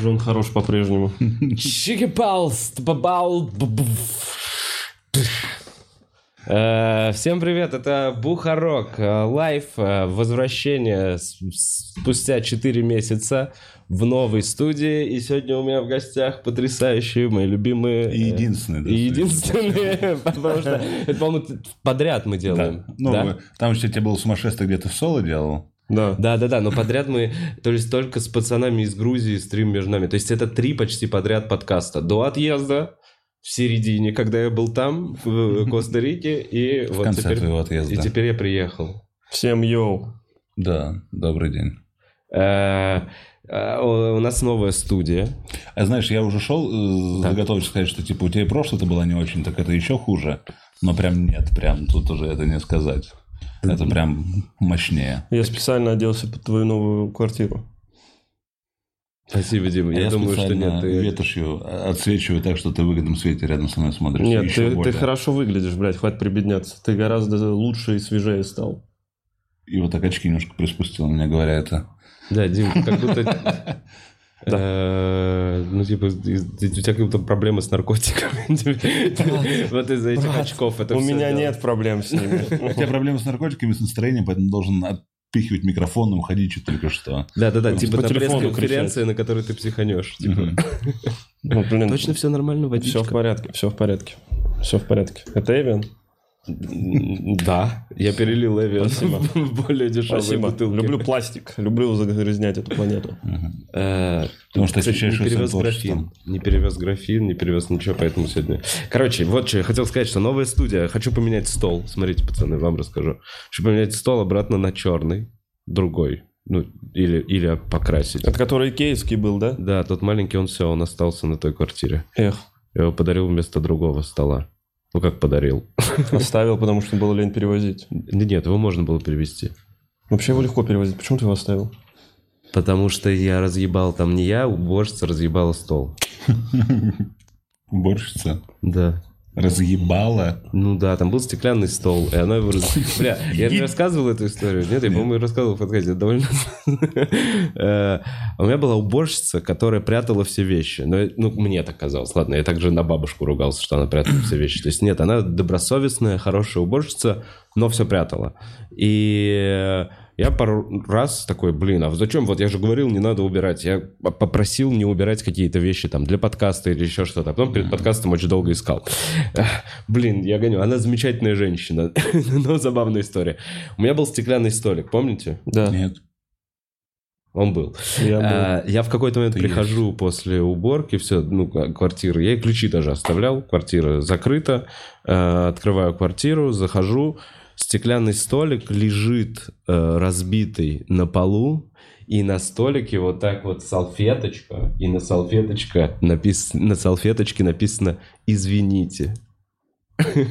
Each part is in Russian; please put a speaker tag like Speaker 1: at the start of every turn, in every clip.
Speaker 1: же он хорош по-прежнему.
Speaker 2: Чикипалс, бабал, Э, Всем привет, это Бухарок, э, лайв, э, возвращение с- с- спустя 4 месяца в новой студии. И сегодня у меня в гостях потрясающие мои любимые...
Speaker 3: И
Speaker 2: э,
Speaker 3: единственный. да,
Speaker 2: и единственные, потому что это, по-моему, т- подряд мы делаем.
Speaker 3: Да. Ну,
Speaker 2: да?
Speaker 3: вы- там еще тебе был сумасшествие, где ты соло делал.
Speaker 1: Да.
Speaker 2: Да, да, да, но подряд мы, то есть только с пацанами из Грузии стрим между нами. То есть это три почти подряд подкаста. До отъезда, в середине, когда я был там, в э, Коста-Рике, и
Speaker 3: В
Speaker 2: вот
Speaker 3: конце
Speaker 2: теперь...
Speaker 3: твоего отъезда.
Speaker 2: И теперь я приехал.
Speaker 1: Всем йоу.
Speaker 3: Да, добрый день.
Speaker 2: Э, э, У у нас новая студия.
Speaker 3: А знаешь, я уже шел, э,
Speaker 2: Да.
Speaker 3: заготовился сказать, что типа у тебя и прошлое-то было не очень, так это еще хуже. Но прям нет, прям тут уже это не сказать. Это прям мощнее.
Speaker 1: Я специально оделся под твою новую квартиру.
Speaker 2: Спасибо, Дима. Я, думаю, что
Speaker 3: А специально
Speaker 2: нет. ты-
Speaker 3: ветошью отсвечиваю так, что ты в выгодном свете рядом со мной смотришь.
Speaker 1: Нет,
Speaker 3: Еще
Speaker 1: ты, ты
Speaker 3: более.
Speaker 1: хорошо выглядишь, блядь, хватит прибедняться. Ты гораздо лучше и свежее стал.
Speaker 3: И вот так очки немножко приспустил, мне говоря это.
Speaker 2: Да, Дим, как будто... э, Ну, типа, из- у тебя как будто проблемы с наркотиками. Вот из-за этих
Speaker 1: брат,
Speaker 2: очков. это
Speaker 1: У
Speaker 2: всё
Speaker 1: меня
Speaker 2: дело.
Speaker 1: нет проблем с ними.
Speaker 3: У тебя проблемы с наркотиками, с настроением, поэтому должен отпихивать микрофон и уходить чуть только что.
Speaker 2: Да-да-да, типа
Speaker 1: Ну, по
Speaker 2: на
Speaker 1: телефону
Speaker 2: пресс-конференции, на которой ты психанешь. типа.
Speaker 3: Мгм.
Speaker 1: Ну, блин,
Speaker 2: Точно все нормально,
Speaker 1: все
Speaker 2: водичка?
Speaker 1: в порядке, все в порядке. Все в порядке. Это Эвен?
Speaker 2: М, Да, я перелил Эвиан
Speaker 1: Спасибо.
Speaker 2: в более дешевые
Speaker 1: Спасибо.
Speaker 2: бутылки.
Speaker 1: Люблю пластик. Люблю загрязнять эту планету.
Speaker 3: Мгм.
Speaker 2: Э,
Speaker 3: Потому что
Speaker 2: кстати,
Speaker 3: ощущаешь
Speaker 2: не
Speaker 3: себя
Speaker 2: перевез
Speaker 3: творчеством.
Speaker 2: графин. Не перевез графин, не перевез ничего, поэтому сегодня... Короче, вот что я хотел сказать, что новая студия. Хочу поменять стол. Смотрите, пацаны, вам расскажу. Хочу поменять стол обратно на черный, другой. Ну, или, или покрасить.
Speaker 1: Это который икеевский был, да?
Speaker 2: Да, тот маленький, он все, он остался на той квартире.
Speaker 1: Эх,
Speaker 2: Я его подарил вместо другого стола. Ну, как подарил.
Speaker 1: оставил, потому что было лень перевозить.
Speaker 2: Да Нет, его можно было перевести.
Speaker 1: Вообще его легко перевозить. Почему ты его оставил?
Speaker 2: Потому что я разъебал там не я, уборщица разъебала стол.
Speaker 3: Уборщица
Speaker 2: Да.
Speaker 3: разъебала.
Speaker 2: Ну да, там был стеклянный стол, и она его раз... Бля, я не рассказывал эту историю. Нет, я, по-моему, рассказывал в подкасте. Это довольно... Э, У меня была уборщица, которая прятала все вещи. Но, Ну, мне так казалось. Ладно, я также на бабушку ругался, что она прятала все вещи. То есть нет, она добросовестная, хорошая уборщица, но все прятала. И я пару раз такой, блин, а зачем? Вот я же говорил, не надо убирать. Я п- попросил не убирать какие-то вещи там для подкаста или еще что-то. А потом перед подкастом очень долго искал. Эх, Блин, я гоню. Она замечательная женщина. Но забавная история. У меня был стеклянный столик, помните?
Speaker 1: Да,
Speaker 3: Нет.
Speaker 2: Он был.
Speaker 1: я
Speaker 2: А, Я в какой-то момент
Speaker 3: Ты
Speaker 2: прихожу после уборки, все, ну, к- квартиры. Я и ключи даже оставлял, квартира закрыта. Э, Открываю квартиру, захожу. Стеклянный столик лежит э, разбитый на полу, и на столике вот так вот салфеточка, и на салфеточка напис... на салфеточке написано «Извините».
Speaker 1: был.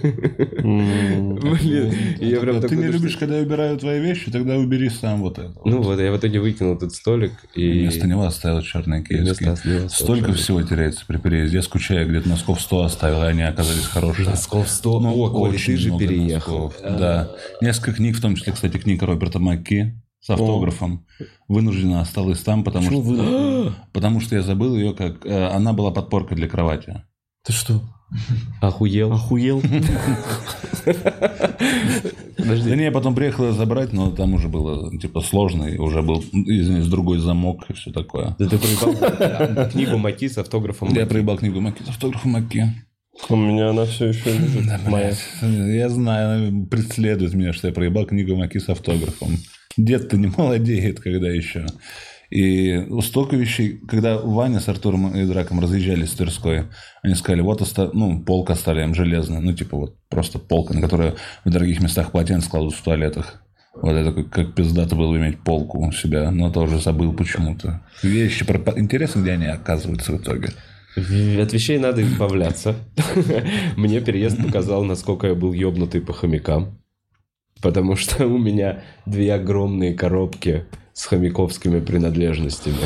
Speaker 1: М,
Speaker 2: Блин, я прям
Speaker 3: Ну, ты
Speaker 2: такой,
Speaker 3: не
Speaker 2: да что-
Speaker 3: любишь, когда я убираю твои вещи, тогда убери сам вот это.
Speaker 2: Ну вот, я в итоге выкинул этот столик и...
Speaker 3: Вместо него оставил черный
Speaker 2: и вместо
Speaker 3: киевский.
Speaker 2: осталось
Speaker 3: Столько
Speaker 2: черный.
Speaker 3: всего теряется при переезде. Я скучаю, где-то носков 100 оставил, и они оказались хорошие.
Speaker 2: Носков 100.
Speaker 3: Ну,
Speaker 2: О, Коля,
Speaker 3: очень
Speaker 2: ты же
Speaker 3: много
Speaker 2: переехал.
Speaker 3: носков, Да. Несколько книг, в том числе, кстати, книга Роберта Макки с автографом, вынуждена осталась там, потому
Speaker 1: Почему
Speaker 3: что,
Speaker 1: вы?
Speaker 3: потому что я забыл ее, как э, она была подпоркой для кровати.
Speaker 1: Ты что,
Speaker 2: Охуел.
Speaker 1: охуел?
Speaker 3: Да не, я потом приехал ее забрать, но там уже было типа сложно, и уже был извиняюсь, другой замок и все такое.
Speaker 2: Да ты проебал книгу Маки с автографом.
Speaker 3: Я проебал книгу Маки с автографом Маки.
Speaker 1: У меня она все еще лежит. Моя.
Speaker 3: Я знаю, она преследует меня, что я проебал книгу Маки с автографом. Дед-то не молодеет, когда еще. И столько вещей, когда Ваня с Артуром и Драком разъезжались с Тверской, они сказали, вот оста- ну, полка оставили им железная, ну, типа вот просто полка, на которую в дорогих местах полотенце кладут в туалетах. Вот я такой, как пиздато было иметь полку у себя, но тоже забыл почему-то. Вещи, пропа- интересно, где они оказываются в итоге.
Speaker 2: От вещей надо избавляться. Мне переезд показал, насколько я был ебнутый по хомякам. Потому что у меня две огромные коробки с хомяковскими принадлежностями.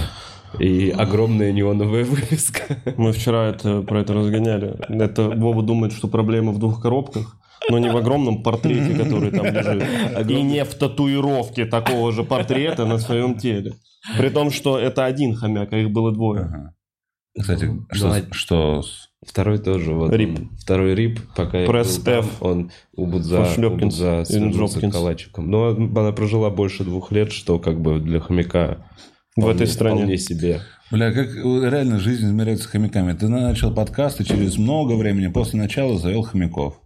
Speaker 2: И огромная неоновая вывеска.
Speaker 1: Мы вчера это, про это разгоняли. Это Вова думает, что проблема в двух коробках. Но не в огромном портрете, который там лежит. И
Speaker 2: Огромный.
Speaker 1: не в татуировке такого же портрета на своем теле. При том, что это один хомяк, а их было двое.
Speaker 3: Ага. Кстати, что,
Speaker 2: Давай.
Speaker 3: что с-
Speaker 2: Второй тоже. Вот он.
Speaker 1: Рип.
Speaker 2: Второй рип, пока я
Speaker 1: Пресс
Speaker 2: был там,
Speaker 1: F.
Speaker 2: Он у Будза,
Speaker 1: Фошлёпкинс
Speaker 2: у Будза
Speaker 1: или
Speaker 2: свернулся
Speaker 1: Джопкинс.
Speaker 2: калачиком. Но она прожила больше двух лет, что как бы для хомяка
Speaker 1: В
Speaker 2: вполне-
Speaker 1: этой стране.
Speaker 2: Вполне себе.
Speaker 3: Бля, как э, реально жизнь измеряется хомяками. Ты начал подкаст, и через много времени после начала завел хомяков.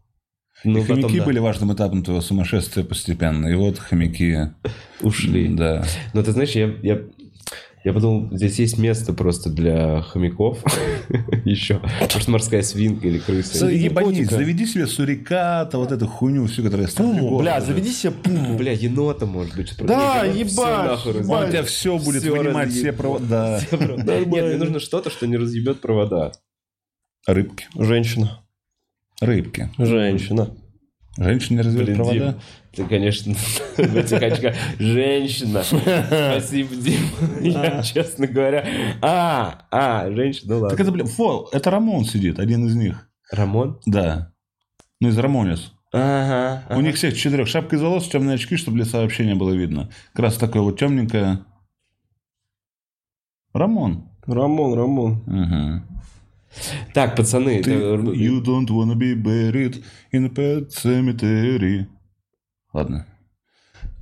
Speaker 2: Ну,
Speaker 3: и
Speaker 2: потом,
Speaker 3: хомяки
Speaker 2: да,
Speaker 3: были важным этапом твоего сумасшествия постепенно. И вот хомяки.
Speaker 2: Ушли.
Speaker 3: Да.
Speaker 2: Но ты знаешь, я, я, я подумал, здесь есть место просто для хомяков еще. Может, морская свинка или крыса.
Speaker 3: С-
Speaker 2: Или
Speaker 3: Ебанись,
Speaker 2: наркотика.
Speaker 3: заведи себе суриката, вот эту хуйню всю, которая
Speaker 2: Ну,
Speaker 3: стоит.
Speaker 1: Пуму, бля, заведи себе пуму.
Speaker 2: Бля, енота, может быть. что-то
Speaker 1: Да,
Speaker 2: такое.
Speaker 1: ебать,
Speaker 2: Всё нахуй
Speaker 1: ебать.
Speaker 2: разъебет.
Speaker 3: у тебя все будет
Speaker 2: Всё
Speaker 3: вынимать,
Speaker 2: разъебет.
Speaker 3: все провода.
Speaker 2: Всё правда. Нет, мне нужно что-то, что не разъебет провода.
Speaker 3: Рыбки.
Speaker 1: Женщина.
Speaker 3: Рыбки.
Speaker 1: Женщина.
Speaker 3: Женщины развели
Speaker 2: Блин,
Speaker 3: провода.
Speaker 2: Дим, ты, конечно, в этих очках. Женщина. Спасибо, Дим. Я, честно говоря... А, а, женщина, ну
Speaker 3: Так
Speaker 2: ладно.
Speaker 3: это, блин, фо, это Рамон сидит, один из них.
Speaker 2: Рамон?
Speaker 3: Да. Ну, из Рамонис.
Speaker 2: Ага.
Speaker 3: У них всех четырех. Шапка из волос, темные очки, чтобы лица вообще не было видно. Как раз такое вот темненькое. Рамон.
Speaker 1: Рамон, Рамон.
Speaker 3: Мгм.
Speaker 2: Так, пацаны.
Speaker 3: Ты-
Speaker 2: это- э,
Speaker 3: you don't wanna be buried in a pet cemetery. Ладно.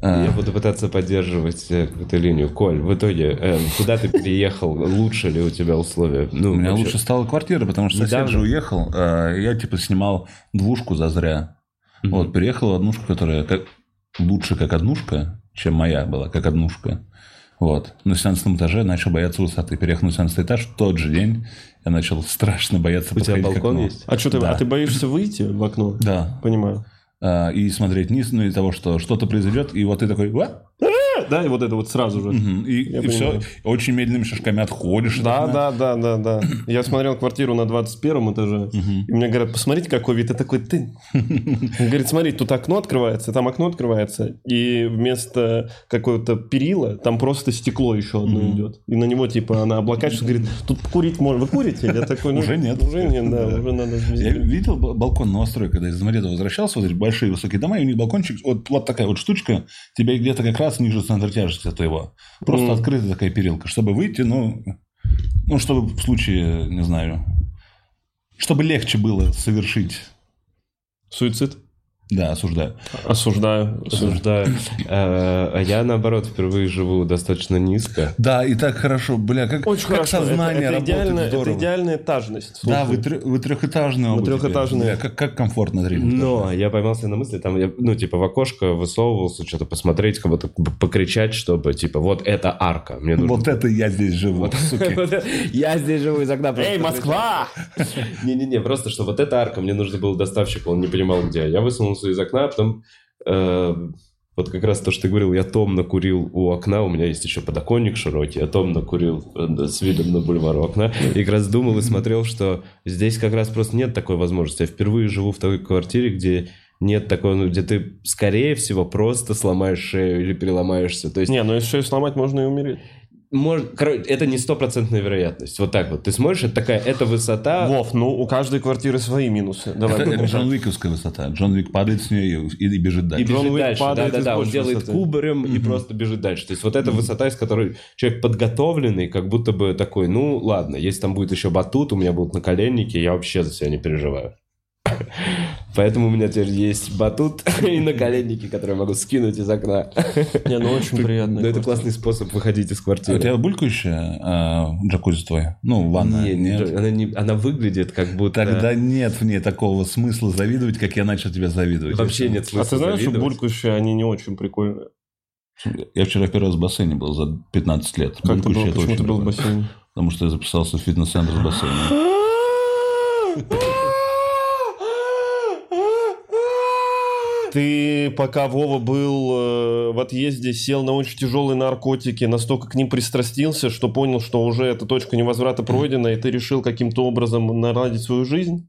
Speaker 3: А,
Speaker 2: Я буду пытаться поддерживать э, эту линию. Коль, в итоге, эм, куда ты переехал? Лучше ли у тебя условия? Ну,
Speaker 3: у меня
Speaker 2: вообще,
Speaker 3: лучше стала квартира, потому что сосед
Speaker 2: Недавно.
Speaker 3: же уехал. а, и я типа снимал двушку зазря. Вот, переехал в однушку, которая как... лучше как однушка, чем моя была, как однушка. Вот. На 17 этаже начал бояться высоты. Переехал на 17 этаж в тот же день. Я начал страшно бояться
Speaker 2: У тебя
Speaker 3: подходить к
Speaker 2: балкон
Speaker 3: окну.
Speaker 2: есть?
Speaker 1: А что ты,
Speaker 3: Да.
Speaker 1: а ты боишься выйти в окно?
Speaker 3: Да.
Speaker 1: Понимаю.
Speaker 3: А, и смотреть вниз, ну и того, что что-то произойдет, и вот ты такой, «Ва!»
Speaker 1: Да, и вот это вот сразу же.
Speaker 3: Мгм. И,
Speaker 1: Я
Speaker 3: все,
Speaker 1: понимаю.
Speaker 3: очень медленными шажками отходишь. от
Speaker 1: Да,
Speaker 3: окна.
Speaker 1: да, да, да, да. Я смотрел квартиру на 21 этаже, и мне говорят, посмотрите, какой вид. Я такой, ты... Он говорит, смотри, тут окно открывается, там окно открывается, и вместо какого-то перила там просто стекло еще одно идет. И на него, типа, она облокачивается, говорит, тут покурить можно. Вы курите? Я такой, ну...
Speaker 3: Уже нет.
Speaker 1: Уже нет, да,
Speaker 3: Да.
Speaker 1: уже надо...
Speaker 3: Я
Speaker 1: звездить».
Speaker 3: видел бал- балкон новострой, когда из Замарета возвращался, вот эти большие высокие дома, и у них балкончик, вот, вот такая вот штучка, тебе где-то как раз ниже центра тяжести твоего. Просто
Speaker 1: Мгм.
Speaker 3: открытая такая перилка, чтобы выйти, ну, ну, чтобы в случае, не знаю, чтобы легче было совершить,
Speaker 1: Суицид?
Speaker 3: да, осуждаю.
Speaker 1: Осуждаю. осуждаю.
Speaker 2: Осуждаю. Э, А я, наоборот, впервые живу достаточно низко.
Speaker 3: Да, и так хорошо, бля, как,
Speaker 1: Очень
Speaker 3: как
Speaker 1: хорошо. Это-
Speaker 3: сознание
Speaker 1: это,
Speaker 3: работает
Speaker 1: идеальная, это
Speaker 3: здорово.
Speaker 1: идеальная этажность.
Speaker 3: Да,
Speaker 1: Слушай.
Speaker 3: вы, трё- вы трехэтажные оба теперь.
Speaker 1: трехэтажные.
Speaker 3: Бля, как, как комфортно на тренинге.
Speaker 2: Но я поймался на мысли, там, я, ну, типа, в окошко высовывался, что-то посмотреть, как будто п- покричать, чтобы, типа, вот это арка. Мне нужно...
Speaker 3: Вот это я здесь живу, суки.
Speaker 2: Вот это- Я здесь живу из окна. просто
Speaker 1: Эй, Москва!
Speaker 2: кричать. Не-не-не, просто, что вот эта арка, мне нужно было доставщик, он не понимал, где. я. Я высунулся из окна, а потом... э, вот как раз то, что ты говорил, я томно курил у окна, у меня есть еще подоконник широкий, я томно курил э, да, с видом на бульвар у окна, и как раз думал и смотрел, что здесь как раз просто нет такой возможности. Я впервые живу в такой квартире, где нет такой, ну, где ты, скорее всего, просто сломаешь шею или переломаешься. То есть
Speaker 1: Не, ну если шею сломать, можно и умереть.
Speaker 2: Мож- короче, это не стопроцентная вероятность. Вот так вот. Ты смотришь, это такая, это высота.
Speaker 1: Вов, ну у каждой квартиры свои минусы. Давай.
Speaker 3: Это,
Speaker 1: будем
Speaker 3: это
Speaker 1: так.
Speaker 3: Джон Уиковская высота. Джон Уик падает с нее и, и бежит
Speaker 2: И
Speaker 3: дальше.
Speaker 2: бежит
Speaker 1: Джон Уик
Speaker 2: дальше.
Speaker 1: падает
Speaker 2: Да, да, да.
Speaker 1: из
Speaker 2: Он
Speaker 1: большей
Speaker 2: делает
Speaker 1: высоты.
Speaker 2: кубарем и просто бежит дальше. То есть вот эта высота, из которой человек подготовленный, как будто бы такой, ну ладно, если там будет еще батут, у меня будут наколенники, я вообще за себя не переживаю. Поэтому у меня теперь есть батут и наколенники, которые я могу скинуть из окна.
Speaker 1: Не, ну очень приятно.
Speaker 2: Но это классный способ выходить из
Speaker 3: А у
Speaker 2: квартиры.
Speaker 3: тебя булькающая а, джакузи твоя? Ну, ванна.
Speaker 2: Не, не,
Speaker 3: нет.
Speaker 2: Она, не- она выглядит как будто...
Speaker 3: Тогда нет в ней такого смысла завидовать, как я начал тебя завидовать.
Speaker 2: Вообще нет
Speaker 1: А
Speaker 2: смысла
Speaker 1: ты знаешь, что
Speaker 2: завидовать.
Speaker 1: булькающие, они не очень прикольные.
Speaker 3: Я вчера первый раз в бассейне был за 15 лет.
Speaker 1: Как ты был,
Speaker 3: Булькающая это
Speaker 1: почему
Speaker 3: очень
Speaker 1: ты был в
Speaker 3: прикольно.
Speaker 1: бассейне?
Speaker 3: Потому что я записался в фитнес-центр с бассейном.
Speaker 1: Ты, пока Вова был э, в отъезде, сел на очень тяжелые наркотики, настолько к ним пристрастился, что понял, что уже эта точка невозврата пройдена, и ты решил каким-то образом наладить свою жизнь?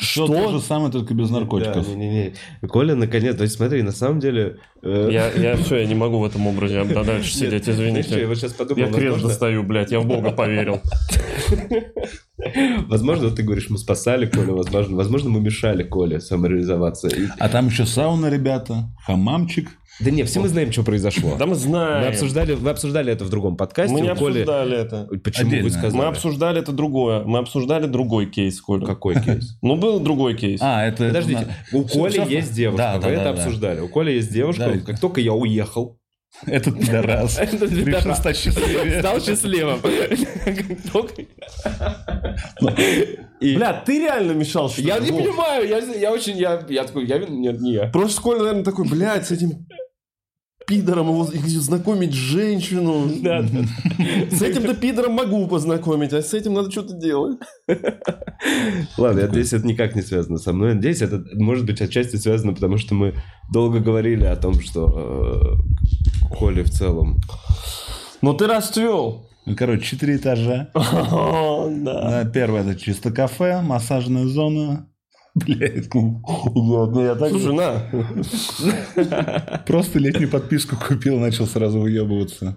Speaker 3: Что? То же самое, только без наркотиков.
Speaker 2: Да, не-не-не. Коля, наконец, то есть смотри, на самом деле... э,
Speaker 1: Я, я все, я не могу в этом образе а дальше сидеть,
Speaker 2: нет, знаешь, что, я
Speaker 1: извините.
Speaker 2: вот сейчас подумал,
Speaker 1: Я крест
Speaker 2: возможно,
Speaker 1: достаю, блядь, я в Бога поверил.
Speaker 2: возможно, вот ты говоришь, мы спасали Колю, возможно, возможно, мы мешали Коле самореализоваться. И-
Speaker 3: А там еще сауна, ребята, хамамчик.
Speaker 2: Да не, все мы знаем, что произошло.
Speaker 1: Да мы
Speaker 2: Мы
Speaker 1: знаем.
Speaker 2: обсуждали, вы обсуждали это в другом подкасте.
Speaker 1: Мы не
Speaker 2: у Коли-
Speaker 1: обсуждали это.
Speaker 2: Почему
Speaker 3: Отдельно.
Speaker 2: вы сказали?
Speaker 1: Мы обсуждали это другое. Мы обсуждали другой кейс, Коля.
Speaker 2: Какой кейс?
Speaker 1: Ну, был другой кейс.
Speaker 3: А, это...
Speaker 2: Подождите, у
Speaker 3: Всё,
Speaker 2: Коли
Speaker 3: всё,
Speaker 2: есть девушка,
Speaker 3: да,
Speaker 2: вы
Speaker 3: да,
Speaker 2: это
Speaker 3: да, да.
Speaker 2: обсуждали. У Коли есть девушка,
Speaker 3: Да.
Speaker 2: как только я уехал,
Speaker 3: Этот пидорас.
Speaker 2: Этот
Speaker 3: Решил
Speaker 2: пидорас.
Speaker 3: стать счастливее.
Speaker 2: стал счастливым. Как только-
Speaker 3: Ну,
Speaker 2: И-
Speaker 1: Бля, ты реально мешал, что ли?
Speaker 2: Я не
Speaker 1: Ну,
Speaker 2: понимаю, я, я очень, я, я такой, я, вин- нет, не я.
Speaker 1: Просто Коля, наверное, такой, блядь, с этим пидором его и знакомить женщину.
Speaker 2: Да, да.
Speaker 1: С этим-то пидором могу познакомить, а с этим надо что-то делать.
Speaker 2: Ладно, я надеюсь, это никак не связано со мной. Надеюсь, это может быть отчасти связано, потому что мы долго говорили о том, что э, Коля в целом.
Speaker 1: Но ты расцвел.
Speaker 3: Ну, Короче, четыре этажа.
Speaker 1: О, Да.
Speaker 3: На Первое это чисто кафе, массажная зона. Блять, ну, я так
Speaker 1: Слушай,
Speaker 3: же
Speaker 1: на.
Speaker 3: просто летнюю подписку купил, начал сразу выебываться.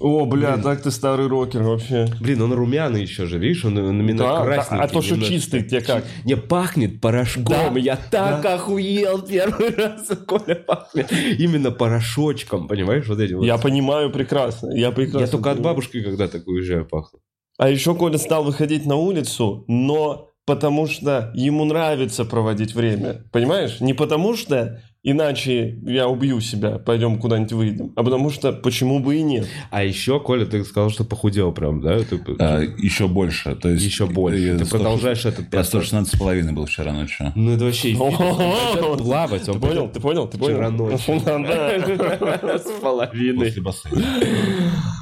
Speaker 1: О, бля, так ты старый рокер вообще.
Speaker 2: Блин, он румяный еще же, видишь, он, он именно
Speaker 1: Да, да,
Speaker 2: красненький.
Speaker 1: а то, что
Speaker 2: немножко.
Speaker 1: чистый, тебе как?
Speaker 2: Не пахнет порошком.
Speaker 1: Да,
Speaker 2: Я так охуел первый раз, Коля пахнет. Именно порошочком, понимаешь, вот эти вот.
Speaker 1: Я понимаю прекрасно. Я прекрасно.
Speaker 2: Я только от
Speaker 1: понимаю.
Speaker 2: бабушки когда-то уезжаю пахну.
Speaker 1: А еще Коля стал выходить на улицу, но потому что ему нравится проводить время. Понимаешь? Не потому что иначе я убью себя, пойдем куда-нибудь выйдем, а потому что почему бы и нет.
Speaker 2: А еще, Коля, ты сказал, что похудел прям, да? Ты по-
Speaker 3: еще больше, то есть...
Speaker 2: еще больше.
Speaker 3: э,
Speaker 2: Ты
Speaker 3: 100
Speaker 2: продолжаешь этот
Speaker 3: А, Я
Speaker 2: процесс.
Speaker 3: 116,5 был вчера ночью.
Speaker 2: Ну это вообще
Speaker 1: О,
Speaker 2: пиздец. Он пойдет плавать,
Speaker 1: Ты
Speaker 2: он
Speaker 1: понял? Ты понял? Ты понял?
Speaker 2: Вчера ночью.
Speaker 1: Да.
Speaker 2: пойдет с
Speaker 1: Ну,
Speaker 2: половиной.
Speaker 3: После бассейна.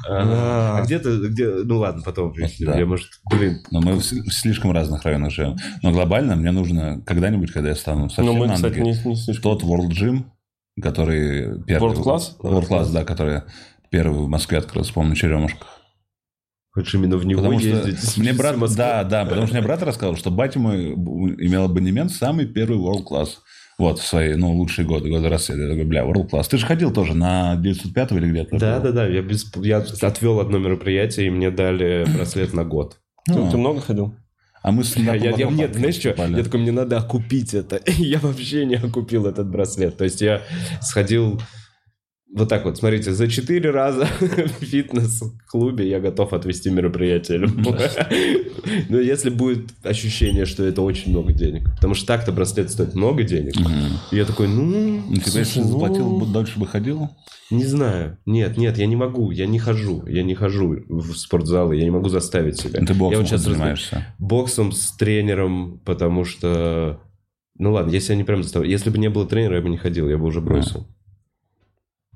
Speaker 2: А а где ты, где, ну ладно, потом объясню.
Speaker 3: Да.
Speaker 2: Я, может, блин,
Speaker 3: Но мы в с- в слишком разных районах живем. Но глобально мне нужно когда-нибудь, когда я стану совсем
Speaker 1: Но Ну, мы,
Speaker 3: на
Speaker 1: кстати,
Speaker 3: ноги,
Speaker 1: не не слишком.
Speaker 3: тот World Gym, который первый...
Speaker 1: World Class?
Speaker 3: World Class, да, который первый в Москве открылся, по-моему, на Черемушках.
Speaker 2: хочешь именно в него
Speaker 3: Потому что
Speaker 2: ездить?
Speaker 3: мне
Speaker 2: всю
Speaker 3: брат,
Speaker 2: Москву?
Speaker 3: да, да, потому что мне брат рассказал, что батя мой б- имел абонемент самый первый World Class. Вот, в свои, ну, лучшие годы, годы расцвета. Я такой, бля, World Class. Ты же ходил тоже на 905 или где-то?
Speaker 2: Да, да, да. Я, без, я отвел одно мероприятие, и мне дали браслет на год.
Speaker 1: Ты ты
Speaker 3: Ну,
Speaker 1: много ходил?
Speaker 3: а мы с
Speaker 2: Я, я- я-
Speaker 3: Лакомбаком
Speaker 2: нет, знаешь что?
Speaker 3: попали.
Speaker 2: Я такой, мне надо окупить это. И я вообще не окупил этот браслет. То есть я сходил вот так вот, смотрите, за четыре раза в фитнес-клубе я готов отвести мероприятие любое. Но если будет ощущение, что это очень много денег. Потому что так-то браслет стоит много денег.
Speaker 3: Мгм.
Speaker 2: И я такой, ну...
Speaker 3: Ну, ты,
Speaker 2: слушай,
Speaker 3: конечно,
Speaker 2: ну,
Speaker 3: заплатил, бы, дальше бы ходил.
Speaker 2: Не знаю. Нет, нет, я не могу. Я не хожу. Я не хожу в спортзалы. Я не могу заставить себя.
Speaker 3: Ты
Speaker 2: я
Speaker 3: боксом
Speaker 2: щас разгов-
Speaker 3: занимаешься.
Speaker 2: боксом с тренером, потому что... Ну ладно, если я не прям заставляю. Если бы не было тренера, я бы не ходил, я бы уже бросил.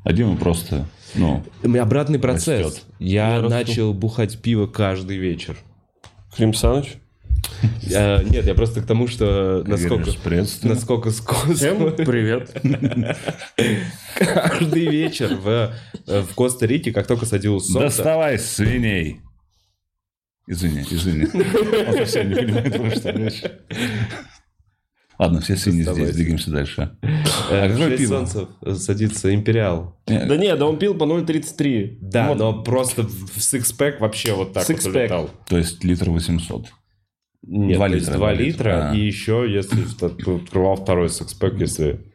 Speaker 3: А Дима просто, ну,
Speaker 2: У меня обратный процесс.
Speaker 3: Растет.
Speaker 2: Я,
Speaker 1: Я расту.
Speaker 2: начал бухать пиво каждый вечер.
Speaker 1: Клим Саныч?
Speaker 2: Я- нет, я просто к тому, что насколько...
Speaker 3: говоришь, приветствую.
Speaker 2: Насколько скоро
Speaker 1: Всем привет.
Speaker 2: каждый вечер в, э, в Коста-Рике, как только садилось солнце,
Speaker 3: Доставай свиней. Извини, извини. Он совсем не понимает, про что речь. Ладно, все свиньи
Speaker 2: Доставай.
Speaker 3: здесь, двигаемся дальше.
Speaker 2: э,
Speaker 3: А
Speaker 2: в
Speaker 3: какое
Speaker 2: шесть
Speaker 3: пиво?
Speaker 2: солнца э, садится империал.
Speaker 3: Не,
Speaker 1: Да нет, да он пил по 0,33.
Speaker 2: Да,
Speaker 1: Вот.
Speaker 2: но просто в сикспэк вообще вот так вот
Speaker 1: Sixpack.
Speaker 2: улетал.
Speaker 3: То есть литр 800.
Speaker 2: Нет,
Speaker 3: Два
Speaker 2: то есть
Speaker 3: литра,
Speaker 2: два
Speaker 3: два
Speaker 2: литра,
Speaker 3: литра, а.
Speaker 2: и еще, если в- открывал второй секспэк, если...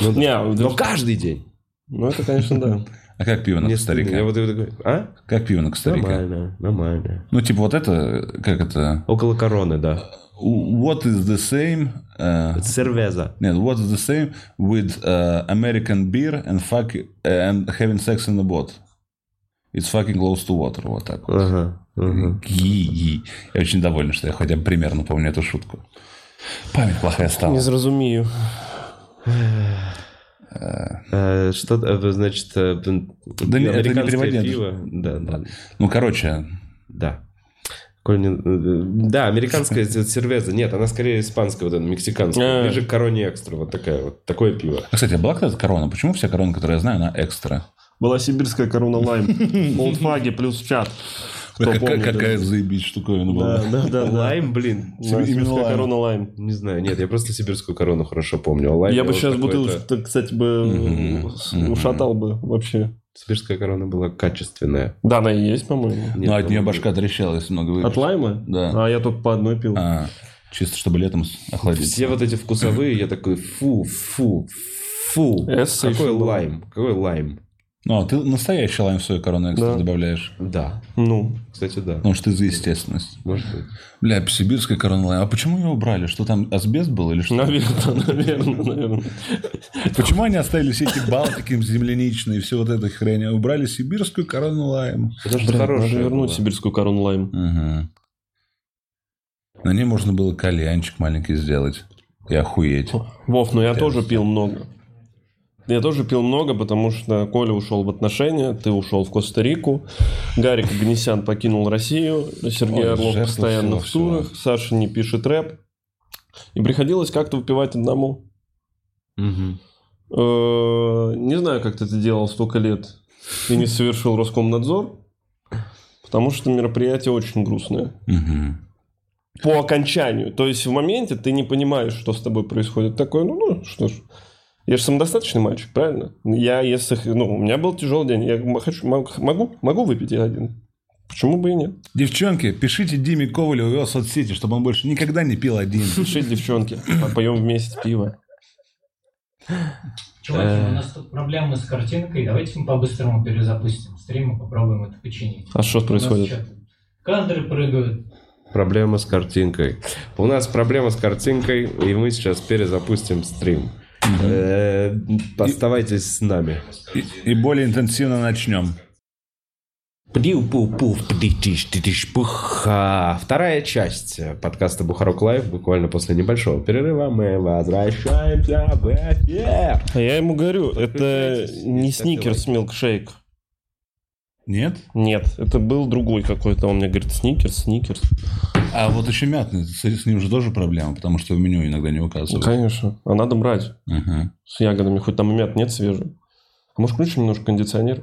Speaker 2: Ну, да.
Speaker 1: Не,
Speaker 2: Но
Speaker 1: ну,
Speaker 2: каждый день.
Speaker 1: ну это, конечно, да.
Speaker 3: А как пиво на
Speaker 2: Мне стыдно. Я
Speaker 3: Коста-Рике?
Speaker 2: вот такой, а?
Speaker 3: Как пиво на Коста-Рике?
Speaker 2: Нормально, нормально.
Speaker 3: Ну, типа вот это, как это?
Speaker 2: Около короны, да.
Speaker 3: What is the same... э,
Speaker 2: Сервеза.
Speaker 3: Нет, what is the same with э, American beer and, fuck, э, and having sex in a boat? It's fucking close to water. Вот так вот.
Speaker 2: Ага, ага.
Speaker 3: Ги-ги. Я очень доволен, что я хотя бы примерно помню эту шутку. Память плохая стала.
Speaker 1: Не зразумею.
Speaker 2: Э, Что, э, значит, э, б-
Speaker 3: Да не, это не
Speaker 2: американское
Speaker 3: переводи, это
Speaker 2: пиво. Да, да,
Speaker 3: Ну, короче,
Speaker 2: да. Коль не- э, Да, американская сервеза. Нет, она скорее испанская, вот эта, мексиканская.
Speaker 1: А.
Speaker 2: Ближе к короне экстра, вот такая вот. Такое пиво.
Speaker 3: а, кстати, а была когда-то корона? Почему вся корона, которую я знаю, она экстра?
Speaker 1: Была сибирская корона лайм. Олдфаги плюс чат. Кто
Speaker 3: Какая-
Speaker 1: помнит,
Speaker 3: Какая заебись штуковина
Speaker 1: Да,
Speaker 3: была.
Speaker 1: да, да. да.
Speaker 2: Лайм, блин.
Speaker 1: Да,
Speaker 3: Именно
Speaker 1: сибирская
Speaker 3: лайм.
Speaker 1: корона лайм.
Speaker 2: Не знаю, нет, я просто сибирскую корону хорошо помню. а лайм
Speaker 1: Я бы
Speaker 2: вот
Speaker 1: сейчас
Speaker 2: какой-то-
Speaker 1: бутылочку, кстати, бы
Speaker 3: Мгм.
Speaker 1: с- ушатал бы вообще.
Speaker 2: Сибирская корона была качественная.
Speaker 1: Да, она и есть, по-моему.
Speaker 2: Нет,
Speaker 3: Но Ну, от нее
Speaker 2: по-моему,
Speaker 3: башка трещала, если много выпить.
Speaker 1: От лайма?
Speaker 3: Да.
Speaker 1: А я только по одной пил.
Speaker 3: А, чисто чтобы летом с- охладить.
Speaker 2: Все вот эти вкусовые, я такой, фу, фу, фу.
Speaker 1: Эсса
Speaker 2: Какой
Speaker 1: еще была.
Speaker 2: лайм, какой лайм.
Speaker 3: Ну, а ты настоящий лайм в свою корону экстра
Speaker 1: Да.
Speaker 3: добавляешь.
Speaker 2: Да,
Speaker 1: Ну,
Speaker 2: кстати, да.
Speaker 3: Потому что ты за естественность.
Speaker 2: Может быть.
Speaker 3: Бля, сибирская корона лайм. А почему ее убрали? Что там, асбест был или что?
Speaker 1: Ну, наверное, наверное, наверное.
Speaker 3: Почему они оставили все эти балтики земляничные и все вот это хрень? а Убрали сибирскую корону лайм.
Speaker 2: Потому
Speaker 1: Блин,
Speaker 2: что
Speaker 1: надо
Speaker 2: хорошая
Speaker 1: вернуть
Speaker 2: была.
Speaker 1: сибирскую корону лайм.
Speaker 3: Мгм. На ней можно было кальянчик маленький сделать. И охуеть.
Speaker 1: Вов, ну я тоже пил много. Я тоже пил много, потому что Коля ушел в отношения, ты ушел в Коста-Рику, Гарик Гнесян покинул Россию, Сергей
Speaker 3: Ой,
Speaker 1: Орлов
Speaker 3: жертва
Speaker 1: постоянно в
Speaker 3: всего-всего.
Speaker 1: турах, Саша не пишет рэп. И приходилось как-то выпивать одному.
Speaker 2: Мгм.
Speaker 1: Э, Не знаю, как ты это делал столько лет и не совершил Роскомнадзор, потому что мероприятие очень грустное.
Speaker 3: Мгм.
Speaker 1: по окончанию. То есть в моменте ты не понимаешь, что с тобой происходит. Такое, ну, ну что ж. Я же самодостаточный мальчик, правильно? Я, если... х- Ну, у меня был тяжелый день. Я м- хочу, мог- могу, могу выпить я один. Почему бы и нет?
Speaker 3: Девчонки, пишите Диме Ковалеву в его соцсети, чтобы он больше никогда не пил один.
Speaker 1: Пишите, девчонки, по- поем вместе пиво.
Speaker 2: Э.
Speaker 4: Чуваки, у нас тут проблемы с картинкой. Давайте мы по-быстрому перезапустим стрим и попробуем это починить.
Speaker 1: А что
Speaker 4: У нас
Speaker 1: происходит?
Speaker 4: чё-то Кадры прыгают.
Speaker 2: Проблема с картинкой. У нас проблема с картинкой, и мы сейчас перезапустим стрим. Э, Оставайтесь с нами.
Speaker 3: И, и более интенсивно начнем.
Speaker 2: Пдиу-пу-пуф, пдитиш-титиш-пуха. Вторая часть подкаста Бухарок Лайв. Буквально после небольшого перерыва мы возвращаемся в эфир.
Speaker 1: А я ему говорю, это
Speaker 2: Подключайтесь,
Speaker 1: не
Speaker 2: и ставьте
Speaker 1: сникерс милкшейк.
Speaker 3: Нет?
Speaker 1: Нет, это был другой какой-то. Он мне говорит, сникерс, сникерс.
Speaker 3: А вот еще мятный, с, с ним же тоже проблема, потому что в меню иногда не
Speaker 1: Ну,
Speaker 3: указывают.
Speaker 1: конечно. А надо брать
Speaker 3: Мгм.
Speaker 1: с ягодами. Хоть там и мят нет свежий. А может, включим немножко кондиционер?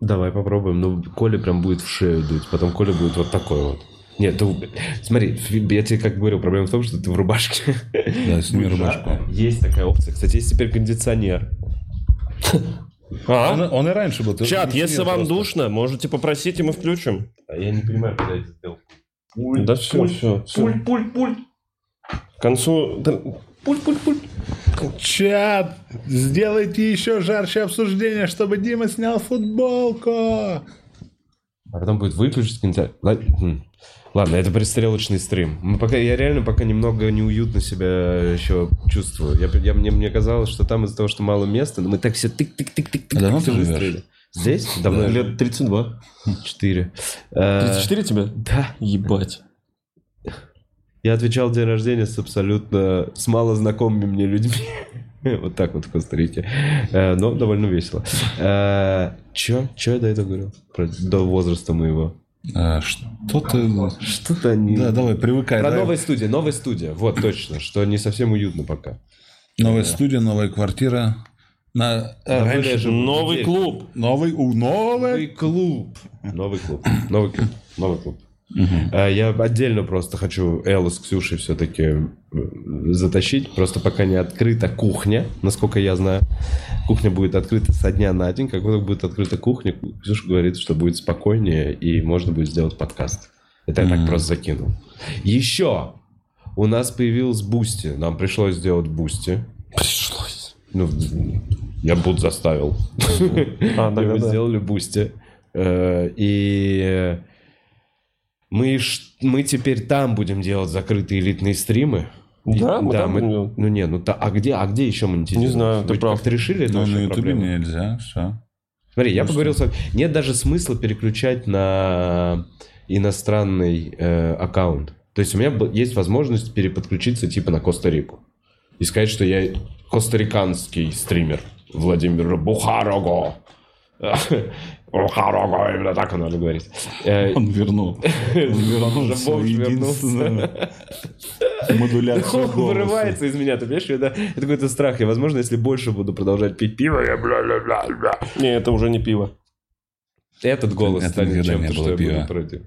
Speaker 2: Давай попробуем. Ну, Коля прям будет в шею дуть. Потом Коля будет вот такой вот. Нет, ты- смотри, я тебе как говорил, проблема в том, что ты в рубашке.
Speaker 3: Да, сними рубашку.
Speaker 2: а, Есть такая опция. Кстати, есть теперь кондиционер.
Speaker 1: А?
Speaker 3: Он, он и раньше был. ты
Speaker 1: Чат,
Speaker 3: не
Speaker 1: если
Speaker 3: снил
Speaker 1: вам
Speaker 3: просто.
Speaker 1: душно, можете попросить, и мы включим.
Speaker 2: А Я не понимаю, куда я это сделал.
Speaker 1: Да все, все,
Speaker 2: Пуль, пуль, пуль.
Speaker 1: К концу... да, Пуль, пуль, пуль.
Speaker 3: Чат, сделайте еще жарче обсуждение, чтобы Дима снял футболку.
Speaker 2: А потом будет выключить кинотеатр. Ла- хм. Ладно, это пристрелочный стрим. Мы пока, я реально пока немного неуютно себя еще чувствую. Я, я- мне, мне казалось, что там из-за того, что мало места, но мы так все тык-тык-тык-тык.
Speaker 3: А давно ты живешь?
Speaker 2: Здесь? Давно? Э,
Speaker 1: Лет 32.
Speaker 2: 4.
Speaker 1: 34 тебе?
Speaker 2: Да.
Speaker 1: Ебать.
Speaker 2: Я отвечал день рождения с абсолютно... с малознакомыми мне людьми. Вот так вот в Коста-Рике. Э, Но довольно весело. Э, Чё? Чё я до этого говорил? Про- До возраста моего.
Speaker 3: А, что ты...
Speaker 2: Что-то они...
Speaker 3: Да, давай, привыкай.
Speaker 2: Про
Speaker 3: давай.
Speaker 2: новая студия, новая студия. Вот точно, что не совсем уютно пока.
Speaker 3: Новая студия, новая квартира. На... а,
Speaker 2: Да,
Speaker 3: раньше-
Speaker 2: были же
Speaker 1: Новый
Speaker 2: дверь.
Speaker 1: клуб.
Speaker 3: Новый... У, новая...
Speaker 2: Новый клуб. Новый клуб. Новый клуб. Новый клуб. А, Я отдельно просто хочу Эллу с Ксюшей все-таки м, затащить. Просто пока не открыта кухня, насколько я знаю. Кухня будет открыта со дня на день. Как только будет открыта кухня, Ксюша говорит, что будет спокойнее и можно будет сделать подкаст. Это я так
Speaker 3: Мгм.
Speaker 2: просто закинул. Еще у нас появилась Бусти. Нам пришлось сделать Бусти.
Speaker 1: Пришлось.
Speaker 2: Ну, я Буд заставил.
Speaker 1: А, да,
Speaker 2: Мы
Speaker 1: да, да.
Speaker 2: сделали Бусти. Э, И мы, ш- мы теперь там будем делать закрытые элитные стримы.
Speaker 1: Да,
Speaker 2: И-
Speaker 1: мы там
Speaker 2: мы-
Speaker 1: будем делать.
Speaker 2: Ну не, ну та- а где, а где еще монетизировать?
Speaker 1: Не знаю, ты
Speaker 2: Вы
Speaker 1: прав.
Speaker 2: как-то решили эту
Speaker 3: Ну, на
Speaker 2: вообще
Speaker 3: Ютубе
Speaker 2: проблему?
Speaker 3: нельзя, все.
Speaker 2: Смотри, я
Speaker 3: Ну,
Speaker 2: поговорил с вами. Нет даже смысла переключать на иностранный э, аккаунт. То есть у меня б- есть возможность переподключиться типа на Коста-Рику. И сказать, что я костариканский стример Владимир Бухарого. Бухарого, именно так надо говорить. Э,
Speaker 3: Он вернул. Он вернул
Speaker 2: Бомж
Speaker 3: свою
Speaker 2: вернулся.
Speaker 3: единственную модуляцию
Speaker 2: Он
Speaker 3: голоса.
Speaker 2: вырывается из меня, ты понимаешь? Это, это какой-то страх. Я, возможно, если больше буду продолжать пить пиво, я бля-бля-бля-бля.
Speaker 1: Не, это уже не пиво.
Speaker 2: Этот голос
Speaker 3: Это
Speaker 2: станет
Speaker 3: никогда
Speaker 2: чем-то,
Speaker 3: не было
Speaker 2: что я
Speaker 3: пива.
Speaker 2: буду против.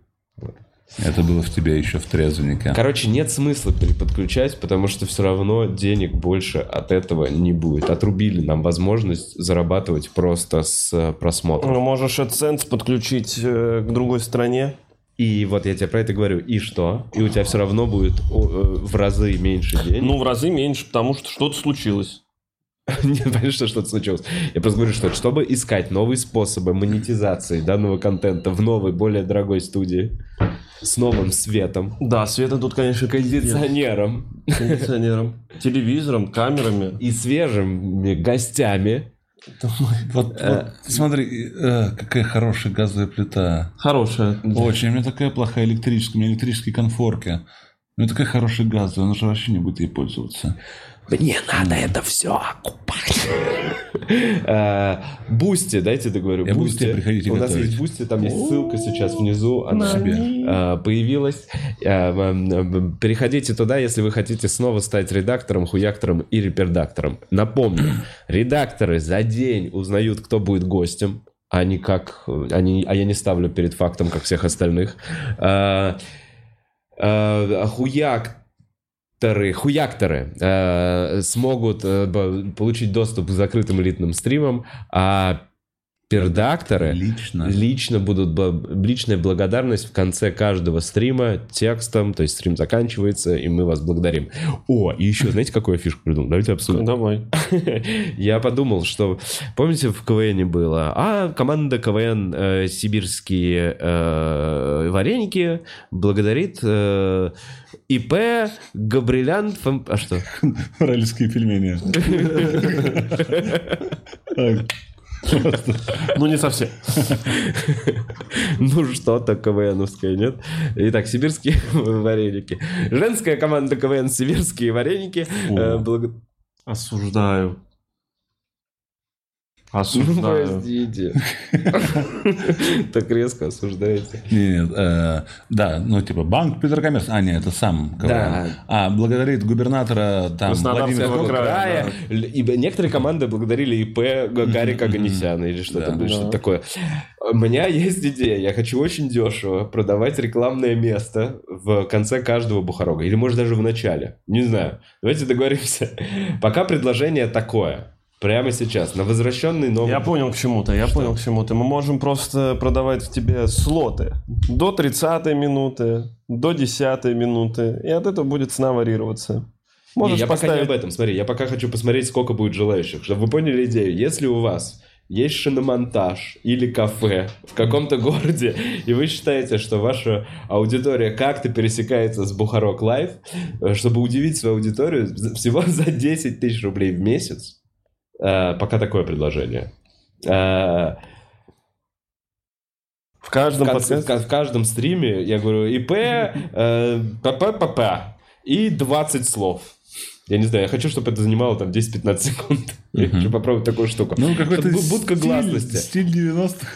Speaker 3: Это было в тебе еще в трезвеннике.
Speaker 2: Короче, нет смысла переподключать, потому что все равно денег больше от этого не будет. Отрубили нам возможность зарабатывать просто с э, просмотра.
Speaker 1: Ну, можешь AdSense подключить э, к другой стране.
Speaker 2: И вот я тебе про это говорю. И что? И у тебя все равно будет о, э, в разы меньше денег.
Speaker 1: Ну, в разы меньше, потому что что-то случилось.
Speaker 2: Нет, понятно, что что-то случилось. Я просто говорю, что чтобы искать новые способы монетизации данного контента в новой, более дорогой студии, с новым светом,
Speaker 1: Да, Света тут, конечно,
Speaker 2: кондиционером
Speaker 1: кондиционером, телевизором, камерами.
Speaker 2: и свежими гостями,
Speaker 3: Вот, вот смотри, э, какая хорошая газовая плита.
Speaker 1: Хорошая.
Speaker 3: Очень. У меня такая плохая электрическая, у меня электрические конфорки. У меня такая хорошая газовая, она же вообще не будет ей пользоваться.
Speaker 2: Мне надо это все окупать. Э, Бусти, дайте договорю.
Speaker 3: Я Бусти, приходите
Speaker 2: У нас
Speaker 3: готовить.
Speaker 2: есть Бусти, там есть ссылка сейчас внизу. Она э, появилась. Э, м, м, Переходите туда, если вы хотите снова стать редактором, хуяктором и репердактором. Напомню, редакторы за день узнают, кто будет гостем. А не как... э, Они, а я не ставлю перед фактом, как всех остальных. Э, э, Хуяк Акторы, хуякторы э, смогут э, б- получить доступ к закрытым элитным стримам, а пердакторы
Speaker 3: Лично.
Speaker 2: лично будут б- личная благодарность в конце каждого стрима текстом, то есть стрим заканчивается, и мы вас благодарим. О, и еще знаете, какую я фишку придумал? Давайте обсудим.
Speaker 1: Давай.
Speaker 2: Я подумал, что помните в КВН было, а команда КВН э, сибирские э, вареники благодарит э, ИП Габрилян, Фом- а что?
Speaker 3: Уральские пельмени. Так, просто.
Speaker 1: Ну, не совсем.
Speaker 2: Ну что-то КВНовское, нет? Итак, сибирские вареники. Женская команда КВН сибирские вареники. э, благ-
Speaker 1: Осуждаю.
Speaker 2: Ну,
Speaker 1: Осуждаю.
Speaker 2: простите. Так резко осуждаете.
Speaker 3: Нет, э, да, ну типа банк Петрокоммерс, а нет, это сам. КВН.
Speaker 2: Да.
Speaker 3: А благодарит губернатора там
Speaker 1: Краснодарского
Speaker 3: Владимира
Speaker 2: Всякого
Speaker 1: Всякого
Speaker 2: края.
Speaker 1: края,
Speaker 2: Л- и некоторые команды благодарили ИП Г- Гарика Ганесяна или что-то
Speaker 3: Да.
Speaker 2: было, что-то
Speaker 1: Да.
Speaker 2: такое. У меня есть идея. Я хочу очень дешево продавать рекламное место в конце каждого Бухарога. Или, может, даже в начале. Не знаю. Давайте договоримся. Пока предложение такое. Прямо сейчас. На возвращенный новый...
Speaker 1: Я понял к чему-то, я понял к чему-то. Мы можем просто продавать тебе слоты до 30 минуты, до 10 минуты, и от этого будет цена варьироваться.
Speaker 2: Не,
Speaker 1: Можешь
Speaker 2: я пока не
Speaker 1: поставить...
Speaker 2: об этом. Смотри, я пока хочу посмотреть, сколько будет желающих. Чтобы вы поняли идею, если у вас есть шиномонтаж или кафе в каком-то городе, и вы считаете, что ваша аудитория как-то пересекается с Бухарок Лайф, э, чтобы удивить свою аудиторию за- всего за 10 тысяч рублей в месяц, э, пока такое предложение. Э,
Speaker 1: В каждом
Speaker 2: в, кон-
Speaker 1: подкасте.
Speaker 2: в каждом стриме я говорю ИП, э, ПППП и 20 слов. Я не знаю, я хочу, чтобы это занимало там 10-15 секунд. Я хочу попробовать такую штуку.
Speaker 3: Ну, какой-то
Speaker 2: Чтобы бу- будка
Speaker 3: стиль-
Speaker 2: гласности.
Speaker 3: Стиль 90-х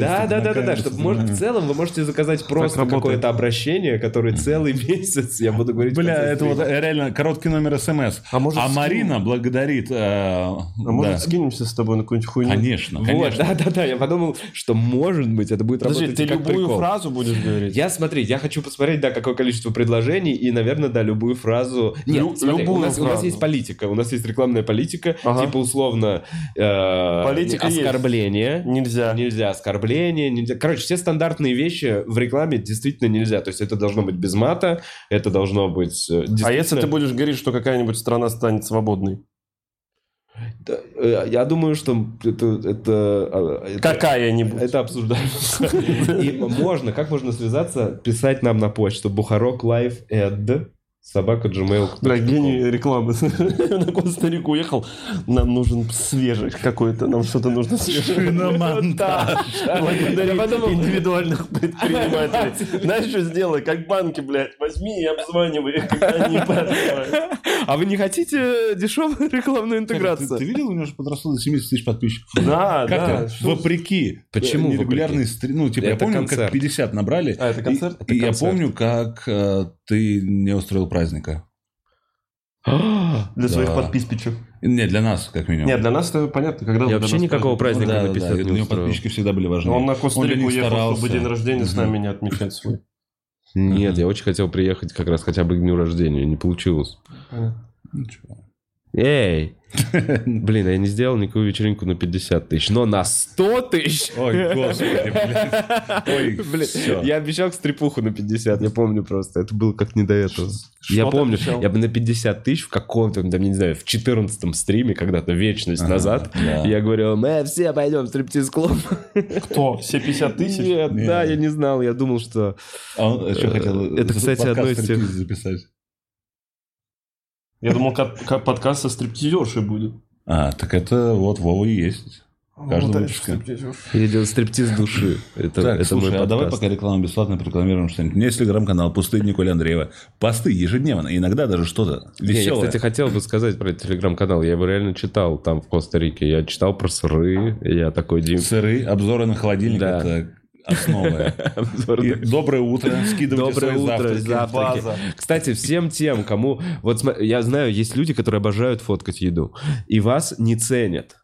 Speaker 2: Да, да,
Speaker 3: на
Speaker 2: да, да, да,
Speaker 3: камеру,
Speaker 2: чтобы,
Speaker 3: со
Speaker 2: может, в
Speaker 3: мной.
Speaker 2: целом вы можете заказать просто
Speaker 1: работает.
Speaker 2: какое-то обращение, которое целый месяц я буду говорить. в
Speaker 3: Бля,
Speaker 2: конце
Speaker 3: это вот
Speaker 2: стрима.
Speaker 3: реально короткий номер СМС.
Speaker 1: А может, скинем?
Speaker 3: Марина благодарит... э,
Speaker 1: А может,
Speaker 3: да.
Speaker 1: скинемся с тобой на какую-нибудь хуйню?
Speaker 3: Конечно,
Speaker 2: Вот,
Speaker 3: конечно.
Speaker 2: да, да, да, я подумал, что, может быть, это будет
Speaker 1: Подожди, ты
Speaker 2: работать как
Speaker 1: любую
Speaker 2: прикол.
Speaker 1: фразу будешь говорить?
Speaker 2: Я смотри, я хочу посмотреть, да, какое количество предложений и, наверное, да, любую фразу. Нет,
Speaker 1: Лю-
Speaker 2: смотри,
Speaker 1: любую
Speaker 2: у, нас, у нас
Speaker 1: фразу.
Speaker 2: есть политика, у нас есть рекламная политика,
Speaker 1: Ага.
Speaker 2: типа условно э,
Speaker 1: Политика есть.
Speaker 2: оскорбление.
Speaker 1: Нельзя.
Speaker 2: Нельзя оскорбление, нельзя. Короче, все стандартные вещи в рекламе действительно нельзя. То есть это должно быть без мата, это должно быть.
Speaker 1: А
Speaker 2: э, действительно-
Speaker 1: если ты будешь говорить, что какая-нибудь страна станет свободной?
Speaker 2: Да, э, Я думаю, что это. это, э, это-
Speaker 1: Какая-нибудь.
Speaker 2: Это обсуждается. И можно, как можно связаться, писать нам на почту Бухарок Лайф Эд собака
Speaker 1: Бля, гений
Speaker 2: gmail.com.
Speaker 1: рекламы. На Коста-Рику уехал. Нам нужен свежий какой-то. Нам что-то нужно свежее.
Speaker 3: Шиномонтаж.
Speaker 1: Благодари
Speaker 2: Я подумал-
Speaker 1: индивидуальных предпринимателей. Знаешь, что сделай? Как банки, блядь. Возьми и обзванивай, когда они подзвонят.
Speaker 2: А вы не хотите дешевую рекламную
Speaker 3: Ты, ты
Speaker 2: интеграцию?
Speaker 3: видел, у него же подросло до 70 тысяч подписчиков.
Speaker 1: Да,
Speaker 3: А Как
Speaker 1: да.
Speaker 3: это? Вопреки.
Speaker 2: Почему
Speaker 3: Нерегулярный стрим. Ну, типа, я
Speaker 2: Это
Speaker 3: помню,
Speaker 2: концерт.
Speaker 3: как 50 набрали.
Speaker 1: А, это концерт?
Speaker 3: И,
Speaker 1: Это
Speaker 3: и я
Speaker 1: концерт.
Speaker 3: помню, как э, ты не устроил праздника.
Speaker 1: Для своих
Speaker 3: Да.
Speaker 1: подписчиков.
Speaker 3: Не, для нас, как минимум.
Speaker 1: Нет, для нас это понятно. Когда
Speaker 2: Я
Speaker 1: вы
Speaker 2: вообще
Speaker 1: для нас
Speaker 2: никакого
Speaker 1: праздник?
Speaker 2: праздника
Speaker 3: Ну, да,
Speaker 2: на
Speaker 3: да,
Speaker 2: 50
Speaker 3: да,
Speaker 2: не
Speaker 3: у него
Speaker 2: устроил.
Speaker 3: подписчики всегда были важны.
Speaker 1: Он на
Speaker 3: для
Speaker 1: Коста-Рику
Speaker 3: них
Speaker 1: уехал, чтобы
Speaker 3: старался.
Speaker 1: день рождения с
Speaker 3: Мгм.
Speaker 1: нами не отмечать свой.
Speaker 2: Нет, я очень хотел приехать как раз хотя бы к дню рождения, не получилось.
Speaker 3: Ну, Ничего.
Speaker 2: Эй! Блин, а я не сделал никакую вечеринку на 50 тысяч, но на 100 тысяч!
Speaker 3: Ой, господи, блядь. Ой,
Speaker 2: Блин,
Speaker 3: всё.
Speaker 2: я обещал стрипуху на 50, я помню просто. Это было как не до этого. я
Speaker 1: ты
Speaker 2: помню,
Speaker 1: обещал?
Speaker 2: я бы на 50 тысяч в каком-то, там, не знаю, в 14 стриме, когда-то вечность назад,
Speaker 3: да.
Speaker 2: я говорил, мы все пойдем в стриптиз-клуб.
Speaker 1: Кто? Все 50 тысяч?
Speaker 2: Нет,
Speaker 3: Нет.
Speaker 2: да, я не знал, я думал, что...
Speaker 3: А он что хотел?
Speaker 2: Это,
Speaker 3: за-
Speaker 2: кстати,
Speaker 3: подкаст
Speaker 2: одно из тех-
Speaker 3: «Стриптиз» записать.
Speaker 1: Я думал, как, как подкаст со стриптизершей будет.
Speaker 3: А, так это вот Вова и есть. Каждый
Speaker 1: Вот это
Speaker 3: выпуск.
Speaker 1: стриптизерша.
Speaker 2: Я делал стриптиз души. Это,
Speaker 3: Так,
Speaker 2: это
Speaker 3: слушай,
Speaker 2: мой
Speaker 3: а давай
Speaker 2: подкаст.
Speaker 3: пока рекламу бесплатно прорекламируем что-нибудь. У меня есть телеграм-канал «Пустые Николя Андреева». Посты ежедневно, иногда даже что-то
Speaker 2: Не, я,
Speaker 3: веселое.
Speaker 2: кстати, хотел бы сказать про этот телеграм-канал. Я его реально читал там в Коста-Рике. Я читал про сыры. и Я такой, Дим,
Speaker 3: Сыры, обзоры на холодильник
Speaker 2: Да.
Speaker 3: это основа.
Speaker 2: обзор
Speaker 3: И
Speaker 2: на-
Speaker 3: доброе утро, скидывайте
Speaker 2: Доброе
Speaker 3: свои
Speaker 2: утро,
Speaker 3: завтраки.
Speaker 2: завтраки.
Speaker 1: База.
Speaker 2: Кстати, всем тем, кому... Вот см- я знаю, есть люди, которые обожают фоткать еду, и вас не ценят.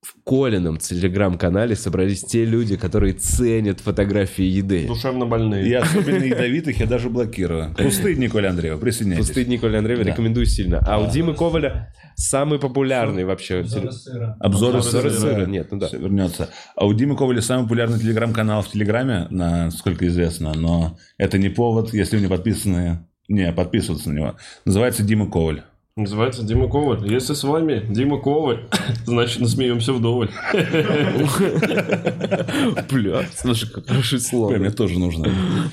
Speaker 2: В Колином телеграм-канале собрались те люди, которые ценят фотографии еды. Ну,
Speaker 1: Душевно больные.
Speaker 3: И особенно ядовитых я даже блокирую. Пустые Николя Андреева, присоединяйтесь.
Speaker 2: Пустынь Николя Андреева
Speaker 3: Да.
Speaker 2: рекомендую сильно. А у Димы Коваля самый популярный вообще...
Speaker 4: Обзоры
Speaker 2: теле-
Speaker 4: сыра.
Speaker 3: Обзоры,
Speaker 2: Обзоры
Speaker 3: сыра,
Speaker 2: сыра,
Speaker 3: да.
Speaker 2: нет, ну да.
Speaker 3: Всё вернется. А у Димы Коваля самый популярный телеграм-канал в Телеграме, насколько известно, но это не повод, если вы не подписаны, не, подписываться на него. Называется Дима Коваль.
Speaker 1: Называется Дима Коваль. Если с вами Дима Коваль, значит, насмеемся вдоволь.
Speaker 2: Бля, слушай, как хорошее слово.
Speaker 3: Ой, мне тоже нужно.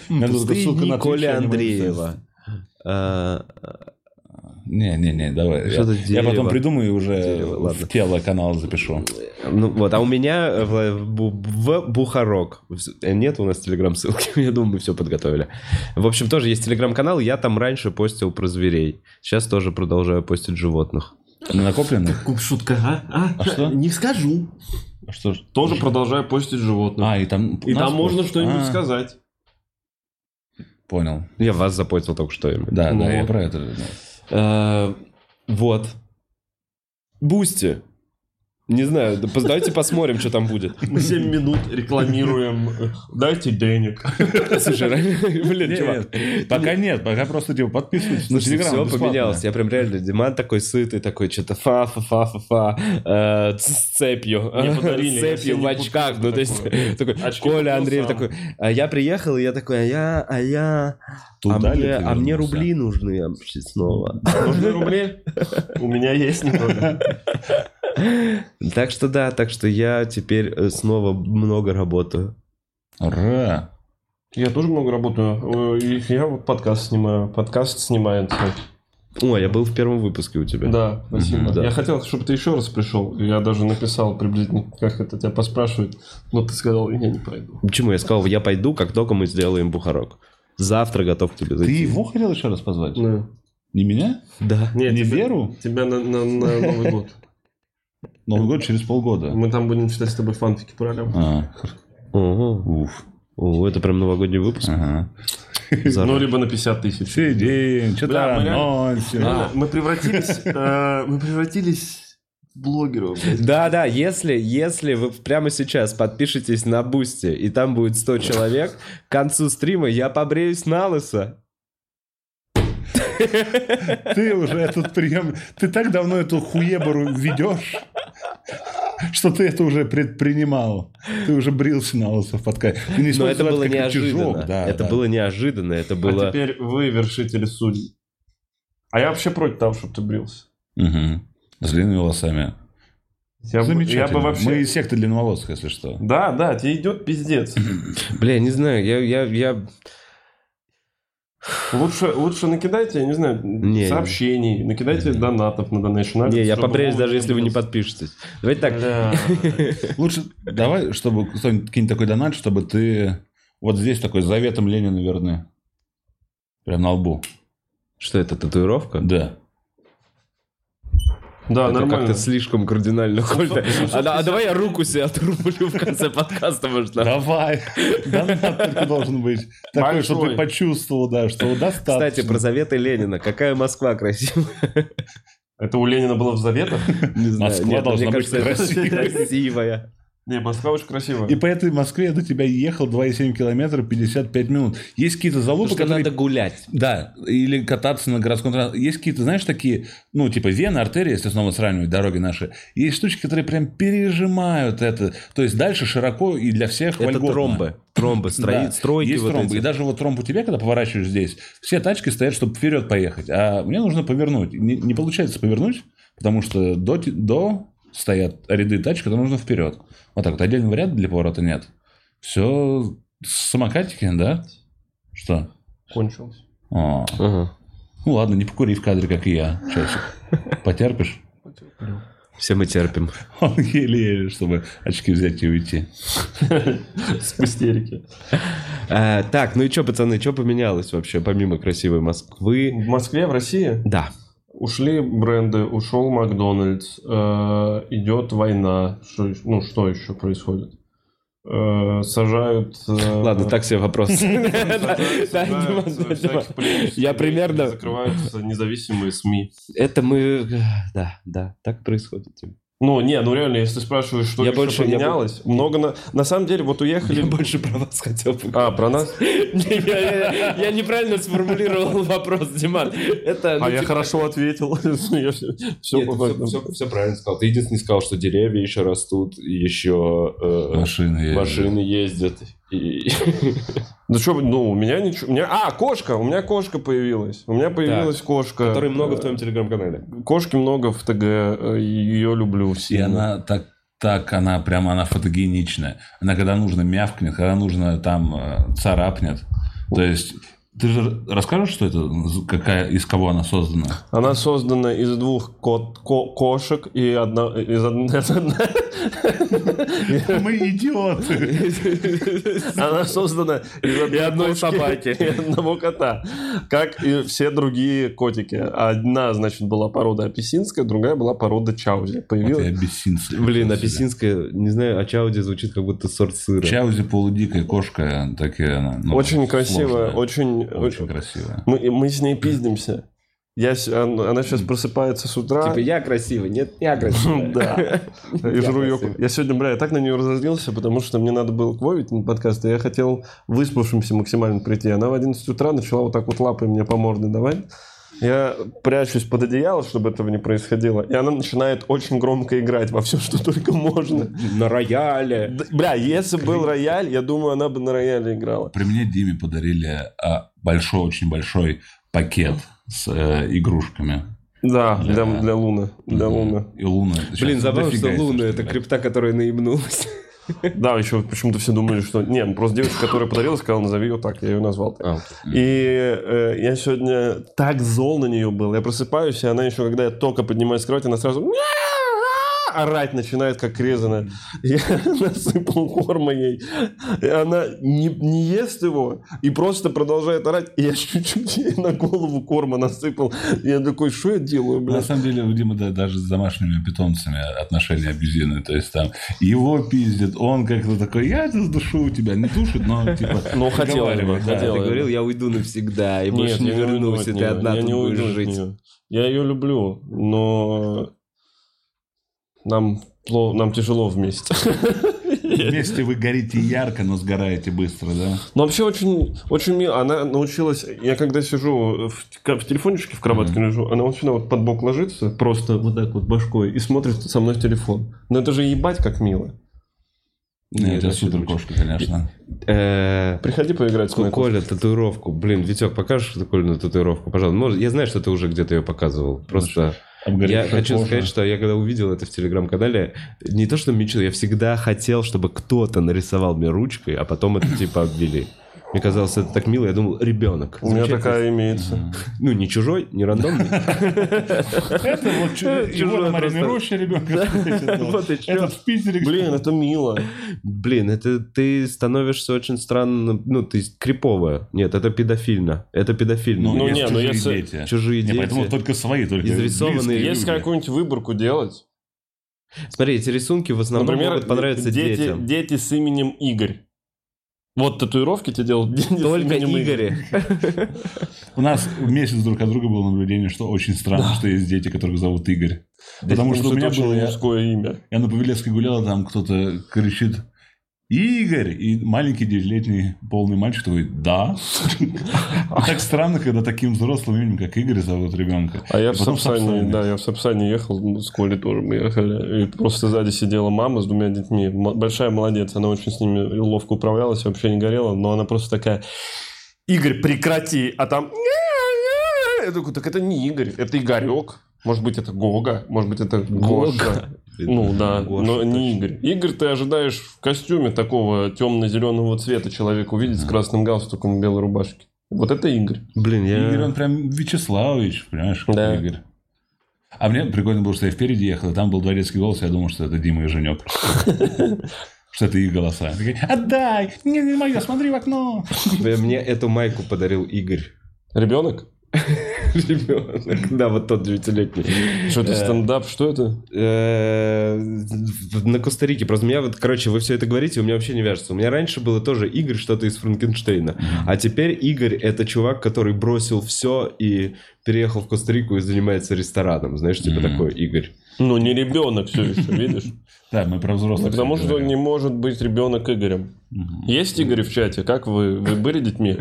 Speaker 3: Мне тут
Speaker 2: Пустынь
Speaker 3: ссылка на Twitch, я
Speaker 2: Николя
Speaker 3: не могу
Speaker 2: Андреева. А,
Speaker 3: Не, не, не, давай. Я,
Speaker 2: Что-то
Speaker 3: я потом
Speaker 2: дерево.
Speaker 3: придумаю и уже
Speaker 2: Дерево, ладно.
Speaker 3: в тело канал запишу.
Speaker 2: Ну вот, а у меня э, в, Бу- в Бухарок. Вс- э, Нет у нас телеграм-ссылки, я думаю, мы все подготовили. В общем, тоже есть телеграм-канал, я там раньше постил про зверей. Сейчас тоже продолжаю постить животных.
Speaker 3: На накопленных?
Speaker 1: Шутка, а?
Speaker 3: А что?
Speaker 1: Не скажу.
Speaker 3: Что ж?
Speaker 1: Тоже продолжаю постить животных.
Speaker 3: А, и там...
Speaker 1: И там
Speaker 3: нас
Speaker 1: можно
Speaker 3: пос-
Speaker 1: что-нибудь
Speaker 3: А,
Speaker 1: сказать.
Speaker 3: Понял.
Speaker 2: Я вас запостил только что. именно.
Speaker 3: Да,
Speaker 1: Ну.
Speaker 3: да, я про это. же знал.
Speaker 2: Э, Вот. Бусти. Не знаю, да пос- давайте посмотрим, что там будет.
Speaker 1: Мы 7 минут рекламируем. э, Дайте денег.
Speaker 2: Слушай, реально, блин,
Speaker 3: Нет,
Speaker 2: чувак.
Speaker 3: нет, пока нет, пока просто типа подписывайтесь
Speaker 1: Ну,
Speaker 3: на
Speaker 2: Слушай,
Speaker 3: Телеграм.
Speaker 2: все
Speaker 3: бесплатно.
Speaker 2: поменялось. Я прям реально, Диман такой сытый, такой что-то фа-фа-фа-фа-фа, э, с цепью.
Speaker 1: Мне подарили,
Speaker 2: С
Speaker 1: я себе
Speaker 2: цепью
Speaker 1: не
Speaker 2: в очках.
Speaker 1: купил
Speaker 2: Ну, то есть,
Speaker 1: такое.
Speaker 2: такой,
Speaker 1: Очки
Speaker 2: Коля
Speaker 1: купил
Speaker 2: Андреев
Speaker 1: сам.
Speaker 2: такой, а я приехал, и я такой, а я, а я, а
Speaker 3: Туда ли
Speaker 2: мне,
Speaker 3: ты
Speaker 2: а мне
Speaker 3: вернулся?
Speaker 2: рубли нужны вообще снова.
Speaker 1: Нужны рубли? У меня есть немного.
Speaker 2: Так что да, так что я теперь э, снова много работаю.
Speaker 3: Ура!
Speaker 1: Я тоже много работаю. Э, и Я вот подкаст снимаю. Подкаст снимается.
Speaker 2: О, я был в первом выпуске у тебя.
Speaker 1: Да, спасибо.
Speaker 2: Мгм, да.
Speaker 1: Я хотел, чтобы ты еще раз пришел. Я даже написал приблизительно, как это тебя поспрашивают. Но ты сказал, я не пройду.
Speaker 2: Почему? Я сказал, я пойду, как только мы сделаем бухарок. Завтра готов к тебе
Speaker 3: Ты
Speaker 2: зайти.
Speaker 3: его хотел еще раз позвать?
Speaker 1: Да.
Speaker 3: Не меня?
Speaker 2: Да.
Speaker 1: Не,
Speaker 3: не
Speaker 1: Ну, тебя,
Speaker 3: Веру?
Speaker 1: тебя на, на- на Новый год.
Speaker 3: Новый год через полгода.
Speaker 1: Мы там будем читать с тобой фанфики про Лёву.
Speaker 3: А,
Speaker 2: Ого.
Speaker 3: уф.
Speaker 2: О, это прям новогодний выпуск.
Speaker 3: Ага.
Speaker 2: Заранее.
Speaker 1: Ну, либо на 50 тысяч.
Speaker 3: Сидим,
Speaker 1: Бля,
Speaker 3: что-то
Speaker 1: мы реально-
Speaker 3: анонсим.
Speaker 2: А.
Speaker 1: Реально, Мы превратились... э, Мы превратились в блогеров. блядь.
Speaker 2: Да, да, если, если вы прямо сейчас подпишетесь на Бусти, и там будет 100 человек, к концу стрима я побреюсь на лысо.
Speaker 3: Ты уже этот прием... Ты так давно эту хуебару ведешь, что ты это уже предпринимал. Ты уже брился на лысо в подкасте. Ты не
Speaker 2: Но это
Speaker 3: смотришь,
Speaker 2: было
Speaker 3: как
Speaker 2: неожиданно.
Speaker 3: рычажок, да,
Speaker 2: это
Speaker 3: да.
Speaker 2: было неожиданно, это было...
Speaker 1: А теперь вы вершители судей. А я вообще против того, чтобы ты брился.
Speaker 3: Мгм. С длинными волосами.
Speaker 1: Я бы, я
Speaker 3: Замечательно.
Speaker 1: бы вообще...
Speaker 3: Мы из секты длинноволосых, если что.
Speaker 1: Да, да, тебе идет пиздец.
Speaker 2: Бля, я не знаю, я... я, я...
Speaker 1: Лучше, лучше накидайте, я не знаю,
Speaker 2: Не.
Speaker 1: сообщений, накидайте донатов на Donation.
Speaker 2: Не, я
Speaker 1: чтобы
Speaker 2: побреюсь,
Speaker 1: Вова
Speaker 2: даже если вы не
Speaker 1: брился.
Speaker 2: подпишетесь. Давайте так,
Speaker 1: Бля.
Speaker 3: Лучше давай, чтобы кто-нибудь кинь такой донат, чтобы ты вот здесь такой с заветом Ленина верны. Прям на лбу.
Speaker 2: что это, татуировка?
Speaker 3: Да.
Speaker 1: Да,
Speaker 2: Это
Speaker 1: нормально.
Speaker 2: как-то слишком кардинально, Коль. ты- А, да- а
Speaker 1: 750.
Speaker 2: давай я руку себе отрублю в конце подкаста, может, нам.
Speaker 3: Давай. Донат только должен быть. Такой, чтобы
Speaker 1: Большой.
Speaker 3: ты почувствовал, да, что вот достаточно.
Speaker 2: Кстати, про заветы Ленина. Какая Москва красивая.
Speaker 1: Это у Ленина было в заветах?
Speaker 2: Не знаю.
Speaker 3: Москва
Speaker 2: Нет, ну, мне
Speaker 3: должна быть
Speaker 2: кажется, это
Speaker 3: красивой.
Speaker 2: красивая.
Speaker 1: Не, Москва очень красивая.
Speaker 3: И по этой Москве я до тебя ехал 2,7 километра 55 минут. Есть какие-то
Speaker 2: Потому
Speaker 3: залупы,
Speaker 2: что
Speaker 3: которые...
Speaker 2: надо гулять.
Speaker 3: Да, или кататься на городском транспорте. Есть какие-то, знаешь, такие, ну, типа вены, артерии, если снова сравнивать дороги наши. Есть штучки, которые прям пережимают это. То есть дальше широко и для всех
Speaker 2: Это
Speaker 3: вольготно.
Speaker 2: тромбы. Тромбы, строи-
Speaker 3: Да,
Speaker 2: стройки
Speaker 3: есть
Speaker 2: вот
Speaker 3: тромбы.
Speaker 2: эти.
Speaker 3: И даже вот тромб у тебя, когда поворачиваешь здесь, все тачки стоят, чтобы вперед поехать. А мне нужно повернуть. Не, не получается повернуть, потому что до, ти- до стоят ряды тачек, которые нужно вперед. Вот так вот. Отдельного варианта для поворота нет. Все самокатики, да? Что?
Speaker 1: Кончилось.
Speaker 3: О.
Speaker 2: Ага.
Speaker 3: Ну ладно, не покури в кадре, как и я. Часик. Потерпишь?
Speaker 2: Все мы терпим.
Speaker 3: Он еле-еле, чтобы очки взять и уйти.
Speaker 1: С истерики.
Speaker 2: Э, так, ну и что, пацаны, что поменялось вообще, помимо красивой Москвы?
Speaker 1: В Москве, в России
Speaker 2: Да.
Speaker 1: ушли бренды, ушел Макдональдс, э, идет война. Что ещё- ну, что еще происходит? Э, сажают... э,
Speaker 2: Ладно, так себе вопрос. Да,
Speaker 1: сажают-
Speaker 2: да,
Speaker 1: сажают
Speaker 2: Дима,
Speaker 1: всяких
Speaker 2: Дима.
Speaker 1: политических
Speaker 2: Я
Speaker 1: деятелей,
Speaker 2: примерно-
Speaker 1: Закрываются независимые СМИ.
Speaker 2: Это мы... э, Да, да, так происходит. Тим.
Speaker 1: Ну, не, ну реально, если ты спрашиваешь, что
Speaker 2: Я
Speaker 1: ещё
Speaker 2: больше- я
Speaker 1: поменялось, много на... На самом деле, вот уехали...
Speaker 2: Я больше про вас хотел бы
Speaker 1: А, про нас?
Speaker 2: Не, Я я- я неправильно сформулировал вопрос, Диман. Это... ну,
Speaker 1: А я
Speaker 2: типа,
Speaker 1: хорошо ответил.
Speaker 2: нет, всё- ну, всё- всё правильно сказал. Ты единственный сказал, что деревья еще растут, еще э,
Speaker 3: Машины. ездят.
Speaker 2: машины ездят. и-
Speaker 1: Да что, ну, у меня ничего... у меня- А, кошка! У меня кошка появилась. У меня появилась кошка.
Speaker 2: Которые много в твоем телеграм-канале.
Speaker 1: Кошки много в ТГ. э, Ее люблю
Speaker 3: И
Speaker 1: сильно.
Speaker 3: она так, так она прям, она фотогеничная. Она когда нужно мявкнет, когда нужно там э, царапнет. То есть, ты же расскажешь, что это, з- какая, из кого она создана?
Speaker 1: Она создана из двух кот, ко- кошек и одна... Из одной...
Speaker 3: Мы идиоты.
Speaker 1: Она создана из одной, кошки
Speaker 2: собаки.
Speaker 1: и одного кота, как и все другие котики. Одна, значит, была порода апельсинская, другая была порода чаузи.
Speaker 3: Вот я
Speaker 1: Появилась.
Speaker 3: бессинский.
Speaker 2: Блин, апельсинская, не знаю, а чауди звучит как будто сорт сыра.
Speaker 3: Чаузи полудикая кошка, такие она. ну,
Speaker 1: очень красивая,
Speaker 3: сложная.
Speaker 1: очень,
Speaker 3: Очень красивая.
Speaker 1: Мы, мы с ней пиздимся. Я, с- он- она сейчас просыпается с утра.
Speaker 2: Типа я красивый, нет, я красивый.
Speaker 1: А? Да. И жру её.
Speaker 2: красивый.
Speaker 1: Я сегодня, бля, я так на нее разозлился, потому что мне надо было квовить на подкаст, и я хотел выспавшимся максимально прийти. Она в 11 утра начала вот так вот лапой мне по морде давать. Я прячусь под одеяло, чтобы этого не происходило. И она начинает очень громко играть во все, что только можно.
Speaker 2: На рояле.
Speaker 1: Да, Бля, если был рояль, я думаю, она бы на рояле играла.
Speaker 3: При мне Диме подарили а, большой, очень большой пакет с э, игрушками.
Speaker 1: Да,
Speaker 3: Для-
Speaker 1: для, для Луны. Для Луны.
Speaker 3: И Луна.
Speaker 2: Блин,
Speaker 3: Сейчас
Speaker 2: забавно,
Speaker 3: дофига
Speaker 2: что
Speaker 3: есть,
Speaker 2: Луна
Speaker 3: что
Speaker 2: это
Speaker 3: ли.
Speaker 2: крипта, которая наебнулась.
Speaker 1: Да, еще почему-то все думали, что... Не, ну просто девочка, которая подарила, сказала, назови ее так, я ее назвал так.
Speaker 2: А,
Speaker 1: И э, я сегодня так зол на нее был. Я просыпаюсь, и она еще, когда я только поднимаюсь с кровати, она сразу «Мяу!» орать начинает, как резаная. Я насыпал корма ей. И она не, не ест его и просто продолжает орать. И я чуть-чуть ей на голову корма насыпал. И я такой, что я делаю,
Speaker 3: На
Speaker 1: бля?
Speaker 3: самом деле у Димы да, даже с домашними питомцами отношения абьюзивные. То есть там его пиздит, он как-то такой, я это душу у тебя. Не душит, но типа...
Speaker 1: Ну, хотела
Speaker 3: разговаривает,
Speaker 1: бы,
Speaker 3: да.
Speaker 2: Ты
Speaker 1: хотела. Делай,
Speaker 2: говорил,
Speaker 1: да.
Speaker 2: я уйду навсегда, и больше
Speaker 1: Нет,
Speaker 2: не
Speaker 1: я уйду
Speaker 2: вернусь,
Speaker 1: от
Speaker 2: и ты
Speaker 1: нее.
Speaker 2: одна
Speaker 1: Я
Speaker 2: тут
Speaker 1: не
Speaker 2: будешь
Speaker 1: уйду от
Speaker 2: жить.
Speaker 1: нее. Я ее люблю, но нам, пло- нам тяжело вместе.
Speaker 3: Вместе вы горите ярко, но сгораете быстро, да?
Speaker 1: Ну, вообще очень, очень мило. Она научилась... Я когда сижу в, т- в телефончике, в кроватке лежу, она вот сюда вот под бок ложится, просто вот так вот башкой, и смотрит со мной в телефон. Но это же ебать как мило.
Speaker 2: Нет,
Speaker 3: Нет, Ну, это
Speaker 2: вообще
Speaker 3: супер кошка, конечно.
Speaker 2: Э,
Speaker 1: Приходи поиграть с моей
Speaker 2: Коля, татуировку. Блин, Витек, покажешь Колину татуировку, пожалуйста. Может, я знаю, что ты уже где-то ее показывал. Просто я
Speaker 3: Обгоревшая
Speaker 2: хочу
Speaker 3: кожа.
Speaker 2: сказать, что я когда увидел это в телеграм-канале, не то что мечтал, я всегда хотел, чтобы кто-то нарисовал мне ручкой, а потом это типа обвели. Мне казалось, это так мило, я думал, ребенок.
Speaker 1: У меня
Speaker 2: Замечательно.
Speaker 1: такая имеется.
Speaker 2: Ну, не чужой, не рандомный.
Speaker 3: Это вот чу- его
Speaker 2: Чужое
Speaker 3: на Мариной
Speaker 2: просто.
Speaker 3: Роще ребенка.
Speaker 2: Вот и чё.
Speaker 3: Этот в Питере.
Speaker 1: Блин, это мило.
Speaker 2: Блин, это ты становишься очень странно, ну, ты криповая. Нет, это педофильно. Это педофильно.
Speaker 1: Ну,
Speaker 3: есть
Speaker 1: не, ну,
Speaker 3: чужие
Speaker 1: если-
Speaker 3: дети.
Speaker 2: Чужие
Speaker 3: Не,
Speaker 2: дети.
Speaker 3: поэтому только свои, только
Speaker 2: Изрисованные.
Speaker 3: близкие
Speaker 1: Если
Speaker 3: люди.
Speaker 1: какую-нибудь выборку делать...
Speaker 2: Смотри, эти рисунки в основном могут понравиться
Speaker 1: дети,
Speaker 2: детям.
Speaker 1: дети с именем Игорь. Вот татуировки тебе делают дети с
Speaker 2: Только
Speaker 1: именем
Speaker 2: Игоря.
Speaker 3: У нас в месяц друг от друга было наблюдение, что очень странно, что есть дети, которых зовут Игорь. Потому
Speaker 2: ну,
Speaker 3: что у меня
Speaker 1: точно
Speaker 3: было... я-
Speaker 1: мужское имя.
Speaker 3: Я на Павелецкой гулял, а там кто-то кричит Игорь! И маленький девятилетний полный мальчик такой, да. Так странно, когда таким взрослым именем, как Игорь, зовут ребенка.
Speaker 1: А я
Speaker 3: И
Speaker 1: в
Speaker 3: потом
Speaker 1: Сапсане,
Speaker 3: Сапсане.
Speaker 1: да, я в Сапсане ехал, ну, с Колей тоже мы ехали, и просто сзади сидела мама с двумя детьми, М- большая молодец, она очень с ними ловко управлялась, вообще не горела, но она просто такая, Игорь, прекрати, а там... «Не-не-не». Я такой, так это не Игорь, это Игорек, может быть, это Гога, может быть, это Гоша. Ну да,
Speaker 2: Гоша,
Speaker 1: но не
Speaker 2: точно.
Speaker 1: Игорь. Игорь ты ожидаешь в костюме такого темно-зеленого цвета человека увидеть с красным галстуком и белой рубашке. Вот это Игорь.
Speaker 2: Блин, я...
Speaker 3: Игорь, он прям Вячеславович, понимаешь, какой
Speaker 1: Да.
Speaker 3: Игорь. А мне прикольно было, что я впереди ехал, и там был дворецкий голос, я думал, что это Дима Еженек. Что это их голоса. Они такие, Отдай! Не, не мое, смотри в окно!
Speaker 2: Э, Мне эту майку подарил Игорь.
Speaker 1: Ребенок?
Speaker 2: Ребенок. Да, вот тот девятилетний.
Speaker 1: Что это
Speaker 2: Э,
Speaker 1: стендап? Что это?
Speaker 2: Э, На Коста-Рике. Просто у меня вот, короче, вы все это говорите, у меня вообще не вяжется. У меня раньше было тоже Игорь что-то из Франкенштейна. А теперь Игорь это чувак, который бросил все и переехал в Коста-Рику и занимается рестораном. Знаешь, типа
Speaker 3: Мгм.
Speaker 2: такой Игорь.
Speaker 1: Ну, не ребенок все еще, видишь?
Speaker 3: Да, мы про
Speaker 1: Ну,
Speaker 3: взрослых.
Speaker 1: Потому что
Speaker 3: говорим.
Speaker 1: не может быть ребенок Игорем.
Speaker 3: Мгм.
Speaker 1: Есть Игорь в чате? Как вы? Вы были детьми?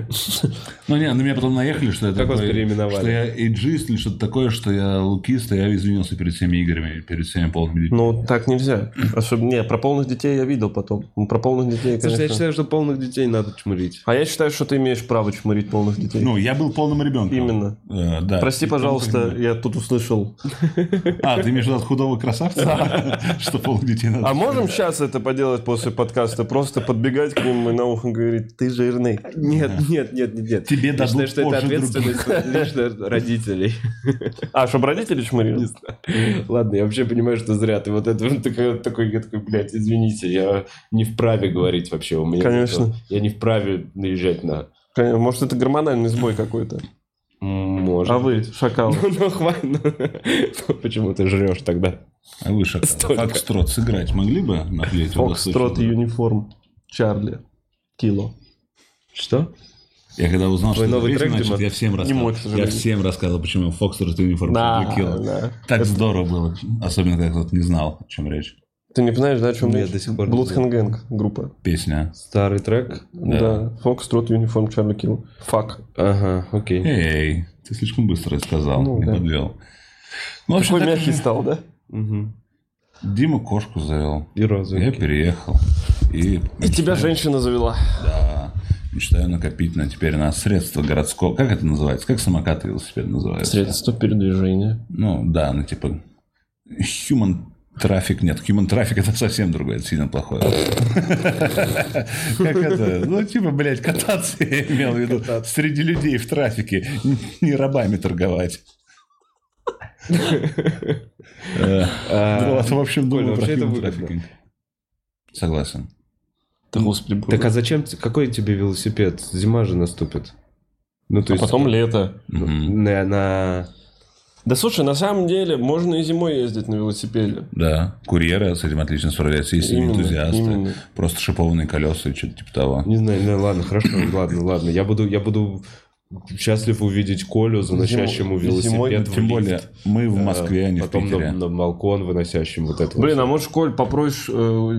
Speaker 3: Ну, не, на меня потом наехали, что я
Speaker 2: Как вас
Speaker 3: такой-
Speaker 2: переименовали?
Speaker 3: Что я эйджист или что-то такое, что я лукист, и я извинился перед всеми играми, перед всеми полными людьми.
Speaker 1: Ну, так нельзя. Особенно, не, про полных детей я видел потом. Ну, Про полных детей,
Speaker 2: Слушай, я
Speaker 1: конечно.
Speaker 2: считаю, что полных детей надо чмурить.
Speaker 1: А я считаю, что ты имеешь право чморить полных детей.
Speaker 3: Ну, я был полным ребенком.
Speaker 1: Именно.
Speaker 3: Э, да.
Speaker 1: Прости,
Speaker 3: И потом как
Speaker 1: пожалуйста,
Speaker 3: бы-
Speaker 1: я тут услышал.
Speaker 3: А, ты имеешь в виду от худого красавца? Что полных детей надо.
Speaker 1: А можем сейчас это поделать после подкаста? Просто подбегать к ним и на ухо говорить, ты жирный.
Speaker 2: Нет, нет, нет, нет, нет.
Speaker 3: Тебе
Speaker 2: Я
Speaker 3: дадут
Speaker 2: считаю, что это
Speaker 3: позже
Speaker 2: ответственность лично родителей.
Speaker 1: А, чтобы родители чморили?
Speaker 2: Не знаю. Ладно, я вообще понимаю, что зря. Ты вот это вот такой, такой, я такой, блядь, извините, я не вправе говорить вообще. У меня
Speaker 1: Конечно.
Speaker 2: нету- я не вправе наезжать на...
Speaker 1: Конечно, Может, это гормональный сбой какой-то.
Speaker 2: М, Можно.
Speaker 1: А вы, шакалы.
Speaker 2: Ну, ну, хватит. Ну, почему ты жрешь тогда?
Speaker 3: А вы шаг.
Speaker 2: Столько.
Speaker 3: Фокстрот сыграть могли бы наклеить?
Speaker 1: Фокстрот и
Speaker 3: удостоверение?
Speaker 1: юниформ. Чарли. Кило.
Speaker 2: Что?
Speaker 3: Я когда узнал, что
Speaker 2: Твой
Speaker 3: это
Speaker 2: новый
Speaker 3: грязь,
Speaker 2: трек,
Speaker 3: значит,
Speaker 2: Дима?
Speaker 3: я всем
Speaker 1: мой, к
Speaker 3: рассказал. Я
Speaker 1: сожалению.
Speaker 3: всем рассказал, почему Фокстрот и униформа Килла. Так здорово было. Особенно, когда кто-то не знал, о чем речь.
Speaker 1: Ты не понимаешь, да, о чем
Speaker 2: Нет,
Speaker 1: речь?
Speaker 2: до сих пор не
Speaker 1: Блудхенгенг группа.
Speaker 3: Песня.
Speaker 2: Старый трек?
Speaker 1: Да. Фокс, Трот, Юниформ, Чарли Килл. Фак.
Speaker 2: Ага, окей.
Speaker 3: Эй, ты слишком быстро это сказал,
Speaker 1: Ну,
Speaker 3: не
Speaker 1: да.
Speaker 3: подвел. Ну, в общем,
Speaker 1: Такой
Speaker 3: так
Speaker 1: мягкий стал, да?
Speaker 2: Мгм.
Speaker 3: Дима кошку завел.
Speaker 2: И
Speaker 3: Я
Speaker 2: розовый.
Speaker 3: переехал. И,
Speaker 1: И тебя женщина завела.
Speaker 3: Да, мечтаю накопить на теперь на средства городского. Как это называется? Как самокат и велосипед называется?
Speaker 1: Средство передвижения.
Speaker 3: Ну, да, ну типа human трафик нет, human трафик это совсем другое, это сильно плохое. Как это? Ну, типа, блядь, кататься я имел в виду. Среди людей в трафике. Не рабами торговать. Э,
Speaker 2: А,
Speaker 3: ну, вот, в общем,
Speaker 2: Коля,
Speaker 3: думаю про
Speaker 2: вообще это
Speaker 3: human
Speaker 2: выгодно.
Speaker 3: trafficking. Согласен.
Speaker 1: Да господи, боже.
Speaker 2: Так а зачем? т- Какой тебе велосипед? Зима же наступит. Ну, то
Speaker 1: а
Speaker 2: есть...
Speaker 1: потом лето.
Speaker 3: Мгм.
Speaker 2: На... на-
Speaker 1: Да слушай, на самом деле можно и зимой ездить на велосипеде.
Speaker 3: Да, курьеры с этим отлично справляются, есть
Speaker 1: Именно,
Speaker 3: энтузиасты,
Speaker 1: именно.
Speaker 3: просто шипованные колеса и что-то типа того.
Speaker 2: Не знаю, ну ладно, хорошо, ладно, ладно. Я буду, я буду счастлив увидеть Колю, заносящему
Speaker 1: Зимой-
Speaker 2: велосипед
Speaker 1: зимой,
Speaker 2: в
Speaker 3: Тем
Speaker 2: лифт.
Speaker 3: более, мы в
Speaker 2: Э,
Speaker 3: Москве, а не в
Speaker 2: Потом
Speaker 3: Питере.
Speaker 2: на, на балкон выносящим вот это.
Speaker 1: Блин,
Speaker 2: вот.
Speaker 1: а может, Коль, попросишь, э,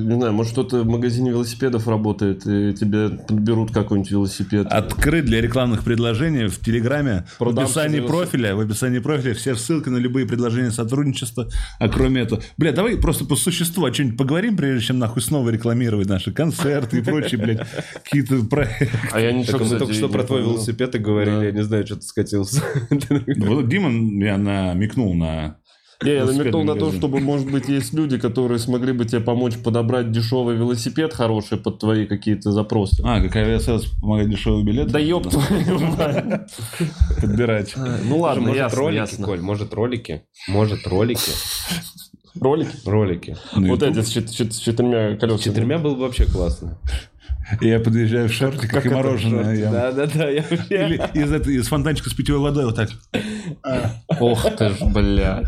Speaker 1: не знаю, может, кто-то в магазине велосипедов работает, и тебе подберут какой-нибудь велосипед.
Speaker 3: А, Открыт для рекламных предложений в Телеграме. в
Speaker 1: Продам
Speaker 3: описании
Speaker 1: все
Speaker 3: профиля. В описании профиля все ссылки на любые предложения сотрудничества. А кроме этого... Бля, давай просто по существу о чем-нибудь поговорим, прежде чем нахуй снова рекламировать наши концерты и прочие, блядь, какие-то проекты.
Speaker 1: А я ничего,
Speaker 2: Так, мы
Speaker 1: кстати,
Speaker 2: только что
Speaker 1: не
Speaker 2: про твой
Speaker 1: понял.
Speaker 2: велосипед и говорили,
Speaker 1: Да.
Speaker 2: я не знаю, что ты скатился.
Speaker 3: Вот Дима меня намекнул на...
Speaker 1: Не, я намекнул на то,
Speaker 3: велосипедный магазин.
Speaker 1: чтобы, может быть, есть люди, которые смогли бы тебе помочь подобрать дешевый велосипед хороший под твои какие-то запросы.
Speaker 3: А, как авиасейлс помогает дешевый билет?
Speaker 1: Да ёб твою мать.
Speaker 3: Подбирать.
Speaker 1: Ну ладно,
Speaker 2: Может,
Speaker 1: ясно,
Speaker 2: ролики,
Speaker 1: ясно.
Speaker 2: Коль, может, ролики? Может, ролики?
Speaker 1: Ролики?
Speaker 2: Ролики.
Speaker 3: На
Speaker 1: Вот
Speaker 3: YouTube.
Speaker 1: эти с чет- чет- с четырьмя
Speaker 2: С
Speaker 1: колесами.
Speaker 2: четырьмя было бы вообще классно.
Speaker 3: И Я подъезжаю в шортиках и мороженое. ем.
Speaker 2: Да, да, да, я вообще...
Speaker 3: Или из, этой- из фонтанчика с питьевой водой вот так.
Speaker 1: Ох ты ж, блядь.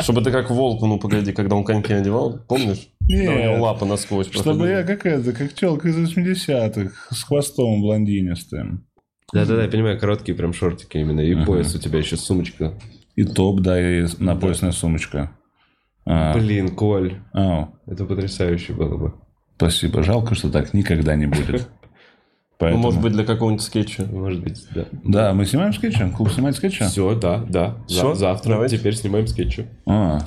Speaker 1: Чтобы ты как волку, ну погоди, когда он коньки одевал, помнишь?
Speaker 3: Нет.
Speaker 1: Да, у него лапа насквозь
Speaker 3: Чтобы
Speaker 1: проходила.
Speaker 3: я как это, как телка из 80-х, с хвостом блондинистым.
Speaker 2: Да, да, да, я понимаю, короткие прям шортики именно. И
Speaker 3: Ага.
Speaker 2: пояс у тебя еще сумочка.
Speaker 3: И топ, да, и напоясная сумочка. А,
Speaker 2: Блин, Коль,
Speaker 3: ау,
Speaker 2: это потрясающе было бы.
Speaker 3: спасибо. Жалко, что так никогда не будет.
Speaker 1: Ну,
Speaker 3: Поэтому...
Speaker 1: может быть, для какого-нибудь скетча.
Speaker 2: Может быть, да.
Speaker 3: Да, мы снимаем скетчи? Клуб снимает скетчи?
Speaker 2: Все, да, да. За-
Speaker 1: А. Всё,
Speaker 2: завтра
Speaker 1: давайте.
Speaker 2: теперь снимаем скетчи.
Speaker 3: А.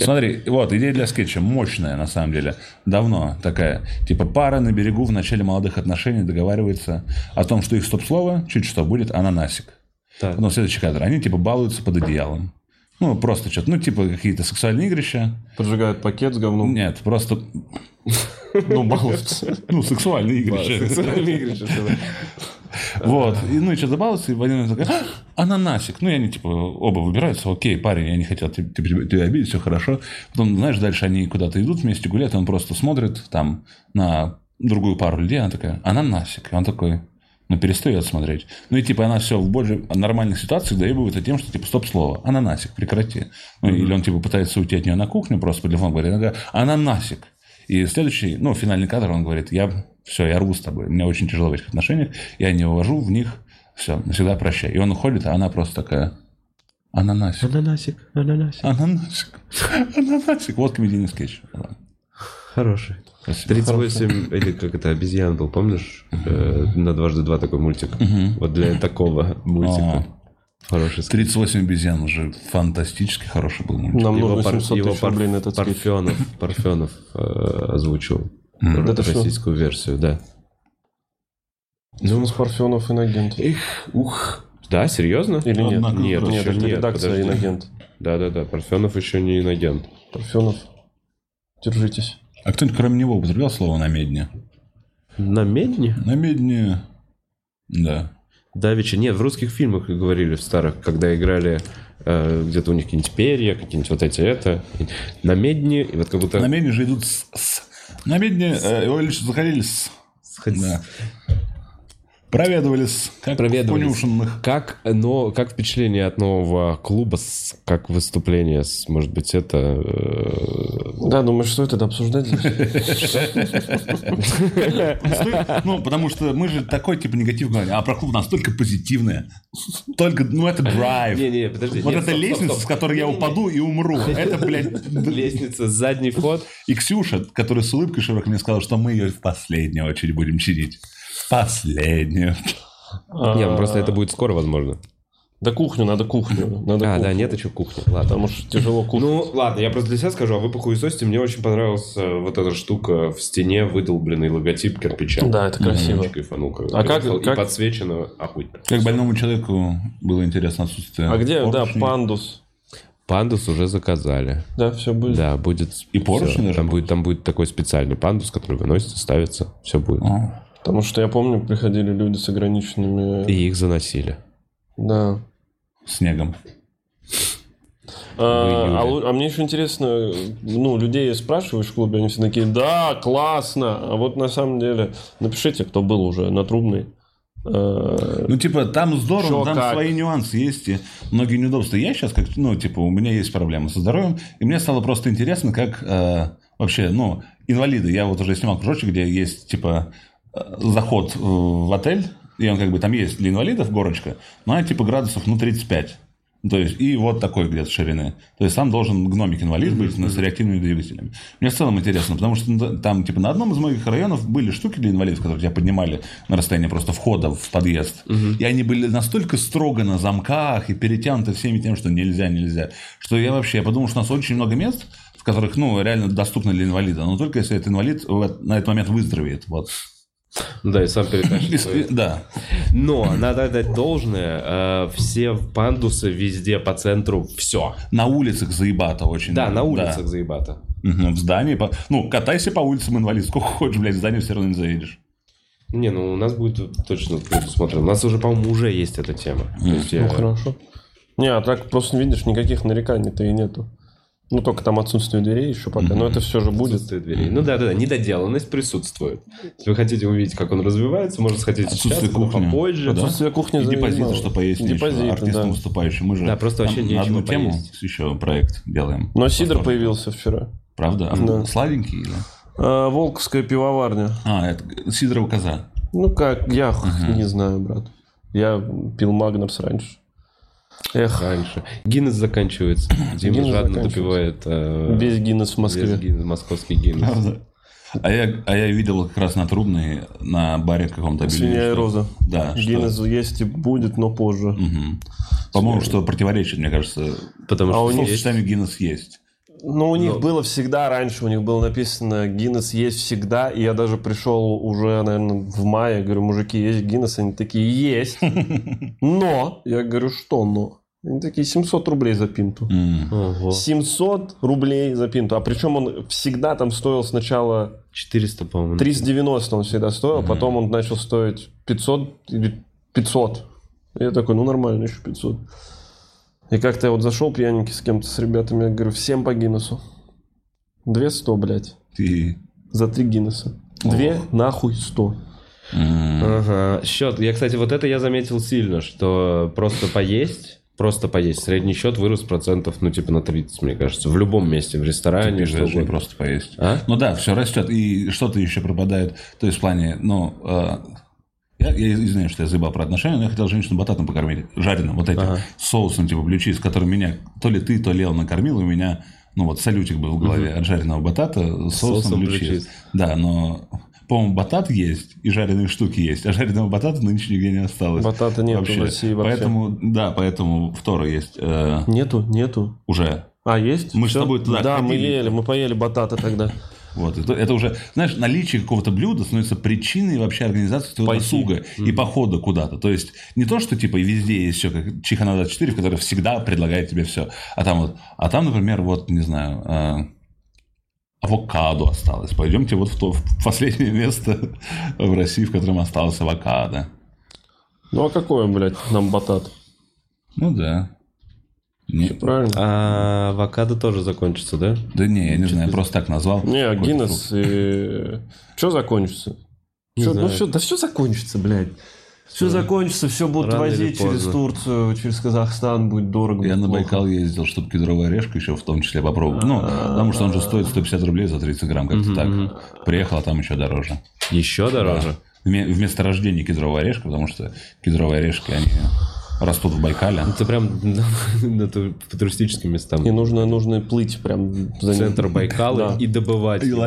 Speaker 3: Смотри, вот идея для скетча мощная, на самом деле. Давно такая. Типа пара на берегу в начале молодых отношений договаривается о том, что их стоп-слово чуть что будет ананасик.
Speaker 2: Так.
Speaker 3: Потом следующий кадр. Они типа балуются под одеялом. Ну, просто что-то. Ну, типа какие-то сексуальные игрища.
Speaker 1: Поджигают пакет с говном.
Speaker 3: Нет, просто...
Speaker 1: Ну, балуются.
Speaker 3: Ну, сексуальные игрища.
Speaker 2: Сексуальные игры, что-то.
Speaker 3: Вот. И, ну, и что-то балуются, и в один момент такая, «А, ананасик. Ну, и они, типа, оба выбираются. Окей, парень, я не хотел типа, тебя, тебя обидеть, все хорошо. Потом, знаешь, дальше они куда-то идут вместе гулять, он просто смотрит там на другую пару людей, она такая, ананасик. И он такой, ну, перестает смотреть. Ну, и, типа, она все в более нормальных ситуациях доебывается тем, что, типа, стоп-слово, ананасик, прекрати. Ну, или он, типа, пытается уйти от нее на кухню, просто по телефону говорит, она говорит, ананасик. И следующий, ну, финальный кадр, он говорит, я все, я рву с тобой, мне очень тяжело в этих отношениях, я не увожу в них, все, навсегда прощай. И он уходит, а она просто такая, ананасик,
Speaker 2: Ананасик, ананасик.
Speaker 3: ананасик, ананасик. Вот комедийный скетч. Да.
Speaker 2: Хороший.
Speaker 3: Спасибо.
Speaker 2: 38, или как это, обезьян был, помнишь? Э, На дважды два такой мультик. Вот для такого мультика. Хороший скетч.
Speaker 3: 38 обезьян уже фантастически хороший был мультик.
Speaker 1: Нам
Speaker 2: Его,
Speaker 1: нужно
Speaker 2: пар-
Speaker 1: 700
Speaker 2: его
Speaker 1: тысяч
Speaker 2: пар-
Speaker 1: рублей на этот скетч.
Speaker 2: Парфенов, Парфенов э, озвучил
Speaker 1: Да ты что?
Speaker 2: российскую версию, да.
Speaker 1: Ну, с Парфенов иногент.
Speaker 2: Их, ух. Да, серьезно?
Speaker 1: Или нет?
Speaker 3: Однако.
Speaker 2: Нет,
Speaker 1: Нет,
Speaker 2: еще
Speaker 1: это
Speaker 2: нет.
Speaker 1: редакция а
Speaker 2: подожди.
Speaker 1: иногент.
Speaker 2: Да-да-да, Парфенов еще не иногент.
Speaker 1: Парфенов, держитесь.
Speaker 3: А кто-нибудь кроме него употреблял слово намедни?
Speaker 2: На медне?
Speaker 3: Намедни, да.
Speaker 2: Давича. Нет, в русских фильмах говорили в старых, когда играли э, где-то у них какие-нибудь перья, какие-нибудь вот эти это. На медне, и вот как будто...
Speaker 3: Намедни же идут с... с. Намедни, э, его лишь заходили с...
Speaker 2: Сходи-
Speaker 3: Да. Проведывались, как
Speaker 2: Проведывались.
Speaker 3: у понюшенных.
Speaker 2: Как, но, как впечатление от нового клуба, с- как выступление, с, может быть, это... э,
Speaker 1: Да, думаешь, стоит это обсуждать здесь?
Speaker 3: Стой- Ну, потому что мы же такой типа негатив говорим, а про клуб настолько позитивное. Только, ну, это драйв.
Speaker 2: Не-не, подожди.
Speaker 3: вот
Speaker 2: нет,
Speaker 3: эта
Speaker 2: стоп, стоп,
Speaker 3: лестница,
Speaker 2: стоп.
Speaker 3: с которой я упаду и умру. Это, блядь...
Speaker 2: Лестница, задний вход.
Speaker 3: И Ксюша, которая с улыбкой широкой мне сказала, что мы ее в последнюю очередь будем чинить. В Последнюю.
Speaker 1: А.
Speaker 2: Не, ну просто это будет скоро, возможно.
Speaker 1: Да кухню, надо кухню. Надо
Speaker 2: А, да,
Speaker 1: кухню.
Speaker 2: нет еще кухни. Ладно.
Speaker 1: Потому что тяжело кухню.
Speaker 2: Ну, ладно, я просто для себя скажу, а вы похуесосите, мне очень понравилась э, вот эта штука в стене, выдолбленный логотип кирпича.
Speaker 1: типа, Да, это красиво.
Speaker 2: Очень кайфанул, как
Speaker 1: А как-
Speaker 2: И
Speaker 1: как-
Speaker 2: подсвечено а охуенно.
Speaker 3: Как больному человеку было интересно отсутствие.
Speaker 1: А где, да,
Speaker 3: поршней.
Speaker 1: пандус?
Speaker 2: Пандус уже заказали.
Speaker 1: Да, все будет.
Speaker 2: Да, будет...
Speaker 3: И поршни
Speaker 2: всё.
Speaker 3: даже
Speaker 2: Там будет, там будет такой специальный пандус, который выносится, ставится, все будет.
Speaker 3: А,
Speaker 1: Потому что я помню, приходили люди с ограниченными...
Speaker 2: И их заносили.
Speaker 1: Да.
Speaker 3: Снегом.
Speaker 2: В июле.
Speaker 1: А, а лу- а мне еще интересно, ну, людей спрашиваешь в клубе, они все такие, да, классно. А вот на самом деле, напишите, кто был уже на трубной. Э,
Speaker 3: Ну, типа, там здорово,
Speaker 1: Чё,
Speaker 3: там
Speaker 1: как?
Speaker 3: свои нюансы есть и многие неудобства. Я сейчас, как, ну, типа, у меня есть проблемы со здоровьем, и мне стало просто интересно, как э, вообще, ну, инвалиды. Я вот уже снимал кружочек, где есть, типа, э, заход э, в отель, и он как бы там есть для инвалидов горочка, но она, типа, градусов, ну, 35. Ну, То есть, и вот такой где-то ширины. То есть, там должен гномик-инвалид быть, но с реактивными двигателями. Мне в целом интересно, потому что ну, там, типа, на одном из моих районов были штуки для инвалидов, которые тебя поднимали на расстояние просто входа в подъезд. И они были настолько строго на замках и перетянуты всеми тем, что нельзя, нельзя. Что я вообще, я подумал, что у нас очень много мест, в которых, ну, реально доступны для инвалида. Но только если этот инвалид в эт- на этот момент выздоровеет. Вот.
Speaker 2: Ну Да, и сам перетащил.
Speaker 3: И с- и- Да.
Speaker 2: Но надо отдать должное, э, все пандусы везде по центру, все.
Speaker 3: На улицах заебато очень.
Speaker 2: Да, на улицах заебато.
Speaker 3: Мгм, В здании. по- Ну, катайся по улицам инвалид. Сколько хочешь, блядь, в здание все равно не заедешь.
Speaker 2: Не, ну у нас будет точно предусмотрено. У нас уже, по-моему, уже есть эта тема. То есть э, я-
Speaker 1: Ну, хорошо. Не, а так просто видишь, никаких нареканий-то и нету. Ну, только там отсутствие дверей еще пока. Но это все же будет.
Speaker 2: Отсутствие дверей. Ну да, да, да, недоделанность присутствует. Если вы хотите увидеть, как он развивается, можно сходить сейчас,
Speaker 3: Отсутствие
Speaker 2: потом
Speaker 3: кухни.
Speaker 2: попозже.
Speaker 3: Да.
Speaker 1: Отсутствие кухни
Speaker 3: И депозиты,
Speaker 1: заебало.
Speaker 3: что поесть нечего.
Speaker 1: Депозиты,
Speaker 3: Артистам
Speaker 1: да.
Speaker 3: выступающим. Мы же
Speaker 2: Да, просто
Speaker 3: там
Speaker 2: вообще
Speaker 3: на одну
Speaker 2: нечего
Speaker 3: тему
Speaker 2: поесть.
Speaker 3: еще проект делаем.
Speaker 1: Но Сидор появился вчера.
Speaker 3: Правда? А
Speaker 1: Да.
Speaker 3: Славенький или?
Speaker 1: А, Волковская пивоварня.
Speaker 3: А, это Сидорова коза.
Speaker 1: Ну как, я х- не знаю, брат. Я пил Магнерс раньше. Эх,
Speaker 2: Раньше. Гиннес заканчивается. Дима
Speaker 1: Гиннес
Speaker 2: жадно
Speaker 1: заканчивается.
Speaker 2: допивает. э,
Speaker 1: весь Гиннес в
Speaker 2: весь
Speaker 1: Москве.
Speaker 2: Гиннес, московский Гиннес.
Speaker 3: Правда? А я, а я видел как раз на Трубной, на баре каком-то.
Speaker 1: Свинья и
Speaker 3: объявили, что-
Speaker 1: Роза.
Speaker 3: Да. что-
Speaker 1: Гиннес есть и будет, но позже.
Speaker 3: Мгм. По-моему, что противоречит, мне кажется. Ну,
Speaker 2: Потому
Speaker 1: А
Speaker 2: что
Speaker 1: у
Speaker 2: есть-
Speaker 1: них
Speaker 3: Словосочетание Гиннес есть.
Speaker 1: Но Ну, у них
Speaker 2: Но-
Speaker 1: было всегда раньше, у них было написано Гиннес есть всегда, и я даже пришел уже, наверное, в мае, говорю, мужики, есть Гиннес? Они такие, есть, но, я говорю, что но? Они такие, 700 рублей за пинту.
Speaker 3: М.
Speaker 2: Ого.
Speaker 1: 700 рублей за пинту, а причем он всегда там стоил сначала
Speaker 2: 400, по-моему.
Speaker 1: 390 он всегда стоил,
Speaker 3: Мгм.
Speaker 1: потом он начал стоить 500 или 500. Я такой, ну нормально, еще 500. И как-то я вот зашел пьяненький с кем-то, с ребятами, я говорю, всем по Гиннесу. Две сто, блядь,
Speaker 3: И-
Speaker 1: за три Гиннеса. Две нахуй сто.
Speaker 3: М.
Speaker 2: Ага. Счет. Я, кстати, вот это я заметил сильно, что просто поесть, просто поесть. Средний счет вырос процентов, ну, типа на 30, мне кажется. В любом месте, в ресторане,
Speaker 3: Пиздец,
Speaker 2: что
Speaker 3: не
Speaker 2: угодно.
Speaker 3: просто поесть.
Speaker 2: А?
Speaker 3: Ну да, все растет, и что-то еще пропадает. То есть в плане, ну, э, я, я извиняюсь, что я заебал про отношения, но я хотел женщину бататом покормить, жареным, вот этим,
Speaker 2: Ага.
Speaker 3: с соусом типа блючи, с которым меня, то ли ты, то ли он накормил, и у меня, ну вот салютик был в голове от жареного батата с соусом,
Speaker 2: Соусом
Speaker 3: блю
Speaker 2: блю
Speaker 3: чиз.
Speaker 2: чиз.
Speaker 3: Да, но, по-моему, батат есть, и жареные штуки есть, а жареного батата нынче нигде не осталось.
Speaker 1: Батата нет в России вообще.
Speaker 3: Поэтому, да, поэтому второй есть э,
Speaker 1: Нету, нету.
Speaker 3: уже.
Speaker 1: А, есть?
Speaker 3: Мы ж с
Speaker 1: Всё?
Speaker 3: тобой туда
Speaker 1: Да, мы
Speaker 3: ходили.
Speaker 1: ели, мы поели батата тогда.
Speaker 3: Вот, это, это уже, знаешь, наличие какого-то блюда становится причиной вообще организации твоего досуга и похода куда-то. То есть не то, что типа везде есть все, как Чихана 24, в которой всегда предлагает тебе все. А там вот, а там, например, вот, не знаю, э, авокадо осталось. Пойдемте вот в то в последнее место в России, в котором осталось авокадо.
Speaker 1: Ну а какой, блядь, нам батат?
Speaker 3: Ну да. Не-
Speaker 1: Правильно?
Speaker 2: А авокадо тоже закончится, да?
Speaker 3: да не, я не знаю, я просто так назвал.
Speaker 1: Не, а
Speaker 3: Какой-то
Speaker 1: Гиннес и... Что закончится? Чё-
Speaker 2: знаю.
Speaker 1: ну всё- да все закончится, блядь. Все закончится, все будут
Speaker 2: Рано или
Speaker 1: возить через
Speaker 2: поздно.
Speaker 1: Турцию, через Казахстан, будет дорого.
Speaker 3: Ну, Я
Speaker 1: будет
Speaker 3: на
Speaker 1: плохо.
Speaker 3: Байкал ездил, чтобы кедровая орешка еще в том числе попробовать. Ну, потому что он же стоит 150 рублей за 30 грамм, как-то так. Приехал, а там еще дороже.
Speaker 2: Еще дороже.
Speaker 3: Вме- Вместо рождения кедровая орешка, потому что кедровые орешки, они растут в Байкале.
Speaker 2: Это прям на ту- по туристическим местам.
Speaker 1: И нужно, нужно плыть прям за ним.
Speaker 2: Центр Байкала
Speaker 1: Да.
Speaker 2: и добывать. его.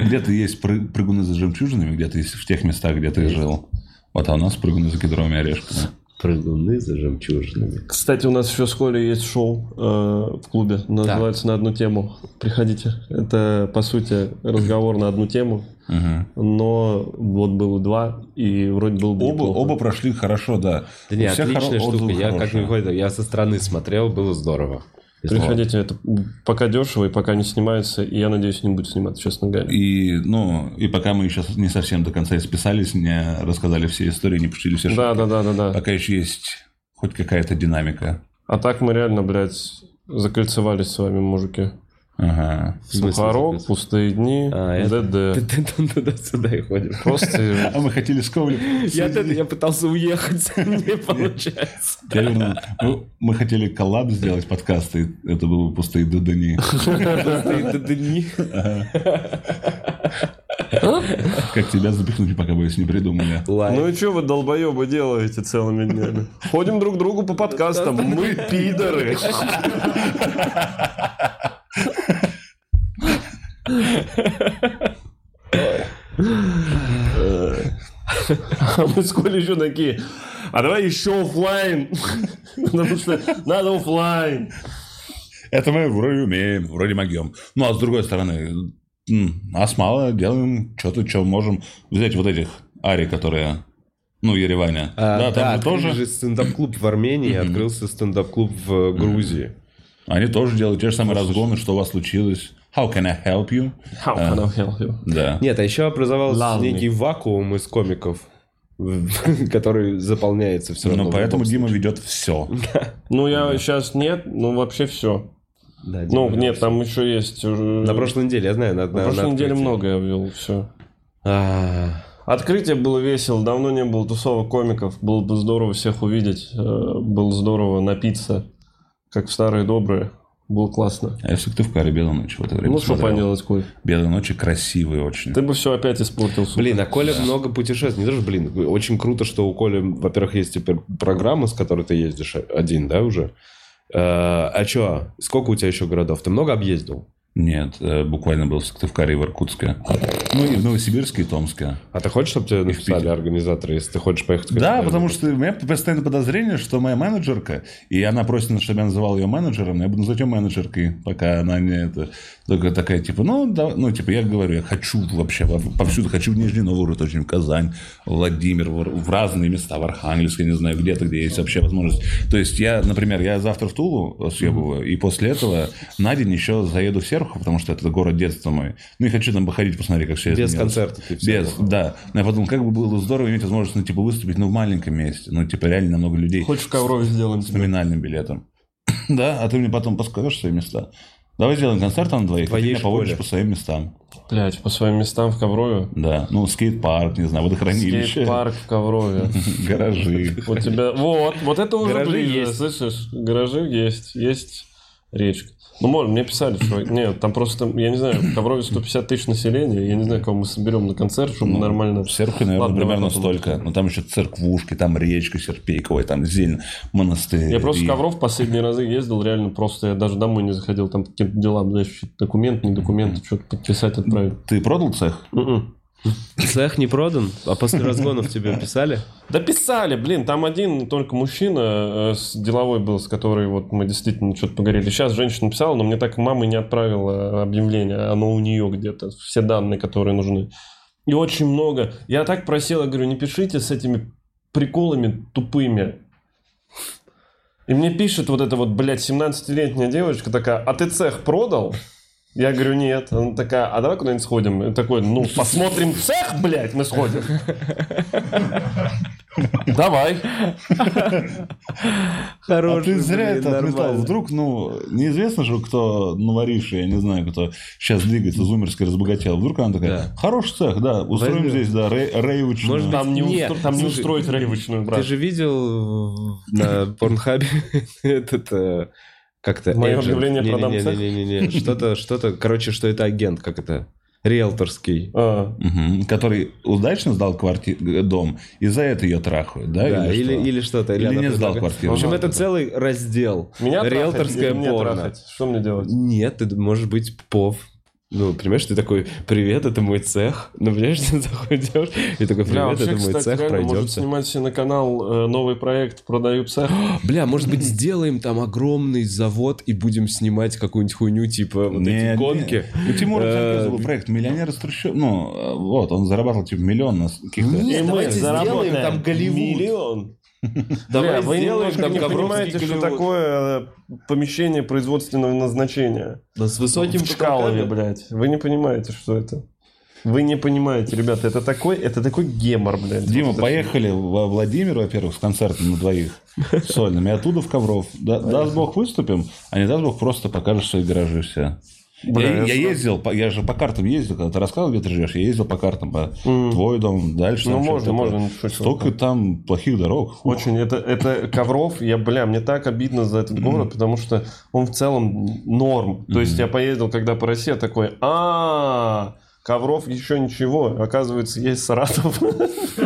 Speaker 3: Где-то есть пры- прыгуны за жемчужинами, где-то есть в тех местах, где ты жил. Вот, а у нас прыгуны за кедровыми орешками.
Speaker 2: Прыгуны за жемчужинами.
Speaker 1: Кстати, у нас еще вскоре есть шоу э, в клубе. Называется на одну тему. Приходите. Это, по сути, разговор на одну тему.
Speaker 3: Мгм.
Speaker 1: Но вот было два, и вроде было бы
Speaker 3: Оба,
Speaker 1: неплохо.
Speaker 3: оба прошли хорошо, да.
Speaker 2: Да не,
Speaker 3: У всех хоро-
Speaker 2: отличная штука.
Speaker 3: отзывы
Speaker 2: Я как
Speaker 3: хорошие.
Speaker 2: нибудь я со стороны смотрел, было здорово.
Speaker 1: Приходите, это пока дешево и пока не снимается, и я надеюсь, не будет сниматься, честно говоря.
Speaker 3: И, ну, и пока мы еще не совсем до конца исписались, не рассказали все истории, не пустили все
Speaker 1: Да,
Speaker 3: шутки,
Speaker 1: да, да, да, да.
Speaker 3: пока еще есть хоть какая-то динамика.
Speaker 1: А так мы реально, блядь, закольцевались с вами, мужики.
Speaker 3: Ага.
Speaker 2: В смысле,
Speaker 1: Сухарок,
Speaker 2: заказ?
Speaker 1: пустые дни,
Speaker 2: А, это- Ты
Speaker 1: ДД.
Speaker 2: ты там туда-сюда и ходишь.
Speaker 1: Просто
Speaker 3: А мы хотели с Ковликом...
Speaker 2: Я, т- я пытался уехать, не получается.
Speaker 3: Я вернул. Мы, мы хотели коллаб сделать подкасты, и это было пустые дудани.
Speaker 2: Просто и до дни.
Speaker 3: Как тебя запихнуть, пока бы если не придумали.
Speaker 1: Ну
Speaker 2: Лайк.
Speaker 1: и что вы, долбоебы, делаете целыми днями? Ходим друг другу по подкастам. Мы пидоры. А мы с Колей еще такие. А давай еще оффлайн. Потому что надо оффлайн.
Speaker 3: Это мы вроде умеем, вроде могем. Ну, а с другой стороны, м, нас мало, делаем что-то, что можем. Взять вот этих Ари, которые... Ну, Ереваня.
Speaker 2: А,
Speaker 3: да, там же
Speaker 2: открыли
Speaker 3: тоже.
Speaker 2: же стендап-клуб в Армении, открылся стендап-клуб в э, Грузии.
Speaker 3: Они тоже делают те же самые разгоны, что у вас случилось. How can I help you?
Speaker 1: How can I help you?
Speaker 3: Да.
Speaker 2: Нет, а еще образовался
Speaker 1: Love me.
Speaker 2: некий вакуум из комиков, который заполняется все равно.
Speaker 3: Но
Speaker 2: в
Speaker 3: Ну, поэтому
Speaker 2: любом
Speaker 3: Дима ведет все.
Speaker 1: Ну, я сейчас нет, ну вообще все.
Speaker 2: случае. Да,
Speaker 1: Ну,
Speaker 2: Дима.
Speaker 1: нет, там еще есть.
Speaker 2: На прошлой неделе, я знаю, на,
Speaker 1: На прошлой неделе много я ввел, все. Открытие было весело, давно не было тусовок комиков, было бы здорово всех увидеть, э, было здорово напиться, как в старые добрые. Было классно.
Speaker 3: А я в Сыктывкаре «Белую ночь» в это время
Speaker 1: Ну, что
Speaker 3: смотрел.
Speaker 1: поделать, Коль?
Speaker 3: «Белые ночи» красивые очень.
Speaker 1: Ты бы все опять испортил. сука.
Speaker 2: Блин, а Коля много путешествует. Не даже, блин, очень круто, что у Коли, во-первых, есть теперь программа, с которой ты ездишь один, да, уже? Э, А чё, сколько у тебя еще городов? Ты много объездил?
Speaker 3: Нет, э, буквально был в Сыктывкаре и в Иркутске. Ну и в Новосибирске и Томске.
Speaker 2: А ты хочешь, чтобы тебе написали
Speaker 3: Питер.
Speaker 2: организаторы, если ты хочешь поехать? к
Speaker 3: Да,
Speaker 2: этому?
Speaker 3: потому что у меня постоянно подозрение, что моя менеджерка, и она просит, чтобы я называл ее менеджером, я буду называть ее менеджеркой, пока она не это... Только такая, типа, ну, да, ну, типа, я говорю, я хочу вообще, во- повсюду хочу в Нижний Новгород, очень в Казань, Владимир, в, в разные места, в Архангельск, я не знаю, где-то, где есть вообще возможность. То есть я, например, я завтра в Тулу съебываю, и после этого на день еще заеду в Серху, потому что это город детства мой. Ну, и хочу там походить, посмотреть, как все
Speaker 2: Без
Speaker 3: изменилось.
Speaker 2: концерта ты всё
Speaker 3: Без,
Speaker 2: равно.
Speaker 3: да. Но я подумал, как бы было здорово иметь возможность, ну, типа, выступить, ну, в маленьком месте. Ну, типа, реально много людей
Speaker 1: Хочешь в коврове сделаем?
Speaker 3: с номинальным билетом. Да, а ты мне потом подскажешь свои места. Давай сделаем концерт там двоих,
Speaker 2: Твоей
Speaker 3: и ты меня поводишь
Speaker 2: школе.
Speaker 3: по своим местам.
Speaker 1: Блять, по своим местам в коврове?
Speaker 3: Да, ну, скейт-парк, не знаю, водохранилище,
Speaker 1: Скейт-парк в коврове.
Speaker 3: гаражи.
Speaker 1: У тебя... Вот, вот это уже
Speaker 2: Гаражи
Speaker 1: ближе,
Speaker 2: есть.
Speaker 1: слышишь? Гаражи есть, есть речка. Ну, можно, мне писали, что... Нет, там просто, я не знаю, в Коврове 150 тысяч населения, я не знаю, кого мы соберем на концерт, чтобы нормально...
Speaker 3: Ну, В Серпухе, наверное,
Speaker 1: Ладно, давай
Speaker 3: примерно
Speaker 1: попробуем.
Speaker 3: столько. Но там еще церквушки, там речка Серпейковая, там зелень, монастырь.
Speaker 1: Я просто в
Speaker 3: И-
Speaker 1: Ковров последние разы ездил, реально просто я даже домой не заходил, там какие-то дела, знаешь, документ, не документы, что-то подписать, отправить. М-м.
Speaker 3: Ты продал цех?
Speaker 1: Мгм.
Speaker 2: Цех не продан, а после разгонов тебе писали?
Speaker 1: Да писали, блин, там один только мужчина э, с деловой был, с которой вот мы действительно что-то поговорили. Сейчас женщина писала, но мне так мама и не отправила э, объявление, оно у нее где-то, все данные, которые нужны. И очень много. Я так просил, я говорю, не пишите с этими приколами тупыми. И мне пишет вот эта вот, блядь, 17-летняя девочка такая, а ты цех продал? Я говорю, нет. Она такая, а давай куда-нибудь сходим? И такой, ну, посмотрим цех, блядь, мы сходим. Давай.
Speaker 3: А ты зря
Speaker 2: блин,
Speaker 3: это отметал.
Speaker 2: нормально.
Speaker 3: Вдруг, ну, неизвестно же, кто новориший, я не знаю, кто сейчас двигается, зумерский разбогател. Вдруг она такая,
Speaker 2: Да.
Speaker 3: хороший цех, да, устроим
Speaker 2: Возьмем.
Speaker 3: здесь, да, рей- рейвочную».
Speaker 2: Может быть,
Speaker 1: Там не,
Speaker 2: Не,
Speaker 1: устро- там не
Speaker 2: слушай,
Speaker 1: устроить рейвочную, брат.
Speaker 2: Ты же видел э, на Порнхабе этот э, как-то...
Speaker 1: Мое
Speaker 2: agent?
Speaker 1: объявление
Speaker 2: Не-не-не,
Speaker 1: продам цех?
Speaker 2: не-не-не, Что-то, что-то, короче, что это агент, как это? Риэлторский.
Speaker 1: А,
Speaker 3: Мгм. Который удачно сдал кварти- дом, и за это ее трахают, да?
Speaker 2: Да, или,
Speaker 3: что?
Speaker 2: или что-то.
Speaker 3: Или
Speaker 2: она
Speaker 3: не сдал
Speaker 2: предлагает.
Speaker 3: квартиру.
Speaker 2: В общем,
Speaker 3: Ага.
Speaker 2: это целый раздел.
Speaker 1: меня трахать
Speaker 2: Риэлторское
Speaker 1: или мне
Speaker 2: порно.
Speaker 1: трахать? Что мне делать?
Speaker 2: Нет, ты можешь быть пов. Ну, понимаешь, ты такой, привет, это мой цех. Ну, понимаешь, ты заходишь и такой,
Speaker 1: Бля,
Speaker 2: привет,
Speaker 1: вообще,
Speaker 2: это мой
Speaker 1: кстати,
Speaker 2: цех,
Speaker 1: реально может
Speaker 2: пройдемся.
Speaker 1: снимать себе на канал э, новый проект «Продаю цех».
Speaker 2: Бля, может быть, сделаем там огромный завод и будем снимать какую-нибудь хуйню, типа вот
Speaker 3: Не,
Speaker 2: эти
Speaker 3: не.
Speaker 2: гонки.
Speaker 3: У Тимура
Speaker 2: Э,
Speaker 3: Царкезова был проект «Миллионер из трущоб». Ну, э, вот, он зарабатывал типа миллион на с- каких-то...
Speaker 2: Нет, давайте сделаем там Голливуд.
Speaker 1: миллион.
Speaker 2: Давай
Speaker 1: Бля, вы
Speaker 2: сделаем
Speaker 1: немножко
Speaker 2: там
Speaker 1: не понимаете,
Speaker 2: Ковровский
Speaker 1: что
Speaker 2: Голливуд.
Speaker 1: такое э, помещение производственного назначения.
Speaker 2: Да, с высоким
Speaker 1: В Чкалове,
Speaker 2: потолками.
Speaker 1: блядь. Вы не понимаете, что это. Вы не понимаете, ребята, это такой, это такой гемор, блядь.
Speaker 3: Дима,
Speaker 1: Вот это-
Speaker 3: поехали во Владимир, во-первых, с концертом на двоих сольным, и оттуда в Ковров. Да, даст бог выступим, а не даст бог просто покажешь свои гаражи все.
Speaker 1: Бля,
Speaker 3: я,
Speaker 1: я
Speaker 3: я
Speaker 1: знаю.
Speaker 3: ездил, по- я же по картам ездил, когда ты рассказывал, где ты живешь, я ездил по картам, по твой дом, дальше.
Speaker 1: Ну,
Speaker 3: там
Speaker 1: можно,
Speaker 3: что-то такое.
Speaker 1: можно, ну, что, что
Speaker 3: Столько
Speaker 1: там.
Speaker 3: там плохих дорог. Фу.
Speaker 1: Очень, это, это Ковров, я, бля, мне так обидно за этот город, потому что он в целом норм. То есть я поездил, когда по России, я такой, а Ковров еще ничего, оказывается, есть Саратов.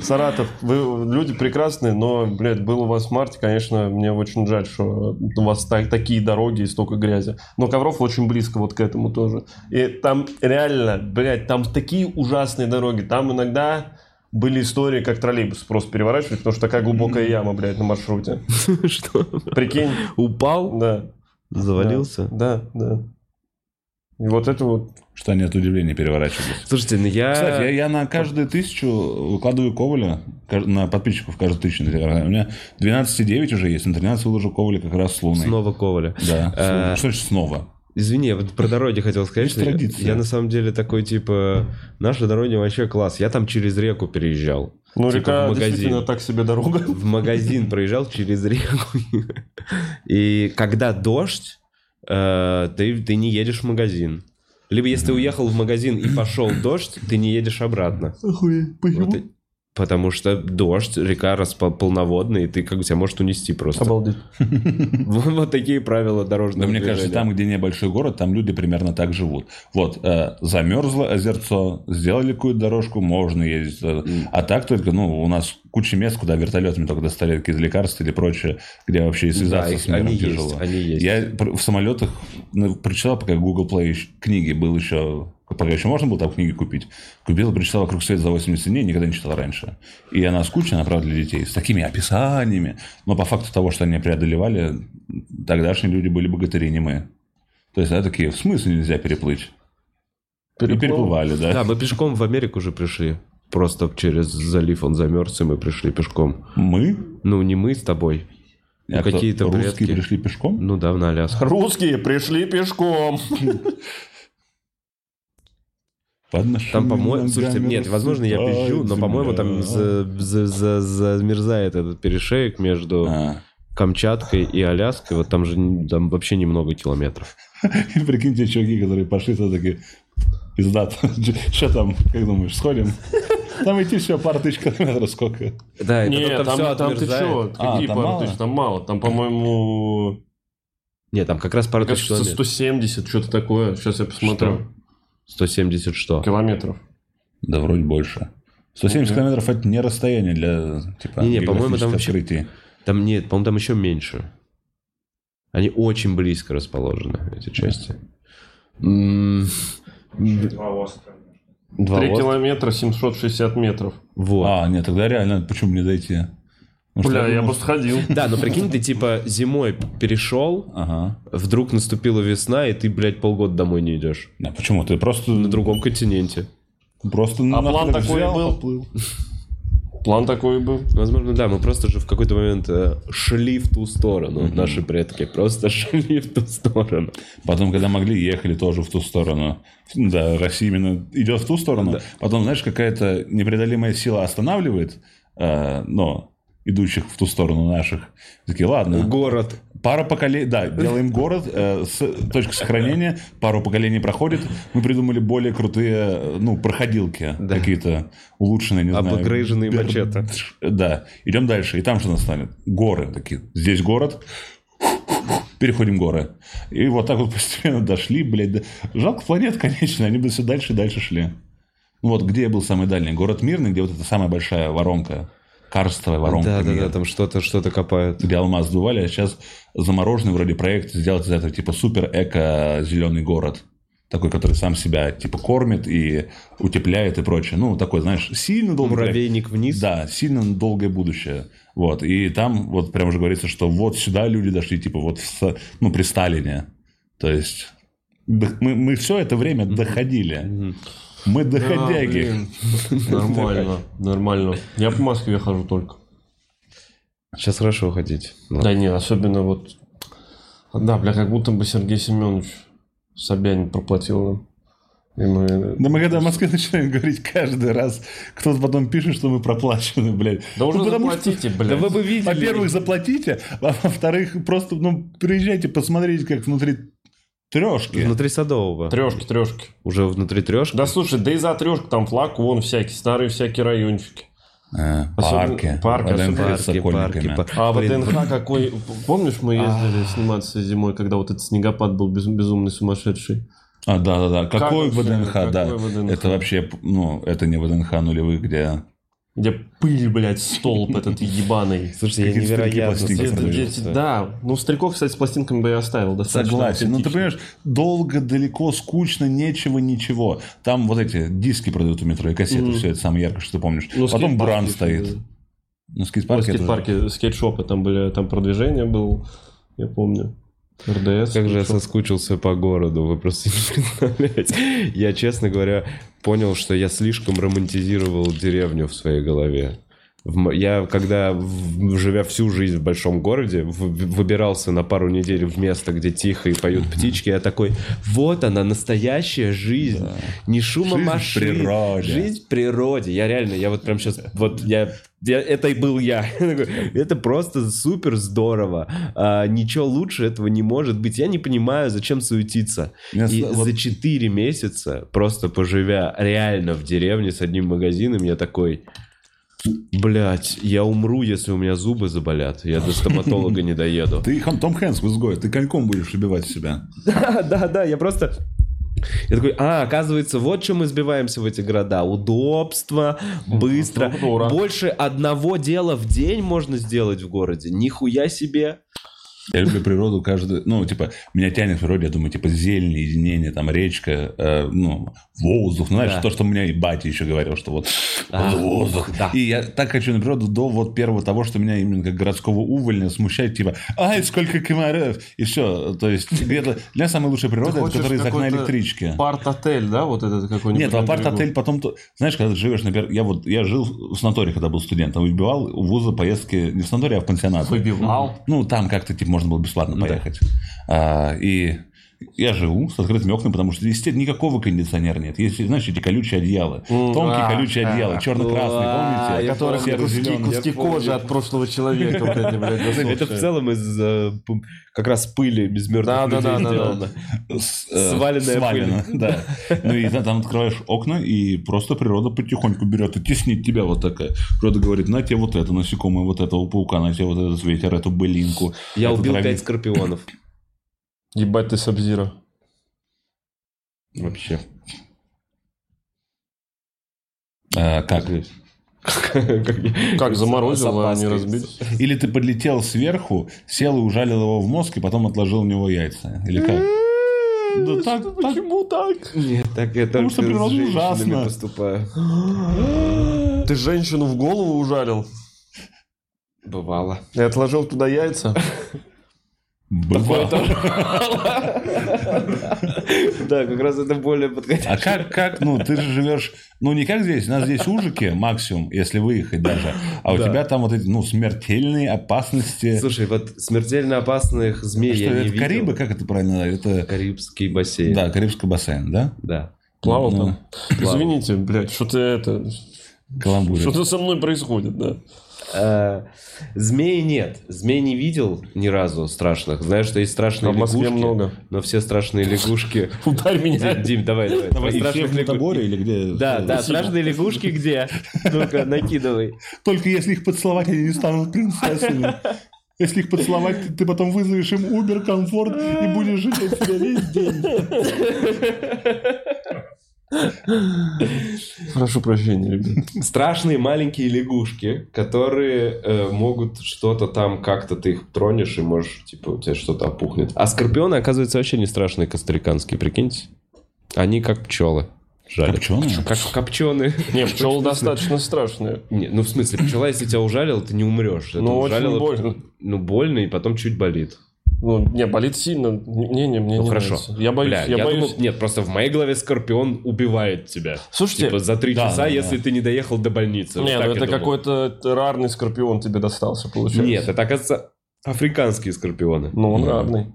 Speaker 1: Саратов, вы люди прекрасные, но, блядь, был у вас в марте, конечно, мне очень жаль, что у вас так- такие дороги и столько грязи. Но Ковров очень близко вот к этому тоже. И там реально, блядь, там такие ужасные дороги, там иногда были истории, как троллейбус просто переворачивали, потому что такая глубокая яма, блядь, на маршруте.
Speaker 2: Что?
Speaker 1: Прикинь,
Speaker 2: Упал?
Speaker 1: да.
Speaker 2: Завалился?
Speaker 1: Да, да. И вот это вот.
Speaker 3: Что они от удивления переворачивались.
Speaker 2: Слушайте, ну
Speaker 1: Э,
Speaker 2: я...
Speaker 3: Кстати, я, я на каждую тысячу выкладываю Коваля, кажд- на подписчиков каждую тысячу. на Телеграме. У меня 12,9 уже есть, на 13 выложу Коваля как раз с Луной.
Speaker 2: Снова Коваля.
Speaker 3: Да.
Speaker 2: Э,
Speaker 3: Что значит снова?
Speaker 2: Извини, я вот про дороги хотел сказать.
Speaker 3: Есть
Speaker 2: что я-
Speaker 3: традиция.
Speaker 2: Я на самом деле такой, типа, наши дороги вообще класс. Я там через реку переезжал.
Speaker 1: Ну,
Speaker 2: Типа в
Speaker 1: река
Speaker 2: магазин.
Speaker 1: действительно так себе дорога.
Speaker 2: В магазин проезжал через реку. И когда дождь, э, ты, ты не едешь в магазин. Либо если ты уехал в магазин и пошел дождь, ты не едешь обратно. Вот и- Потому что дождь, река распо- полноводная, и ты как бы тебя может унести просто.
Speaker 1: Обалдеть.
Speaker 2: Вот вот такие правила
Speaker 3: Да,
Speaker 2: дорожного
Speaker 3: мне
Speaker 2: движения.
Speaker 3: кажется, там, где небольшой город, там люди примерно так живут. Вот, э, замерзло озерцо, сделали какую-то дорожку, можно ездить. Э, А так только, ну, у нас куча мест, куда вертолетами только доставляют какие-то лекарства или прочее, где вообще и связаться
Speaker 2: Да,
Speaker 3: с
Speaker 2: их-
Speaker 3: миром
Speaker 2: они есть,
Speaker 3: тяжело.
Speaker 2: они есть.
Speaker 3: Я пр- в самолетах ну, прочитал, пока Google Play еще- книги был еще пока еще можно было там книги купить. Купил и прочитал «Вокруг света за 80 дней», никогда не читал раньше. И она скучная, правда, для детей, с такими описаниями. Но по факту того, что они преодолевали, тогдашние люди были богатыри, не мы. То есть, да, такие, в смысле нельзя переплыть? И переплывали, да.
Speaker 2: Да, мы пешком в Америку уже пришли. Просто через залив он замерз, и мы пришли пешком.
Speaker 3: Мы?
Speaker 2: Ну, не мы с тобой. Ну,
Speaker 3: А кто,
Speaker 2: какие-то
Speaker 3: русские
Speaker 2: предки.
Speaker 3: пришли пешком?
Speaker 2: Ну да, на Аляску.
Speaker 1: Русские пришли пешком.
Speaker 2: Там, по-моему, слушайте, нет, возможно, я пизжу, но, по-моему,
Speaker 3: А.
Speaker 2: там за- за- за- замерзает этот перешеек между
Speaker 3: А.
Speaker 2: Камчаткой и Аляской. Вот там же н- там вообще немного километров.
Speaker 3: И прикиньте, чуваки, которые пошли, то такие, пиздат. Что там, как думаешь, сходим? Там идти все пара тысяч километров сколько.
Speaker 2: Да, и
Speaker 1: Нет,
Speaker 2: потом
Speaker 1: там,
Speaker 2: всё
Speaker 1: там, ты
Speaker 2: отмерзает.
Speaker 1: что?
Speaker 3: А,
Speaker 1: Какие
Speaker 3: там
Speaker 1: пары
Speaker 3: мало?
Speaker 1: тысяч? Там мало. Там, по-моему,
Speaker 2: Нет, там как раз пара тысяч
Speaker 1: кажется,
Speaker 2: километров.
Speaker 1: 170, что-то такое. Сейчас я посмотрю.
Speaker 2: 170 что?
Speaker 1: Километров.
Speaker 3: Да вроде больше. 170 километров это не расстояние для типа
Speaker 2: Не-не, по-моему,
Speaker 3: географических
Speaker 2: там вообще-
Speaker 3: открытий.
Speaker 2: Там нет, по-моему, там еще меньше. Они очень близко расположены, эти части. М,
Speaker 4: Два острова.
Speaker 2: Два
Speaker 1: 3
Speaker 2: острова.
Speaker 1: километра 760 метров.
Speaker 2: Вот.
Speaker 3: А, нет, тогда реально, почему бы не дойти? Ну, что
Speaker 1: Бля, я
Speaker 3: думал,
Speaker 1: бы сходил.
Speaker 2: Да, но прикинь, ты типа зимой перешел,
Speaker 3: Ага.
Speaker 2: вдруг наступила весна, и ты, блядь, полгода домой не идешь.
Speaker 3: Да, А почему? Ты просто...
Speaker 2: На другом континенте.
Speaker 3: Просто
Speaker 1: А план
Speaker 3: нахрен
Speaker 1: такой и
Speaker 3: взял,
Speaker 1: был.
Speaker 3: поплыл.
Speaker 1: План такой и был.
Speaker 2: Возможно, да, мы просто же в какой-то момент э, шли в ту сторону. Наши предки просто шли в ту сторону.
Speaker 3: Потом, когда могли, ехали тоже в ту сторону. Да, Россия именно идет в ту сторону. Потом, знаешь, какая-то непреодолимая сила останавливает, э, но идущих в ту сторону наших. Такие, ладно,
Speaker 2: Город.
Speaker 3: пара поколений, да, делаем город, э, с, точка сохранения, пару поколений проходит. Мы придумали более крутые, э, ну, проходилки какие-то улучшенные, не знаю.
Speaker 2: Апгрейженные
Speaker 3: бер-
Speaker 2: мачете.
Speaker 3: Да, идем дальше, и там что настанет? Горы такие. Здесь город, переходим горы. И вот так вот постепенно дошли, блядь. да. Жалко планет, конечно, они бы все дальше и дальше шли. Ну Вот где был самый дальний? Город Мирный, где вот эта самая большая воронка, карстовая воронка.
Speaker 2: Да, да,
Speaker 3: мира
Speaker 2: да, там что-то, что-то копают.
Speaker 3: где алмаз сдували, а сейчас замороженный вроде проект сделать из этого типа супер-эко-зеленый город. Такой, который сам себя типа кормит и утепляет и прочее. Ну, такой, знаешь, сильно долго...
Speaker 2: Муравейник вниз.
Speaker 3: Да, сильно на долгое будущее. Вот. И там вот прям уже говорится, что вот сюда люди дошли, типа вот в Са- ну, при Сталине. То есть д- мы, мы все это время доходили. Мы доходяги.
Speaker 1: А, Нормально, нормально. Я по Москве хожу только.
Speaker 2: Сейчас хорошо ходить.
Speaker 1: Да не, особенно вот... Да, бля, как будто бы Сергей Семенович Собянин проплатил нам. И мы...
Speaker 3: Да мы когда в Москве начинаем говорить каждый раз, кто-то потом пишет, что мы проплачены, блядь.
Speaker 1: Да уже
Speaker 3: Ну, потому что-
Speaker 1: заплатите, блядь.
Speaker 2: видели.
Speaker 3: Во-первых, заплатите, а во-вторых, просто ну, приезжайте, посмотрите, как внутри трешки.
Speaker 1: Ну,
Speaker 2: Внутри Садового.
Speaker 1: Трешки, трешки.
Speaker 2: Уже внутри трешки.
Speaker 1: Да слушай, да и за трешку там флаг, вон всякие, старые всякие райончики. Особенно-
Speaker 3: Э, парки.
Speaker 1: парки,
Speaker 3: ВДНХ
Speaker 1: особенно
Speaker 3: с Сокольниками.
Speaker 2: парки.
Speaker 1: А в
Speaker 2: Блин,
Speaker 1: ДНХ какой... Помнишь, мы ездили сниматься зимой, когда вот этот снегопад был без- безумный, сумасшедший?
Speaker 3: А, да, да, да. Какой
Speaker 1: вообще,
Speaker 3: ВДНХ, да.
Speaker 1: какой ВДНХ?
Speaker 3: Это вообще, ну, это не ВДНХ нулевых, где...
Speaker 1: Где пыль, блядь, столб этот ебаный.
Speaker 2: Слушайте, я
Speaker 3: Какие старики
Speaker 2: невероятно
Speaker 3: пластинки
Speaker 1: Где-
Speaker 3: продаются.
Speaker 1: где-
Speaker 2: задружился.
Speaker 1: Э, Да, ну Стрелков, кстати, с пластинками бы я оставил. достаточно
Speaker 3: э, Согласен. Ну, ты
Speaker 1: аутентично.
Speaker 3: понимаешь, долго, далеко, скучно, нечего, ничего. Там вот эти диски продают у метро и кассеты, все это самое яркое, что ты помнишь.
Speaker 1: Ну,
Speaker 3: Потом
Speaker 1: скейт-парки
Speaker 3: Бран
Speaker 1: еще
Speaker 3: стоит.
Speaker 1: были.
Speaker 3: Ну,
Speaker 1: Ну,
Speaker 3: скейт-парки это уже-
Speaker 1: скейт-парки, скейт-шопы, там были, там продвижение было, я помню. РДС.
Speaker 2: Как же я
Speaker 1: скейт-шоп.
Speaker 2: соскучился по городу, вы просто не представляете. Я, честно говоря, понял, что я слишком романтизировал деревню в своей голове. В м- Я, когда, в- живя всю жизнь в большом городе, в- выбирался на пару недель в место, где тихо и поют птички, я такой, вот она, настоящая жизнь. Не шума
Speaker 3: Жизнь в
Speaker 2: машин.
Speaker 3: природе.
Speaker 2: Жизнь в природе. Я реально, я вот прям сейчас, вот я, я- это и был я. Я такой, это просто супер здорово. А, ничего лучше этого не может быть. Я не понимаю, зачем суетиться.
Speaker 3: Меня
Speaker 2: И
Speaker 3: с- вот-
Speaker 2: за 4 месяца, просто поживя реально в деревне с одним магазином, я такой... Блять, я умру, если у меня зубы заболят. Я до стоматолога не доеду.
Speaker 3: Ты Хан- Том Хэнс в изгое, ты коньком будешь убивать себя.
Speaker 2: Да, да, да, я просто... Я такой, а, оказывается, вот чем мы сбиваемся в эти города. Удобство, быстро.
Speaker 3: Инфраструктура.
Speaker 2: Больше одного дела в день можно сделать в городе. Нихуя себе.
Speaker 3: Я люблю природу каждый... Ну, типа, меня тянет в природе, я думаю, типа, зелень, единение, там, речка, э, ну, воздух. Ну, знаешь,
Speaker 2: Да.
Speaker 3: то, что мне и батя еще говорил, что вот
Speaker 2: А,
Speaker 3: воздух.
Speaker 2: да.
Speaker 3: И я так хочу на природу до вот первого того, что меня именно как городского увольня смущает, типа, ай, сколько комаров, и все. То есть, где-то... Для меня самая лучшая природа, это которая из окна электрички.
Speaker 1: Парт-отель, да, вот этот какой-нибудь?
Speaker 3: Нет, а
Speaker 1: на
Speaker 3: апарт-отель
Speaker 1: берегу?
Speaker 3: потом... то- Знаешь, когда ты живешь, например... Я вот, я жил в санатории, когда был а студентом, выбивал у вуза поездки не в санатории, а в пансионат.
Speaker 1: Выбивал.
Speaker 3: Ну, там как-то типа можно было бесплатно
Speaker 2: Ну да.
Speaker 3: поехать. А, и я живу с открытыми окнами, потому что, естественно, никакого кондиционера нет. Есть, знаешь, эти колючие одеяла. Тонкие
Speaker 1: а,
Speaker 3: колючие
Speaker 1: а.
Speaker 3: одеяла, черно-красные,
Speaker 2: А,
Speaker 3: помните?
Speaker 2: я
Speaker 1: Которых
Speaker 2: помню,
Speaker 1: куски,
Speaker 3: серо-зеленые.
Speaker 1: куски
Speaker 2: я помню.
Speaker 1: кожи от прошлого человека вот эти, блядь,
Speaker 2: Это в
Speaker 1: засохшие.
Speaker 2: целом из э, п- как раз пыли без мертвых
Speaker 1: Да, да,
Speaker 2: людей
Speaker 1: да, да, да.
Speaker 2: сделано.
Speaker 3: С- э,
Speaker 2: Сваленная
Speaker 3: свалено, да. Ну и ты там открываешь окна, и просто природа потихоньку берет и теснит тебя вот такая. Природа говорит, на тебе вот это насекомое, вот этого паука, на тебе вот этот ветер, эту былинку.
Speaker 2: Я
Speaker 3: этот
Speaker 2: убил
Speaker 3: ровень».
Speaker 2: пять скорпионов.
Speaker 1: Ебать ты сабзира.
Speaker 2: Вообще.
Speaker 3: А, как?
Speaker 1: Как заморозил, а не
Speaker 2: Запаской.
Speaker 1: разбить.
Speaker 3: Или ты подлетел сверху, сел и ужалил его в мозг, и потом отложил у него яйца. Или как? Да Ну, так, так.
Speaker 1: М-м-м, ну Почему так?
Speaker 2: Нет, так я
Speaker 3: Потому
Speaker 2: только
Speaker 3: что
Speaker 2: с
Speaker 3: природа
Speaker 2: женщинами
Speaker 3: ужасна.
Speaker 2: поступаю.
Speaker 1: Ты женщину в голову ужарил
Speaker 2: Бывало.
Speaker 1: и отложил туда яйца?
Speaker 3: Бывало.
Speaker 2: Да, как раз это более подходящее.
Speaker 3: А как, как, ну, ты же живешь, ну, не как здесь, у нас здесь ужики максимум, если выехать даже, а у
Speaker 2: Да.
Speaker 3: тебя там вот эти, ну, смертельные опасности.
Speaker 2: Слушай, вот смертельно опасных змей
Speaker 3: А, э. что,
Speaker 2: я не
Speaker 3: это
Speaker 2: видел.
Speaker 3: Карибы, как это правильно? Это,
Speaker 2: Карибский бассейн.
Speaker 3: да, Карибский бассейн, да?
Speaker 2: Да.
Speaker 1: Плавал
Speaker 3: Ну,
Speaker 1: там? Извините, блядь, что-то это...
Speaker 3: Каламбур.
Speaker 1: Что-то со мной происходит, да.
Speaker 2: Э, Змей нет. Змей не видел ни разу страшных. Знаешь, что есть страшные
Speaker 1: А в Москве
Speaker 2: лягушки,
Speaker 1: много.
Speaker 2: Но все страшные лягушки...
Speaker 1: Ударь меня.
Speaker 2: Дим, Дим, давай, давай. Про страшных лягушек.
Speaker 3: или где?
Speaker 2: Да, да, страшные лягушки где? Ну-ка, накидывай.
Speaker 3: Только если их поцеловать, они не станут принцессами. Если их поцеловать, ты- ты потом вызовешь им Uber, комфорт и будешь жить от себя весь день.
Speaker 1: Прошу прощения, ребят.
Speaker 2: Страшные маленькие лягушки, которые э, могут что-то там, как-то ты их тронешь и можешь, типа, у тебя что-то опухнет. А скорпионы, оказывается, вообще не страшные костриканские, прикиньте. Они как пчелы. Жаль.
Speaker 3: Копченые?
Speaker 2: Как копченые.
Speaker 1: Не, пчелы достаточно страшные.
Speaker 2: Не, ну, в смысле, пчела, если тебя ужалила, ты не умрешь. Это
Speaker 1: Ну, очень
Speaker 2: ужалило-
Speaker 1: больно.
Speaker 2: Ну, больно, и потом чуть болит.
Speaker 1: Ну, не, болит сильно. Не, не, мне
Speaker 2: Ну,
Speaker 1: не
Speaker 2: хорошо.
Speaker 1: нравится. Я боюсь,
Speaker 2: Бля,
Speaker 1: я, боюсь.
Speaker 2: думал- нет, просто в моей голове скорпион убивает тебя.
Speaker 1: Слушайте,
Speaker 2: Типа за три
Speaker 3: да,
Speaker 2: часа,
Speaker 3: да,
Speaker 2: если ты не доехал до больницы. Вот
Speaker 1: Не,
Speaker 2: так
Speaker 1: ну
Speaker 2: я
Speaker 1: это
Speaker 2: думал.
Speaker 1: какой-то рарный скорпион тебе достался, получается.
Speaker 2: Нет, это, оказывается, африканские скорпионы.
Speaker 1: Ну, он
Speaker 3: Ну.
Speaker 1: рарный.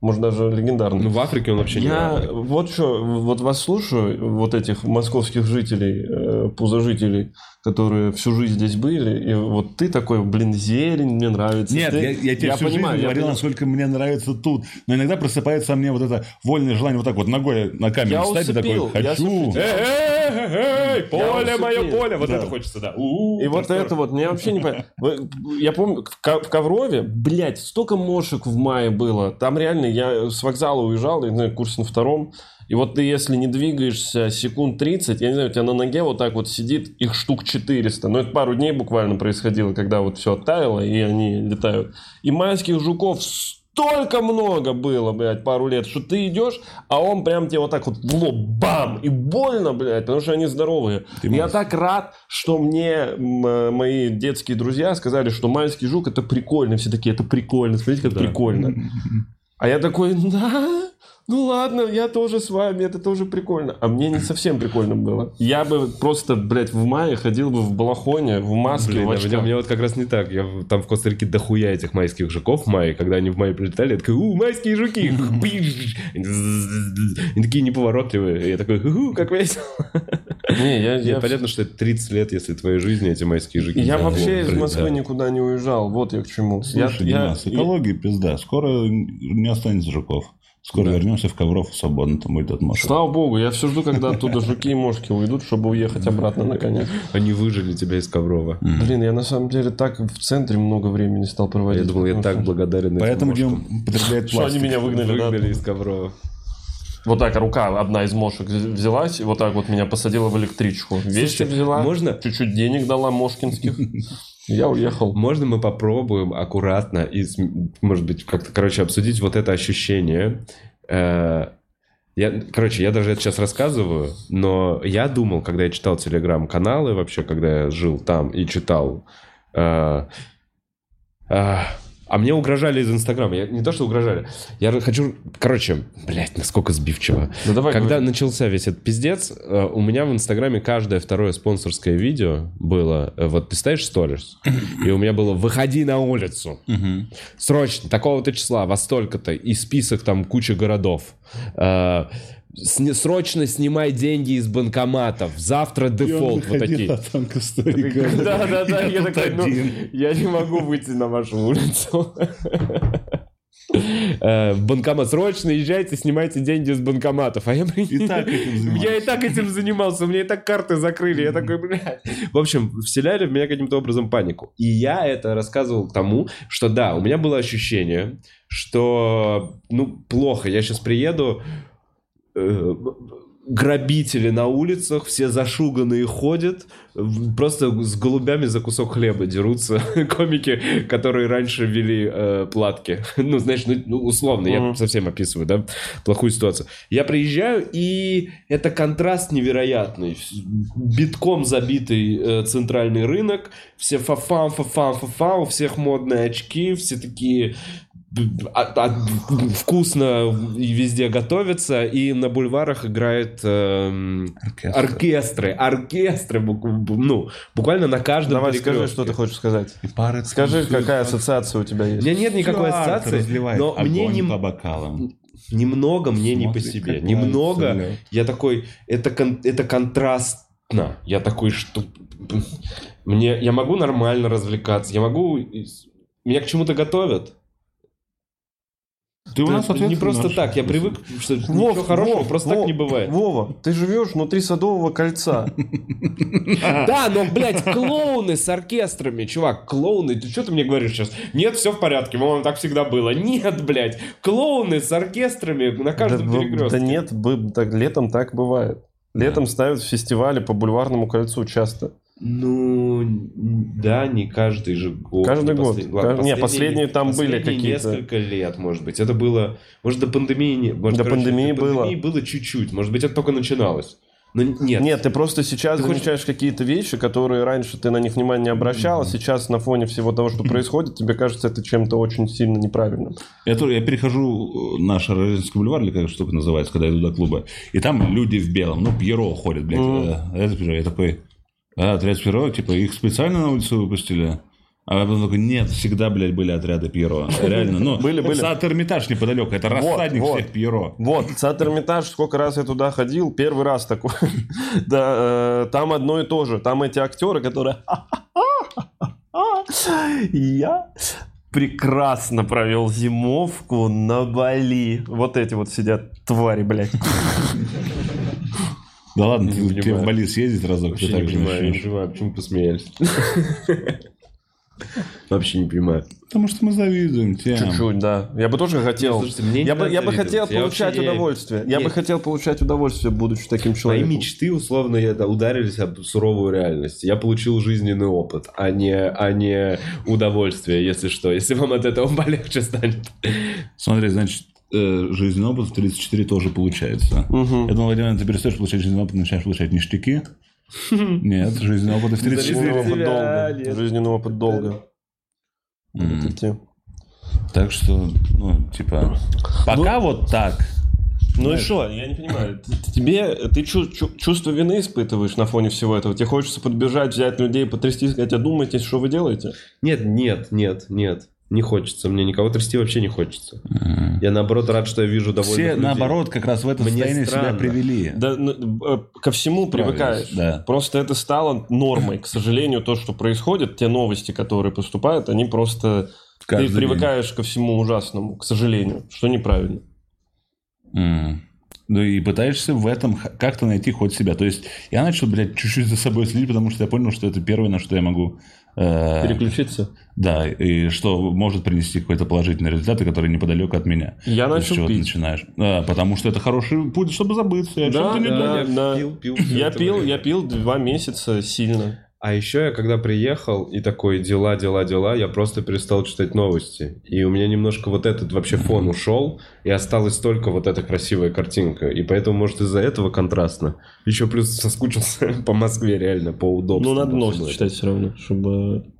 Speaker 1: Может, даже легендарный.
Speaker 2: Ну, в Африке он вообще не
Speaker 1: Я
Speaker 2: рарный.
Speaker 1: вот что, вот вас слушаю, вот этих московских жителей, э, пузожителей, которые всю жизнь здесь были, и вот ты такой, блин, зелень, мне нравится.
Speaker 3: Нет,
Speaker 1: Ты-
Speaker 3: я, я тебе всю
Speaker 1: понимаю,
Speaker 3: жизнь
Speaker 1: я
Speaker 3: говорил,
Speaker 1: понимаю.
Speaker 3: насколько мне нравится тут. Но иногда просыпается мне вот это вольное желание вот так вот ногой на камень
Speaker 1: Я
Speaker 3: встать и такой
Speaker 1: усыпил, я
Speaker 3: «хочу».
Speaker 1: усыпил.
Speaker 2: Эй,
Speaker 1: Я
Speaker 2: поле мое,
Speaker 1: усыпил.
Speaker 2: поле! Вот
Speaker 3: Да.
Speaker 2: это хочется, да. У-у-у,
Speaker 1: И вот
Speaker 2: простор.
Speaker 1: это вот, мне вообще не понятно. Вы- Я помню, в Ка- в Коврове, блядь, столько мошек в мае было. Там реально, я с вокзала уезжал, я не знаю, курс на втором. И вот ты, если не двигаешься секунд 30, я не знаю, у тебя на ноге вот так вот сидит их штук 400. Но это пару дней буквально происходило, когда вот все оттаяло, и они летают. И майских жуков столько много было, блядь, пару лет, что ты идешь, а он прям тебе вот так вот в лоб, бам, и больно, блядь, потому что они здоровые.
Speaker 3: Ты
Speaker 1: я
Speaker 3: мразь.
Speaker 1: так рад, что мне м, э, мои детские друзья сказали, что майский жук это прикольно, все такие, это прикольно, смотрите, как прикольно. А я такой, да, ну ладно, я тоже с вами, это тоже прикольно. А мне не совсем прикольно было. Я бы просто, блядь, в мае ходил бы в балахоне, в маске,
Speaker 2: Блин,
Speaker 1: в
Speaker 2: а
Speaker 1: очках.
Speaker 2: меня, у меня вот как раз не так. Я в- там в Коста-Рике дохуя этих майских жуков в мае, когда они в мае прилетали, я такой, у, майские жуки! Пиш! Они такие неповоротливые. Я такой, у, как весело.
Speaker 1: Не, я, я
Speaker 2: Нет, понятно, что это 30 лет, если твоей жизни эти майские жуки.
Speaker 1: Я
Speaker 2: Да,
Speaker 1: вообще
Speaker 2: вот,
Speaker 1: из
Speaker 2: блин,
Speaker 1: Москвы
Speaker 2: да.
Speaker 1: никуда не уезжал, вот я к чему. Я-
Speaker 3: Слушай,
Speaker 1: я-
Speaker 3: Димас, экология пизда. Скоро не останется жуков. Скоро вернемся в Ковров, свободно там будет от машины.
Speaker 1: Слава богу, я все жду, когда оттуда жуки и мошки уйдут, чтобы уехать обратно наконец.
Speaker 2: Они выжили тебя из Коврова.
Speaker 1: Блин, я на самом деле так в центре много времени стал проводить.
Speaker 2: Я думал, я так благодарен этим
Speaker 3: Поэтому
Speaker 2: мошкам.
Speaker 3: Дим потребляет
Speaker 1: Что они
Speaker 3: пластик.
Speaker 1: меня выгнали, да?
Speaker 2: Выгнали из Коврова.
Speaker 1: Вот так рука одна из мошек взялась, и вот так вот меня посадила в электричку. Вещи
Speaker 2: Слушайте,
Speaker 1: взяла,
Speaker 2: можно-
Speaker 1: чуть-чуть денег дала мошкинских. Я уехал.
Speaker 2: Можно мы попробуем аккуратно и, см- может быть, как-то, короче, обсудить вот это ощущение. Э, Я, короче, я даже это сейчас рассказываю, но я думал, когда я читал телеграм-каналы, вообще, когда я жил там и читал, э, э, а мне угрожали из Инстаграма. Я, не то, что угрожали. Я хочу... Короче, блядь, насколько сбивчиво.
Speaker 1: Да давай,
Speaker 2: Когда
Speaker 1: говори.
Speaker 2: начался весь этот пиздец, э, у меня в Инстаграме каждое второе спонсорское видео было, э, вот ты ставишь сторис, и у меня было «Выходи на улицу!
Speaker 3: Мгм.
Speaker 2: Срочно! Такого-то числа, во столько-то!» И список там куча городов. Э, «Сни- Срочно снимай деньги из банкоматов. Завтра дефолт. Вот такие.
Speaker 3: танка старика.
Speaker 2: Да, да, да. Я
Speaker 3: тут
Speaker 2: такой, ну,
Speaker 3: один.
Speaker 2: я не могу выйти на вашу улицу. Э, в Банкомат. Срочно езжайте, снимайте деньги с банкоматов. А я, блин,
Speaker 3: И так этим
Speaker 2: я и
Speaker 3: занимаюсь.
Speaker 2: так этим занимался, мне и так карты закрыли. Я такой, блядь. В общем, вселяли в меня каким-то образом панику. И я это рассказывал к тому, что да, у меня было ощущение, что ну плохо, я сейчас приеду, э, грабители на улицах, все зашуганные ходят, в- просто с голубями за кусок хлеба дерутся комики, которые раньше вели э, платки. Ну, знаешь, ну, ну, условно, я
Speaker 1: Мгм.
Speaker 2: совсем описываю, да, плохую ситуацию. Я приезжаю, и это контраст невероятный. Битком забитый э, центральный рынок, все фафам, фафам, фафам, у всех модные очки, все такие б- а- а- вкусно и везде готовятся, и на бульварах играет эм,
Speaker 3: Оркестр.
Speaker 2: оркестры, оркестры, бу- бу- ну, буквально на каждом
Speaker 1: Давай скажи,
Speaker 2: перекрестке.
Speaker 1: что ты хочешь сказать.
Speaker 3: И пары
Speaker 1: Скажи,
Speaker 3: танцуют.
Speaker 2: а
Speaker 1: какая ассоциация у тебя
Speaker 2: У
Speaker 1: есть.
Speaker 2: меня нет никакой
Speaker 3: Жарко
Speaker 2: ассоциации,
Speaker 3: разливает
Speaker 2: но мне
Speaker 3: огонь
Speaker 2: не,
Speaker 3: по бокалам.
Speaker 2: немного, мне не по
Speaker 3: Смотри,
Speaker 2: себе.
Speaker 3: как
Speaker 2: Немного,
Speaker 3: льёт.
Speaker 2: я такой, это, кон- это контрастно. Я такой, что... Мне, я могу нормально развлекаться, я могу... Меня к чему-то готовят.
Speaker 3: Ты у нас
Speaker 2: не
Speaker 3: ответственный
Speaker 2: просто
Speaker 3: вообще.
Speaker 2: так, я привык, что ничего хорошего
Speaker 1: Вов,
Speaker 2: просто
Speaker 1: Вов,
Speaker 2: так не бывает.
Speaker 1: Вова, ты живешь внутри садового кольца.
Speaker 2: Да, но, блядь, клоуны с оркестрами, чувак, клоуны, ты что ты мне говоришь сейчас? Нет, все в порядке, по-моему, так всегда было. Нет, блядь, клоуны с оркестрами на каждом
Speaker 1: да, ну,
Speaker 2: перекрестке.
Speaker 1: да нет, бы- так, летом так бывает. Летом ставят фестивали по бульварному кольцу часто.
Speaker 2: Ну, н- да, не каждый же год. ну,
Speaker 1: Каждый
Speaker 2: Не
Speaker 1: год.
Speaker 2: послед-
Speaker 1: Кажд- не, последние там были
Speaker 2: последние
Speaker 1: какие-то.
Speaker 2: несколько лет, может быть. Это было... Может, до пандемии... не- Может,
Speaker 1: До пандемии
Speaker 2: до пандемии было чуть-чуть. Может быть, это только начиналось. Но н- нет.
Speaker 1: Нет, ты просто сейчас
Speaker 2: Ты хочешь-
Speaker 1: замечаешь какие-то вещи, которые раньше ты на них внимания не обращал, а сейчас на фоне всего того, что происходит, тебе кажется это чем-то очень сильно неправильным.
Speaker 3: Я, тоже- я перехожу э, на Шаролинский бульвар, или как эта штука называется, когда я иду до клуба. И там люди в белом. Ну, Пьеро ходит, блядь.
Speaker 1: Мгм.
Speaker 3: э, этот Пьеро. Я такой, а, отряд Пьеро, типа, их специально на улицу выпустили? А я потом такой, нет, всегда, блядь, были отряды Пьеро. Реально, ну,
Speaker 1: Были, были.
Speaker 3: Сад Эрмитаж неподалеку, это рассадник
Speaker 1: вот.
Speaker 3: всех Пьеро.
Speaker 1: Вот, сад Эрмитаж, сколько раз я туда ходил, первый раз такой. Да, э, там одно и то же. Там эти актеры, которые... Я прекрасно провел зимовку на Бали. Вот эти вот сидят твари, блядь.
Speaker 3: Да ладно, ты, тебе
Speaker 2: понимаю.
Speaker 3: в Бали съездить разок, ты
Speaker 2: Вообще
Speaker 3: так
Speaker 2: не
Speaker 3: же
Speaker 2: понимаю, не
Speaker 3: начнешь.
Speaker 2: понимаю, почему посмеялись. Вообще не понимаю.
Speaker 3: Потому что мы завидуем тем.
Speaker 1: Чуть-чуть, да. Я бы тоже хотел.
Speaker 2: Не, Ну, слушайте, мне не
Speaker 1: я, бы,
Speaker 2: надо
Speaker 1: я бы
Speaker 2: завидовать.
Speaker 1: хотел
Speaker 2: Я
Speaker 1: получать
Speaker 2: вообще- я-
Speaker 1: удовольствие. Я, бы
Speaker 2: Нет.
Speaker 1: хотел получать удовольствие, будучи таким
Speaker 2: Мои
Speaker 1: человеком.
Speaker 2: мечты, условно, это ударились об суровую реальность. Я получил жизненный опыт, а не, а не удовольствие, если что. Если вам от этого полегче станет.
Speaker 3: Смотри, значит, э, жизненный опыт в 34 тоже получается.
Speaker 1: Мгм.
Speaker 3: Я думал, в один момент ты перестаешь получать жизненный опыт, начинаешь получать ништяки. Нет, жизненный опыт и в 34.
Speaker 1: Жизненный
Speaker 2: Завидую
Speaker 1: опыт
Speaker 2: тебя,
Speaker 1: долго.
Speaker 2: Олег.
Speaker 1: Жизненный опыт долго.
Speaker 3: Мгм.
Speaker 1: Вот эти.
Speaker 3: Так что, ну, типа, пока вот так.
Speaker 1: Ну и что, я не понимаю. Т- т- Тебе, ты чу- чу- чувство вины испытываешь на фоне всего этого? Тебе хочется подбежать, взять людей, потрясти, сказать, одумайтесь, что вы делаете?
Speaker 2: Нет, нет, нет, нет. Не хочется. Мне никого трясти вообще не хочется. Я наоборот рад, что я вижу довольно.
Speaker 3: Все, наоборот, как раз в это
Speaker 2: Мне
Speaker 3: состояние себя
Speaker 2: странно.
Speaker 3: привели.
Speaker 1: Да, ну, э, ко всему привыкаешь.
Speaker 3: да.
Speaker 1: Просто это стало нормой. К сожалению, то, что происходит, те новости, которые поступают, они просто...
Speaker 3: Каждый
Speaker 1: ты
Speaker 3: день.
Speaker 1: привыкаешь ко всему ужасному, к сожалению, что неправильно.
Speaker 3: М. Ну и пытаешься в этом х- как-то найти хоть себя. То есть я начал, блядь, чуть-чуть за собой следить, потому что я понял, что это первое, на что я могу... э,
Speaker 1: Переключиться.
Speaker 3: да, и что может принести какой-то положительный результат, и который неподалеку от меня.
Speaker 1: Я
Speaker 3: То есть,
Speaker 1: начал
Speaker 3: с чего ты
Speaker 1: пить.
Speaker 3: начинаешь. Да, потому что это хороший путь, чтобы забыться. О
Speaker 1: Да,
Speaker 3: чем ты не
Speaker 1: да.
Speaker 3: думаешь.
Speaker 2: пил, пил. всё
Speaker 1: Я
Speaker 2: это
Speaker 1: пил,
Speaker 2: время.
Speaker 1: я пил два месяца сильно.
Speaker 2: А еще я когда приехал и такой дела, дела, дела, я просто перестал читать новости. И у меня немножко вот этот вообще фон ушел, и осталась только вот эта красивая картинка. И поэтому, может, из-за этого контрастно. Еще плюс соскучился по Москве реально, по удобству.
Speaker 1: Ну, надо
Speaker 2: по
Speaker 1: новости
Speaker 2: всему
Speaker 1: читать все равно, чтобы...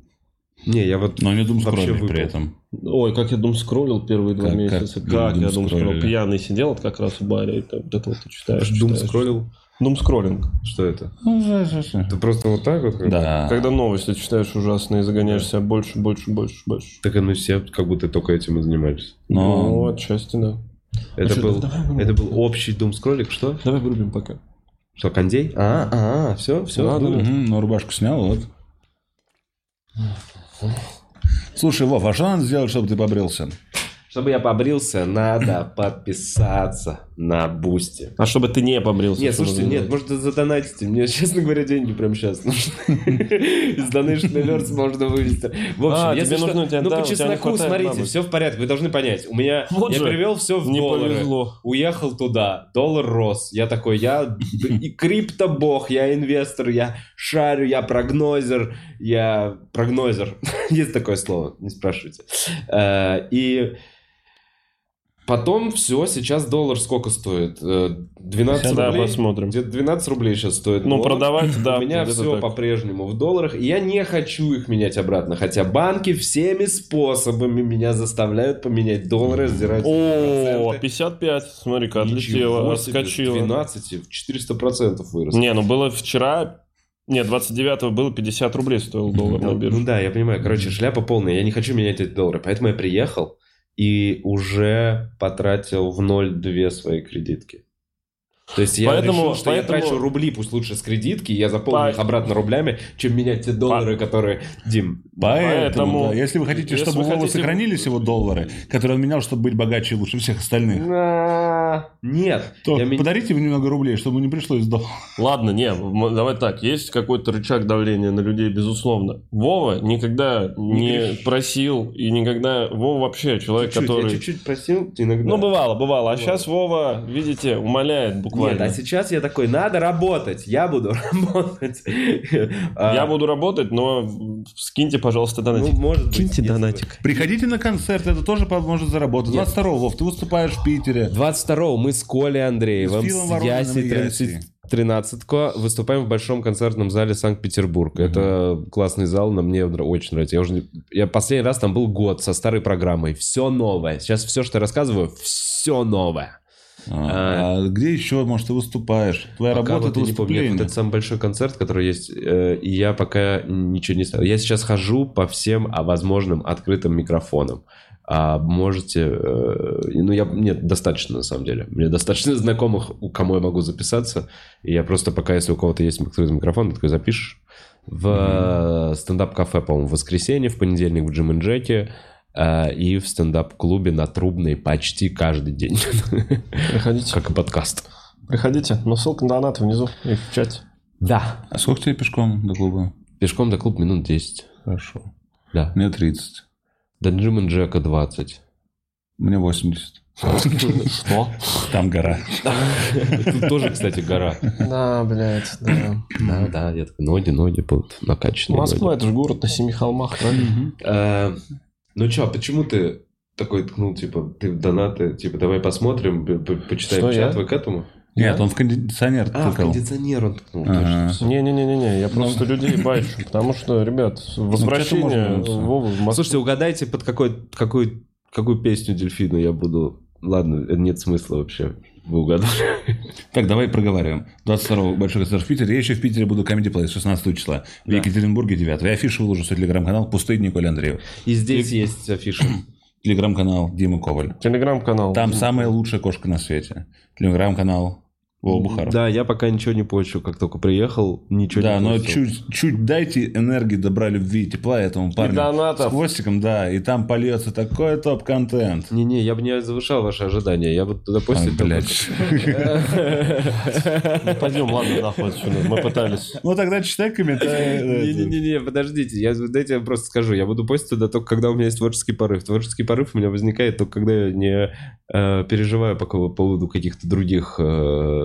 Speaker 2: Не, я вот...
Speaker 3: Но не думал
Speaker 2: Вообще
Speaker 3: скромный
Speaker 2: выпал.
Speaker 3: при этом.
Speaker 1: Ой, как я дум скроллил первые два
Speaker 3: Как- как
Speaker 1: месяца.
Speaker 3: Doom
Speaker 1: Как, я дум скроллил.
Speaker 3: скроллили?
Speaker 1: Пьяный сидел вот как раз в баре. И там, вот это вот ты читаешь.
Speaker 2: Дум
Speaker 1: читаешь.
Speaker 2: скроллил.
Speaker 1: Doom скроллинг.
Speaker 2: Что это?
Speaker 3: Ну, за- за- за.
Speaker 2: Ты просто вот так вот? как бы?
Speaker 3: Да.
Speaker 1: Когда новости читаешь ужасные, загоняешь себя больше, больше, больше, больше.
Speaker 2: Так, ну все как будто только этим и занимались.
Speaker 3: Но-
Speaker 1: Ну, отчасти, да.
Speaker 2: Это,
Speaker 1: Ну что,
Speaker 2: был,
Speaker 1: давай вырубим.
Speaker 2: это был общий дум скроллик, что?
Speaker 1: Давай вырубим пока.
Speaker 2: Что, кондей? А, а, все, все.
Speaker 1: Ладно.
Speaker 3: Мгм, ну, рубашку снял, вот. Слушай, Вов, а что надо сделать, чтобы ты побрился?
Speaker 2: Чтобы я побрился, надо подписаться на Бусти.
Speaker 1: А чтобы ты не побрился.
Speaker 2: Нет,
Speaker 1: чтобы
Speaker 2: слушайте,
Speaker 1: было.
Speaker 2: нет, может задонатите. Мне, честно говоря, деньги прям сейчас нужны. Из Donation Alerts можно вывести. В общем,
Speaker 1: А,
Speaker 2: если
Speaker 1: тебе
Speaker 2: что,
Speaker 1: нужно, у тебя-
Speaker 2: ну
Speaker 1: да,
Speaker 2: по
Speaker 1: у тебя не
Speaker 2: чесноку,
Speaker 1: хватает
Speaker 2: смотрите,
Speaker 1: бабок.
Speaker 2: все в порядке. Вы должны понять. У ну, меня,
Speaker 1: Вот
Speaker 2: я
Speaker 1: же.
Speaker 2: перевел все в
Speaker 1: Не
Speaker 2: доллары.
Speaker 1: повезло.
Speaker 2: Уехал туда, доллар рос. Я такой, я и криптобог, я инвестор, я шарю, я прогнозер, я прогнозер. Есть такое слово, не спрашивайте. Э, И потом все, сейчас доллар сколько стоит? Э, 12
Speaker 1: Да,
Speaker 2: рублей.
Speaker 1: посмотрим.
Speaker 2: Где-то 12 рублей сейчас стоит.
Speaker 1: Ну,
Speaker 2: доллар.
Speaker 1: продавать, да.
Speaker 2: У меня
Speaker 1: где-то
Speaker 2: все
Speaker 1: так.
Speaker 2: по-прежнему в долларах, и я не хочу их менять обратно. Хотя банки всеми способами меня заставляют поменять доллары, сдирать
Speaker 1: О,
Speaker 2: проценты.
Speaker 1: 55, смотри-ка,
Speaker 2: Ничего
Speaker 1: отлетела,
Speaker 2: себе,
Speaker 1: отскочила.
Speaker 2: с 12 в 400 процентов вырос.
Speaker 1: Не, ну было вчера, нет, 29 было 50 рублей стоил доллар на
Speaker 2: Ну,
Speaker 1: бирже.
Speaker 2: ну да, я понимаю. Короче, шляпа полная. Я не хочу менять эти доллары. Поэтому я приехал и уже потратил в ноль две свои кредитки. То есть я
Speaker 1: Поэтому-
Speaker 2: решил, что я
Speaker 1: поэтому-
Speaker 2: трачу рубли, пусть лучше с кредитки, и я заполню
Speaker 1: По-
Speaker 2: их обратно рублями, чем менять те доллары, которые... Дим,
Speaker 1: Поэтому,
Speaker 3: Поэтому, да, если вы хотите,
Speaker 1: если
Speaker 3: чтобы
Speaker 1: вы
Speaker 3: у Вова
Speaker 1: хотите-
Speaker 3: сохранились его доллары, которые он менял, чтобы быть богаче и лучше всех остальных,
Speaker 2: на- Нет.
Speaker 3: то
Speaker 2: Ну, я мен-
Speaker 3: подарите ему немного рублей, чтобы не пришлось долго.
Speaker 1: Ладно, не, м- давай так, есть какой-то рычаг давления на людей, безусловно. Вова никогда не
Speaker 2: грешишь.
Speaker 1: просил, и никогда... Вова вообще человек,
Speaker 2: Чуть-чуть,
Speaker 1: который...
Speaker 2: Я чуть-чуть просил иногда.
Speaker 1: Ну, бывало, бывало. А
Speaker 2: Бывало.
Speaker 1: сейчас Вова, видите, умоляет
Speaker 2: Нет,
Speaker 1: буквально.
Speaker 2: а сейчас я такой, надо работать, я буду работать.
Speaker 1: Я
Speaker 2: А,
Speaker 1: буду работать, но в- скиньте, пожалуйста,
Speaker 2: Ну,
Speaker 1: донатик.
Speaker 2: может быть. если-
Speaker 3: Приходите на концерт, это тоже поможет заработать.
Speaker 2: Нет.
Speaker 3: 22 Вов, ты выступаешь в Питере.
Speaker 2: 22-го мы с Колей Андреевым,
Speaker 3: С
Speaker 2: с,
Speaker 3: Филом Ворониным и
Speaker 2: Яси
Speaker 3: Яси.
Speaker 2: 13 выступаем в Большом концертном зале Санкт-Петербург. Это классный зал, но мне нра- очень нравится. Я, уже, не- я последний раз там был год со старой программой. Все новое. Сейчас все, что я рассказываю, все новое.
Speaker 3: А, а где еще, может, ты выступаешь? Твоя
Speaker 2: Пока
Speaker 3: работа
Speaker 2: вот
Speaker 3: это
Speaker 2: я не помню.
Speaker 3: выступление.
Speaker 2: Вот это самый большой концерт, который есть, э, и я пока ничего не знаю. Я сейчас хожу по всем а, возможным открытым микрофонам. А, можете... э, ну, я... Нет, достаточно, на самом деле. Мне достаточно знакомых, у кому я могу записаться. И я просто пока, если у кого-то есть открытый микрофон, ты такой запишешь. В э, стендап-кафе, по-моему, в воскресенье, в понедельник в Джим и Джеке. э, И в стендап-клубе на Трубной почти каждый день.
Speaker 1: Приходите.
Speaker 2: Как и подкаст.
Speaker 1: Приходите. Но ссылка на донаты внизу и в чате.
Speaker 2: Да.
Speaker 3: А сколько тебе пешком до клуба?
Speaker 2: Пешком до клуб минут 10.
Speaker 3: Хорошо.
Speaker 2: Да.
Speaker 3: Мне 30.
Speaker 2: До Джима Джека 20.
Speaker 3: Мне 80.
Speaker 1: Что?
Speaker 3: Там гора.
Speaker 2: Тут тоже, кстати, гора.
Speaker 1: Да, блядь, да.
Speaker 2: Да, да, я такой, ноги, ноги будут накачанные.
Speaker 1: Москва,
Speaker 2: ноги.
Speaker 1: это же город на семи холмах, правильно?
Speaker 2: Э, Ну чё, почему ты такой ткнул, типа, ты в донаты, типа, давай посмотрим, п- п- почитаем
Speaker 1: Что, я?
Speaker 2: чат, вы к этому?
Speaker 3: Нет, он в кондиционер А.
Speaker 2: А, в
Speaker 3: тыкал.
Speaker 2: кондиционер он ткнул,
Speaker 3: Ага.
Speaker 2: точно. всё.
Speaker 1: Не-не-не-не, я просто людей бачу, потому что, ребят, возвращение
Speaker 3: можно было.
Speaker 1: Вовы в Москву.
Speaker 2: Ну, Слушайте, угадайте, под какой, какую, какую песню дельфина я буду... Ладно, э, нет смысла вообще. Вы угадали.
Speaker 3: Так, давай проговариваем. 22-го большой концерт в Питере. Я еще в Питере буду Comedy Place 16 числа. В Екатеринбурге 9 Я афишу выложу свой телеграм-канал «Пустые Николь Андреев».
Speaker 2: И здесь есть афиша.
Speaker 3: Телеграм-канал Дима Коваль.
Speaker 1: Телеграм-канал.
Speaker 3: Там самая лучшая кошка на свете. Телеграм-канал Вова Бухаров.
Speaker 2: Да, я пока ничего не почу, как только приехал, ничего
Speaker 3: Да,
Speaker 2: не
Speaker 3: но
Speaker 2: постил.
Speaker 3: чуть, чуть дайте энергии, добра, любви, и тепла этому парню.
Speaker 1: донатов.
Speaker 3: С хвостиком, да, и там польется такой топ-контент.
Speaker 2: Не-не, я бы не завышал ваши ожидания. Я бы, допустим...
Speaker 3: Ай, блядь.
Speaker 1: Ну, Пойдем, ладно, нахуй отсюда. Мы пытались.
Speaker 3: Ну тогда читай комментарии.
Speaker 2: Не-не-не, подождите, я, дайте я просто скажу, я буду постить туда только когда у меня есть творческий порыв. Творческий порыв у меня возникает только когда я не э, переживаю по кого- поводу каких-то других э,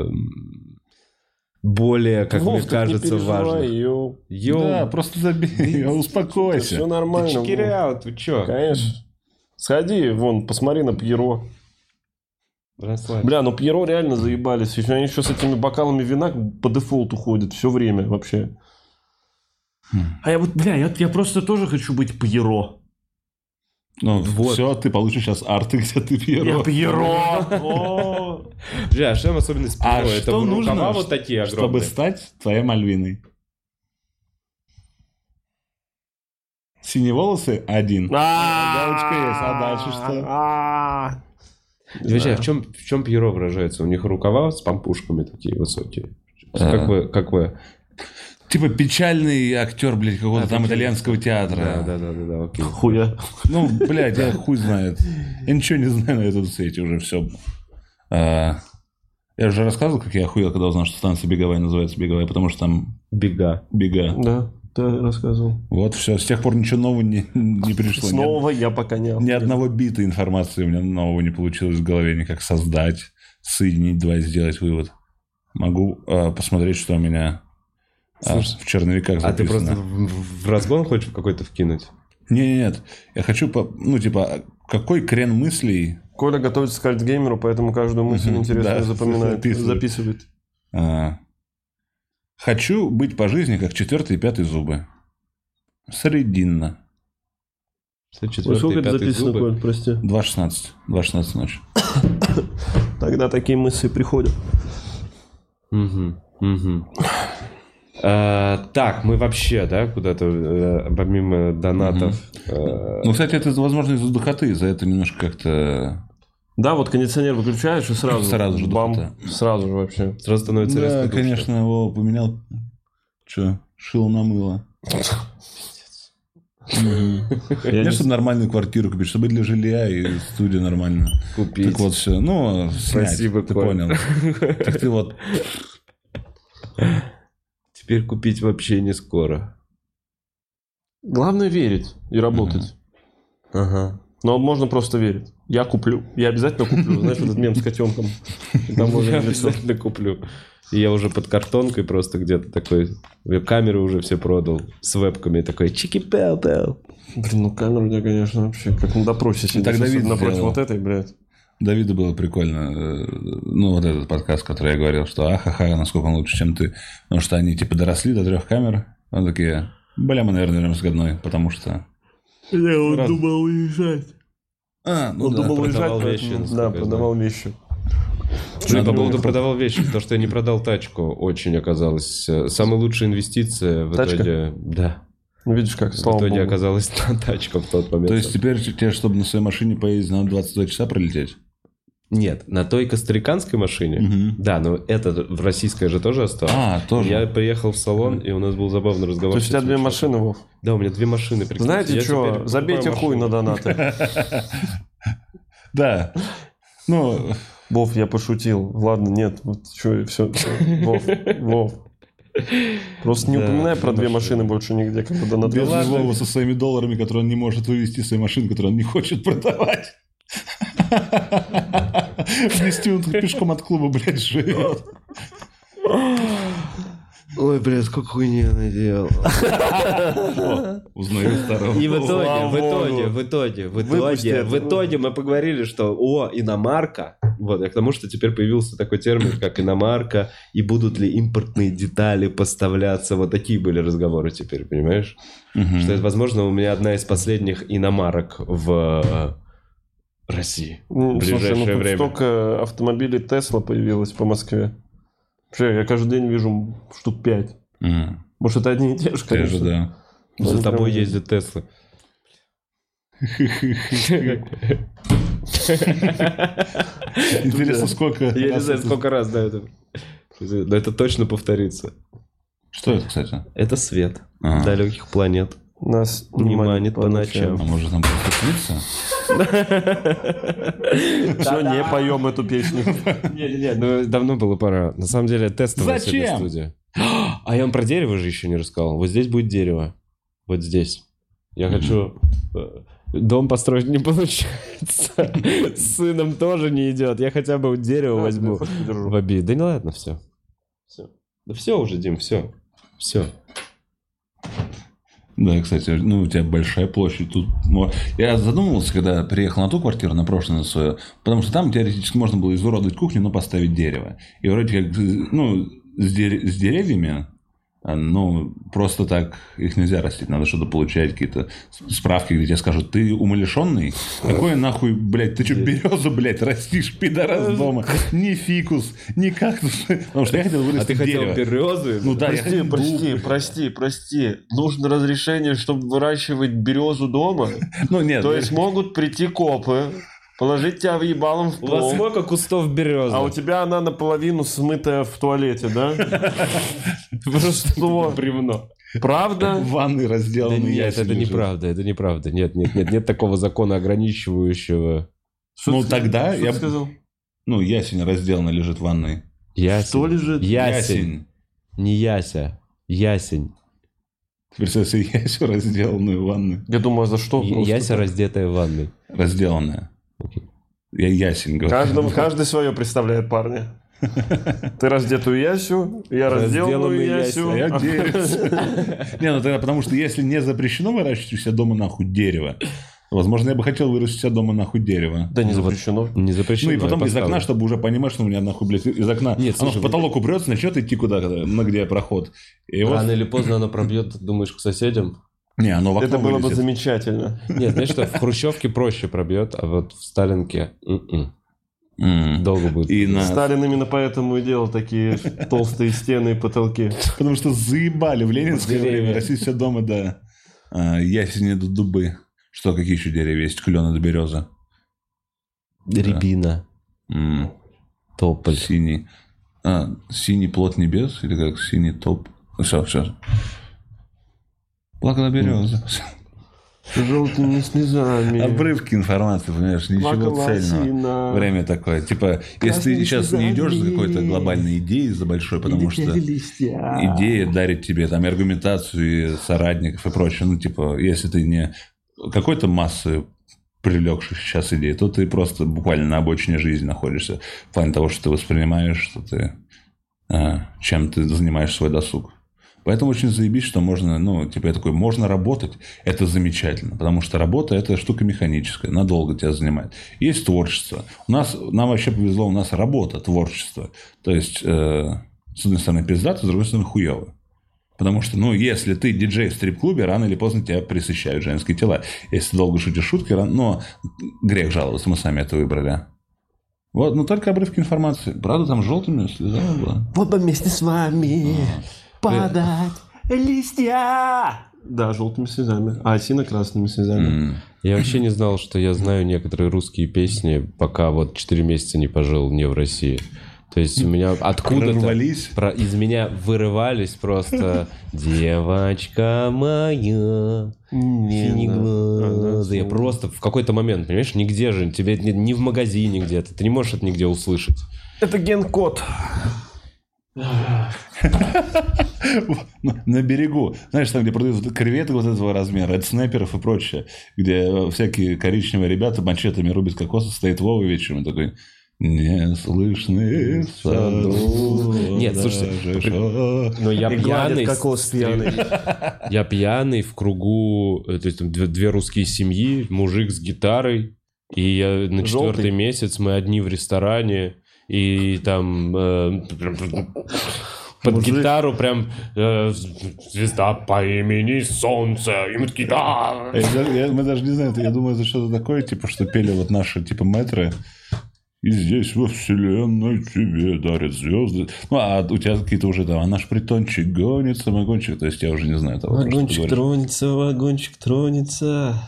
Speaker 2: м, более, как
Speaker 1: Вов,
Speaker 2: мне
Speaker 1: так
Speaker 2: кажется,
Speaker 1: не переживай,
Speaker 2: важных.
Speaker 1: ё.
Speaker 2: Йоу,
Speaker 3: Да, просто забей,
Speaker 1: Все
Speaker 3: успокойся.
Speaker 2: да
Speaker 1: нормально.
Speaker 2: check it
Speaker 1: Вов.
Speaker 2: out, вы чё?
Speaker 1: Конечно. Сходи, вон, посмотри на Пьеро.
Speaker 2: Расслабься.
Speaker 1: Бля, ну Пьеро реально заебались. Еще они еще с этими бокалами вина по дефолту ходят все время вообще. А я вот, бля, я, я просто тоже хочу быть Пьеро.
Speaker 3: Ну,
Speaker 2: Вот.
Speaker 3: все, ты получишь сейчас арты, где ты
Speaker 1: Я
Speaker 3: Пьеро.
Speaker 1: Пьеро! О!
Speaker 2: Бля, а что там особенность
Speaker 3: А
Speaker 2: Пьеро?
Speaker 3: что
Speaker 2: рукава
Speaker 3: нужно,
Speaker 2: вот такие
Speaker 3: Чтобы
Speaker 2: огромные.
Speaker 3: стать твоей Мальвиной. Синие волосы один. Галочка есть, а дальше что?
Speaker 1: А-а-а.
Speaker 2: Друзья, а в чем в чем Пьеро выражается? У них рукава с помпушками такие высокие.
Speaker 1: А.
Speaker 2: Как вы, как вы?
Speaker 3: Типа печальный актер, блядь, какого-то там итальянского
Speaker 2: Да,
Speaker 3: театра.
Speaker 2: да, да, да, да, окей.
Speaker 1: Хуя.
Speaker 3: Ну, блядь, я хуй знает. Я ничего не знаю на этом свете уже все. я уже рассказывал, как я охуел, когда узнал, что станция Беговая называется Беговая, потому что там
Speaker 2: Бега.
Speaker 3: бега.
Speaker 1: Да, ты рассказывал.
Speaker 3: Вот все, с тех пор ничего нового не, не пришло.
Speaker 1: Снова я пока не
Speaker 3: Ни, ни
Speaker 1: автор.
Speaker 3: одного бита информации у меня нового не получилось в голове никак создать, соединить два и сделать вывод. Могу э, посмотреть, что у меня э,
Speaker 2: Слушай,
Speaker 3: в черновиках
Speaker 2: А
Speaker 3: записано.
Speaker 2: ты просто в, в разгон хочешь какой-то вкинуть?
Speaker 3: Не, нет, я хочу, по- ну, типа, какой крен мыслей
Speaker 1: Коля готовится к альцгеймеру, поэтому каждую мысль
Speaker 3: Мгм,
Speaker 1: интересную
Speaker 3: да,
Speaker 1: запоминает,
Speaker 3: записывает.
Speaker 1: записывает.
Speaker 3: А. Хочу быть по жизни как четвертый и пятый зубы. Срединно.
Speaker 2: Что,
Speaker 1: Ой,
Speaker 2: четвертый,
Speaker 1: сколько это
Speaker 2: пятый
Speaker 1: записано,
Speaker 2: зубы?
Speaker 1: Коль, прости.
Speaker 3: 2.16. 2.16 ночи.
Speaker 1: Тогда такие мысли приходят.
Speaker 2: Мгм, мгм. А, так, мы вообще, да, куда-то, э, помимо донатов... э,
Speaker 3: Ну, кстати, это, возможно, из-за духоты. За это немножко как-то...
Speaker 1: Да, вот кондиционер выключаешь и сразу,
Speaker 3: Сразу же
Speaker 1: бам,
Speaker 3: духота.
Speaker 1: сразу же вообще.
Speaker 2: Сразу становится резко
Speaker 3: Да,
Speaker 2: душно.
Speaker 3: конечно, его поменял. Че? Шил на мыло.
Speaker 1: Я
Speaker 3: Мне,
Speaker 1: не-
Speaker 3: чтобы нормальную квартиру купить, чтобы для жилья и студию нормально.
Speaker 2: Купить.
Speaker 3: Так вот, все. Ну, снять,
Speaker 2: Спасибо,
Speaker 3: ты
Speaker 2: Коля.
Speaker 3: понял. Так ты вот...
Speaker 2: Теперь купить вообще не скоро.
Speaker 1: Главное верить и работать.
Speaker 2: Ага.
Speaker 1: Но можно просто верить. Я куплю. Я обязательно куплю. Знаешь, этот мем с котенком. И там уже
Speaker 2: Я
Speaker 1: лицо.
Speaker 2: обязательно куплю. И я уже под картонкой просто где-то такой... Я камеры уже все продал с вебками. и Такой чики пел пел
Speaker 1: Блин, ну камера у тебя, конечно, вообще как на допросе сидишь.
Speaker 3: тогда
Speaker 1: особенно
Speaker 3: вид
Speaker 1: напротив
Speaker 3: сделал.
Speaker 1: вот этой, блядь.
Speaker 3: Давида было прикольно. э, Ну, вот этот подкаст, который я говорил, что ахаха, насколько он лучше, чем ты. Потому что они типа доросли до трех камер. Он такие, бля, мы, наверное, вернемся к одной, потому что...
Speaker 1: Я
Speaker 3: Раз.
Speaker 1: думал уезжать.
Speaker 3: А, ну
Speaker 1: Он
Speaker 3: да.
Speaker 1: думал уезжать,
Speaker 2: продавал вещи,
Speaker 1: поэтому-
Speaker 2: насколько
Speaker 1: да,
Speaker 2: я знаю.
Speaker 1: продавал вещи. ну,
Speaker 2: Что я по
Speaker 3: Надо
Speaker 2: поводу
Speaker 3: было-
Speaker 2: продавал вещи, потому что я не продал тачку, очень оказалось. э, Самая лучшая инвестиция в
Speaker 1: Тачка?
Speaker 2: итоге... Да.
Speaker 1: Ну, видишь, как,
Speaker 2: В
Speaker 1: слава
Speaker 2: итоге
Speaker 1: богу.
Speaker 2: оказалась та тачка в тот момент.
Speaker 3: То есть теперь тебе, чтобы на своей машине поездить, надо 22 часа пролететь?
Speaker 2: Нет, на той костриканской машине.
Speaker 3: Мгм.
Speaker 2: Да, но это в российская же тоже осталась.
Speaker 3: А, тоже.
Speaker 2: Я приехал в салон, и у нас был забавный разговор.
Speaker 1: То есть у тебя
Speaker 2: с
Speaker 1: две
Speaker 2: этим
Speaker 1: машины, Вов.
Speaker 2: чуваком. Да, у меня две машины. прикиньте.
Speaker 1: Знаете
Speaker 2: Я
Speaker 1: что,
Speaker 2: теперь
Speaker 1: забейте
Speaker 2: покупаю
Speaker 1: хуй на
Speaker 2: машину.
Speaker 1: донаты.
Speaker 3: Да. Ну,
Speaker 1: Вов, я пошутил. Ладно, нет, вот что, все. Вов, Вов. Просто не
Speaker 2: Да,
Speaker 1: упоминай про
Speaker 2: две
Speaker 1: две машины
Speaker 2: машины.
Speaker 1: больше нигде, когда донаты.
Speaker 3: без Вова со своими долларами, которые он не может вывести из своей машины, которую он не хочет продавать. Внести он тут пешком от клуба, блядь, живет.
Speaker 2: Ой, бля, сколько хуйни я наделал.
Speaker 3: Узнаю старого.
Speaker 2: И в итоге,
Speaker 1: Слава
Speaker 2: в итоге,
Speaker 1: богу.
Speaker 2: в итоге, в
Speaker 1: Выпусти
Speaker 2: итоге,
Speaker 1: это.
Speaker 2: в итоге мы поговорили, что о, иномарка, вот, я к тому, что теперь появился такой термин, как иномарка, и будут ли импортные детали поставляться, вот такие были разговоры теперь, понимаешь? Что это, возможно, у меня одна из последних иномарок в э, России.
Speaker 1: Ну,
Speaker 2: в
Speaker 1: Слушай, ну
Speaker 2: ближайшее
Speaker 1: тут
Speaker 2: время.
Speaker 1: столько автомобилей Тесла появилось по Москве. Вообще, я каждый день вижу штук пять.
Speaker 3: Мгм.
Speaker 1: Может, это одни и те же,
Speaker 3: Ты же,
Speaker 1: конечно.
Speaker 3: да.
Speaker 1: Ну,
Speaker 2: За
Speaker 1: прям
Speaker 2: тобой
Speaker 1: вот.
Speaker 2: ездят Теслы.
Speaker 3: Интересно, сколько...
Speaker 2: Я не
Speaker 3: раз
Speaker 2: знаю,
Speaker 3: это-
Speaker 2: сколько раз, да, это. Но это точно повторится.
Speaker 3: Что это, кстати? А.
Speaker 2: Это свет
Speaker 1: А.
Speaker 3: Ага.
Speaker 2: далеких планет.
Speaker 1: Нас
Speaker 2: Не манит по ночам.
Speaker 3: А может там просто снится?
Speaker 1: Все, не поем эту песню.
Speaker 2: Не-не-не, ну давно было пора. На самом деле тестовая
Speaker 3: Зачем?
Speaker 2: сегодня студия. А я вам про дерево же еще не рассказал. Вот здесь будет дерево. Вот здесь. Я хочу... э, Дом построить не получается. С сыном тоже не идет. Я хотя бы вот дерево возьму в обид. Да не ладно, все. Все. Да все уже, Дим, все. Все.
Speaker 3: Да, кстати, ну у тебя большая площадь тут. ну, Я задумывался, когда приехал на ту квартиру, на прошлое свою, потому что там теоретически можно было изуродовать кухню, но поставить дерево. И вроде как, ну, с, дере- с деревьями, а, ну, просто так их нельзя растить. Надо что-то получать, какие-то с- справки, где тебе скажут, ты умалишенный? Какой нахуй, блядь, ты что, березу, блядь, растишь,
Speaker 1: Э,
Speaker 3: пидорас дома? Ни фикус, ни кактус. Потому что я
Speaker 1: А
Speaker 3: хотел
Speaker 2: А
Speaker 3: вырастить дерево.
Speaker 2: березы?
Speaker 3: Ну да, я
Speaker 1: Прости,
Speaker 3: хотел
Speaker 1: прости, прости, прости. Нужно разрешение, чтобы выращивать березу дома.
Speaker 3: Ну нет,
Speaker 1: То есть могут прийти копы, положить тебя ебалом в
Speaker 2: У вас
Speaker 1: пол.
Speaker 2: сколько кустов березы?
Speaker 1: А у тебя она наполовину смытая в туалете, да?
Speaker 2: просто бревно.
Speaker 1: Правда?
Speaker 3: в ванной разделанный
Speaker 2: Да нет,
Speaker 3: ясень
Speaker 2: это
Speaker 3: лежит.
Speaker 2: неправда, это неправда. Нет, нет, нет, нет такого закона, ограничивающего.
Speaker 3: Ну, тогда
Speaker 1: Что
Speaker 3: я-
Speaker 1: ты сказал?
Speaker 3: Ну, ясень разделанно лежит в ванной.
Speaker 2: Ясень.
Speaker 1: Что лежит?
Speaker 2: Ясень. Не яся. Ясень.
Speaker 3: Представь себе ясень, разделанную в ванной.
Speaker 1: Я думаю, а за что?
Speaker 2: Я-
Speaker 1: просто?
Speaker 2: яся, раздетая в ванной.
Speaker 3: Разделанная. Я ясень говорю.
Speaker 1: Каждому, каждый свое представляет, парни. Ты раздетую Ясю, я разделанную
Speaker 2: Разделанную
Speaker 1: Ясю.
Speaker 3: А я
Speaker 1: а-
Speaker 3: дерево. Не, ну тогда потому что если не запрещено выращивать у себя дома нахуй дерево, возможно, я бы хотел вырастить у себя дома нахуй дерево.
Speaker 1: Да не
Speaker 2: Ну вот.
Speaker 1: запрещено.
Speaker 2: Не
Speaker 3: Ну
Speaker 2: запрещено.
Speaker 3: и потом
Speaker 2: я
Speaker 3: из окна,
Speaker 2: поставлю.
Speaker 3: чтобы уже понимать, что у меня нахуй, блядь, из окна.
Speaker 2: Нет,
Speaker 3: Оно
Speaker 2: слушай,
Speaker 3: в потолок упрется, начнет идти куда, на где проход. И вот...
Speaker 2: Рано или поздно она пробьет, думаешь, к соседям?
Speaker 3: Не, оно в окно
Speaker 1: Это было бы
Speaker 3: вылезет.
Speaker 1: замечательно.
Speaker 2: Нет, знаешь что, в Хрущевке проще пробьет, а вот в Сталинке м-м,
Speaker 3: М.
Speaker 2: долго будет.
Speaker 3: И на
Speaker 1: Сталин именно поэтому и делал такие толстые стены и потолки.
Speaker 3: Потому что заебали в ленинское
Speaker 2: Деревья.
Speaker 3: время. Россия все дома, да. А, Ясени до дубы. Что, какие еще деревья есть? Клена до береза.
Speaker 2: Рябина,
Speaker 3: М,
Speaker 2: тополь.
Speaker 3: синий. А, синий плод небес? Или как? Синий топ? Все, все. Плакала береза.
Speaker 1: С Желтыми слезами.
Speaker 3: Обрывки информации, понимаешь, А ничего
Speaker 1: плакала
Speaker 3: цельного.
Speaker 1: осина.
Speaker 3: Время такое. Типа, если ты сейчас не идешь за какой-то глобальной идеей, за большой, потому что...
Speaker 1: Листья.
Speaker 3: идея дарит тебе там и аргументацию и соратников и прочее. Ну, типа, если ты не какой-то массы привлекших сейчас идей, то ты просто буквально на обочине жизни находишься. В плане того, что ты воспринимаешь, что ты а, чем ты занимаешь свой досуг. Поэтому очень заебись, что можно, ну, типа, я такой, можно работать, это замечательно, потому что работа – это штука механическая, надолго тебя занимает. Есть творчество. У нас, нам вообще повезло, у нас работа, творчество. То есть, э, с одной стороны, пиздато, с другой стороны, хуево. Потому что, ну, если ты диджей в стрип-клубе, рано или поздно тебя присыщают женские тела. Если ты долго шутишь шутки, рано... но грех жаловаться, мы сами это выбрали. Вот, но только обрывки информации. Правда, там желтыми слезами было.
Speaker 1: Вот бы вместе с вами
Speaker 3: А,
Speaker 1: падать листья. Да, желтыми слезами. А осина красными слезами.
Speaker 3: М.
Speaker 2: Я вообще не знал, что я знаю некоторые русские песни, пока вот 4 месяца не пожил не в России. То есть у меня откуда-то...
Speaker 3: Прорвались.
Speaker 2: Про- из меня вырывались просто девочка моя синеглазая. ну, Я просто в какой-то момент, понимаешь, нигде же, тебе это не, не в магазине где-то, ты не можешь это нигде услышать.
Speaker 1: Это ген-код.
Speaker 3: На на берегу. Знаешь, там, где продают креветы вот этого размера, от снайперов и прочее, где э, всякие коричневые ребята мачетами рубят кокосы, стоит Вова вечером и такой... Не слышны в саду
Speaker 2: Нет, слушайте,
Speaker 3: даже шаг».
Speaker 2: Но Ну, я
Speaker 1: И гладят
Speaker 2: пьяный,
Speaker 1: кокос пьяный.
Speaker 2: я пьяный в кругу, э, то есть там две, две русские семьи, мужик с гитарой, и я
Speaker 1: Желтый.
Speaker 2: на четвертый месяц мы одни в ресторане, и там э, прям под
Speaker 1: Мужик.
Speaker 2: гитару прям э, звезда по имени Солнце, и мы такие, да,
Speaker 3: А я даже- я- Мы даже не знаем, это, я думаю, это что-то такое, типа, что пели вот наши, типа, мэтры. И здесь во вселенной тебе дарят звезды. Ну, а у тебя какие-то уже там, а наш притончик гонит самогончик. То есть я уже не знаю того, про что ты
Speaker 1: Вагончик
Speaker 3: говоришь.
Speaker 1: тронется, вагончик тронется.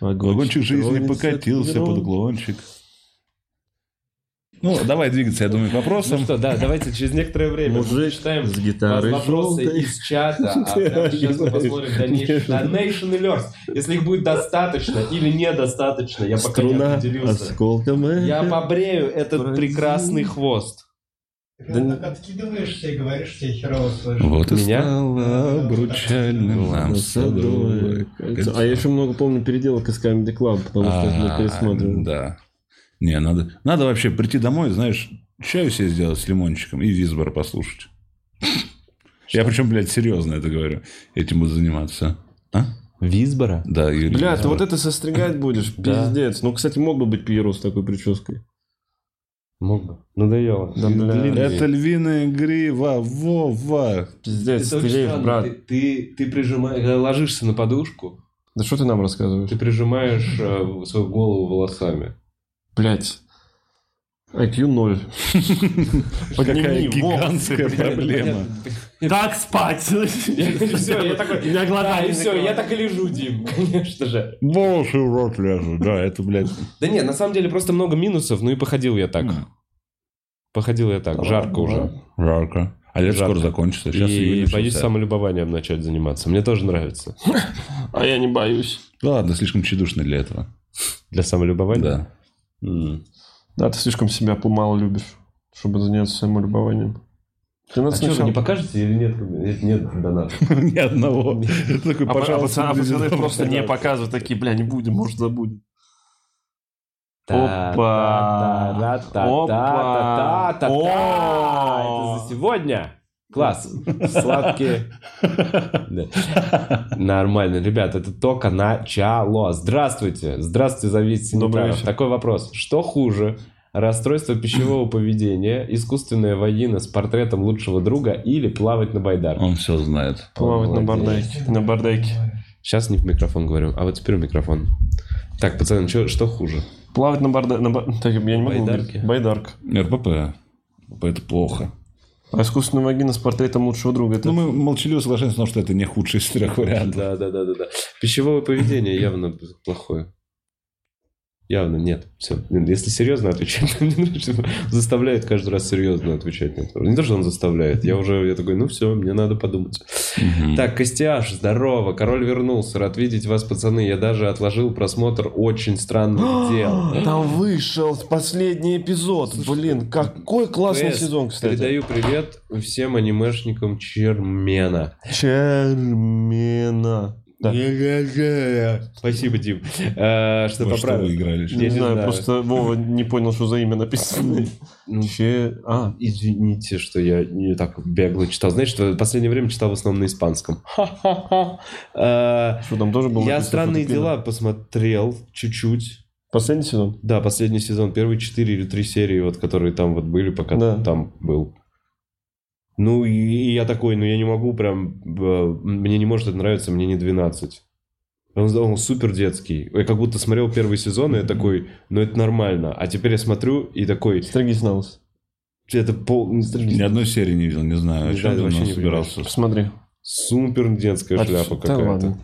Speaker 3: Вагончик жизни покатился
Speaker 1: углом.
Speaker 3: под уклончик. Ну, давай двигаться, я думаю, к
Speaker 2: Ну
Speaker 3: вопросам.
Speaker 2: что, да, давайте через некоторое время мы
Speaker 1: Мужик
Speaker 2: читаем
Speaker 5: с гитарой
Speaker 2: вопросы
Speaker 5: желтой.
Speaker 2: из чата, а прямо сейчас мы посмотрим дальнейшие donation alerts. Если их будет достаточно или недостаточно, я пока не
Speaker 5: Струна
Speaker 2: определился.
Speaker 5: осколком.
Speaker 2: Я
Speaker 5: эхо.
Speaker 2: побрею этот
Speaker 5: Бразилия.
Speaker 2: прекрасный хвост.
Speaker 4: Ты прям так откидываешься и говоришь, тебе херово слышно.
Speaker 3: Вот и
Speaker 2: Меня?
Speaker 3: стало обручальным вам
Speaker 5: Нам
Speaker 3: садовое
Speaker 5: садовое кольцо. А я еще много помню переделок из Comedy Club, потому что их мы
Speaker 3: А,
Speaker 5: пересматривали.
Speaker 3: Да. Не, надо, надо вообще прийти домой, знаешь, чаю себе сделать с лимончиком и Визбор послушать. Я причем, блядь, серьезно это говорю. Этим буду заниматься. А?
Speaker 2: Визбора?
Speaker 3: Да, Юрий.
Speaker 1: Бля, ты
Speaker 3: Визбор.
Speaker 1: вот это состригать будешь,
Speaker 2: Да.
Speaker 1: пиздец. Ну, кстати, мог бы быть Пьеро с такой прической.
Speaker 2: Мог бы. Надоело.
Speaker 1: Да, бля,
Speaker 2: Длинный.
Speaker 1: это
Speaker 3: Это львиная грива, Вова.
Speaker 1: пиздец,
Speaker 2: Это
Speaker 1: ты
Speaker 2: очень
Speaker 1: леешь,
Speaker 2: странно.
Speaker 1: брат.
Speaker 2: Ты, ты, ты прижимаешь, когда ложишься на подушку,
Speaker 1: Да что ты нам рассказываешь?
Speaker 2: ты прижимаешь э, свою голову волосами.
Speaker 1: Блять. IQ 0.
Speaker 3: Какая
Speaker 1: Подними,
Speaker 3: гигантская проблема.
Speaker 5: Как спать?
Speaker 2: Все, я такой...
Speaker 5: меня
Speaker 2: Да,
Speaker 5: глаза
Speaker 2: и все, я так и лежу, Дим, конечно же.
Speaker 3: Волосы в рот лезут. Да, это, блядь.
Speaker 2: Да нет, на самом деле просто много минусов, ну и походил я так. Походил я так, жарко уже.
Speaker 3: Жарко. А лето
Speaker 2: Жарко.
Speaker 3: скоро закончится. Сейчас
Speaker 2: И
Speaker 3: июль
Speaker 2: боюсь
Speaker 3: начался.
Speaker 2: самолюбованием начать заниматься. Мне тоже нравится.
Speaker 1: А я не боюсь.
Speaker 3: Да ладно, слишком тщедушно для этого.
Speaker 2: Для самолюбования?
Speaker 3: Да.
Speaker 2: М.
Speaker 1: Да, ты слишком себя помало любишь, чтобы заняться самолюбованием. Ты
Speaker 2: А
Speaker 1: нас
Speaker 2: что, вы
Speaker 1: сначала-
Speaker 2: не покажете или нет? Нет, нет донатов.
Speaker 3: Ни одного. Такой,
Speaker 1: А па- а
Speaker 3: пожалуйста,
Speaker 1: пацаны- а пацаны
Speaker 3: Визбор.
Speaker 1: просто не показывают такие, бля, не будем, может забудем. Опа!
Speaker 2: Опа!
Speaker 1: Опа!
Speaker 2: Опа!
Speaker 1: О!
Speaker 2: Это за сегодня! Класс! Сладкие. Да. Нормально. Ребят, это только начало. Здравствуйте. Здравствуйте, зависит
Speaker 1: Добрый
Speaker 2: Синитаров.
Speaker 1: вечер.
Speaker 2: Такой вопрос. Что хуже? Расстройство пищевого поведения, искусственная вагина с портретом лучшего друга или плавать на байдарке?
Speaker 3: Он все знает.
Speaker 1: Плавать на
Speaker 2: Молодец.
Speaker 1: бардайке. На бардайке.
Speaker 2: Сейчас не в микрофон говорю, а вот теперь в микрофон. Так, пацаны, чё- что хуже?
Speaker 1: Плавать на бардайке. Так, я не могу.
Speaker 2: Байдарке.
Speaker 1: говорить. Байдарка.
Speaker 3: РПП. РПП это плохо.
Speaker 1: А искусственная вагина с портретом лучшего друга. Это...
Speaker 3: Ну, мы молчаливо соглашаемся, потому что это не худший из трех вариантов.
Speaker 2: Да, да, да, да, да. Пищевое поведение явно плохое. Явно нет. Все. Если серьезно отвечать, мне нравится, что заставляет каждый раз серьезно отвечать на это. Не то, что он заставляет. Я уже я такой, ну все, мне надо подумать.
Speaker 3: Мгм.
Speaker 2: Так, Костяш, здорово. Король вернулся. Рад видеть вас, пацаны. Я даже отложил просмотр очень странных дел.
Speaker 1: Там вышел последний эпизод. Блин, какой классный
Speaker 2: PS,
Speaker 1: сезон, кстати.
Speaker 2: Передаю привет всем анимешникам Чермена.
Speaker 1: Чермена. Да.
Speaker 2: Спасибо, Дим, э, что
Speaker 3: Во что
Speaker 2: поправил.
Speaker 3: вы играли?
Speaker 1: Не
Speaker 2: не
Speaker 1: знаю,
Speaker 2: знаю.
Speaker 1: просто Вова не понял, что за имя написано.
Speaker 2: Ну,
Speaker 1: Че... А,
Speaker 2: Извините, что я не так бегло читал. Знаешь, что в последнее время читал в основном на испанском. Ха-ха-ха. Э,
Speaker 1: что там тоже было?
Speaker 2: Я
Speaker 1: написано
Speaker 2: странные
Speaker 1: фотопина?
Speaker 2: дела посмотрел чуть-чуть.
Speaker 1: Последний сезон?
Speaker 2: Да, последний сезон, первые четыре или три серии, вот, которые там вот были, пока
Speaker 1: Да.
Speaker 2: ты там был. Ну, и, и я такой, ну, я не могу прям... э, мне не может это нравиться, мне не 12. Он, он супер детский. Я как будто смотрел первый сезон, и я такой, ну, это нормально. А теперь я смотрю, и такой,
Speaker 1: Стригись на лысо.
Speaker 2: это пол...
Speaker 3: Ни одной серии не видел, не знаю, о
Speaker 2: Не
Speaker 3: чем
Speaker 2: знаю,
Speaker 3: ты
Speaker 2: вообще
Speaker 3: нас
Speaker 2: не понимаю.
Speaker 3: собирался.
Speaker 1: Посмотри.
Speaker 2: Супер детская
Speaker 1: А,
Speaker 2: шляпа
Speaker 1: да
Speaker 2: какая-то.
Speaker 1: ладно.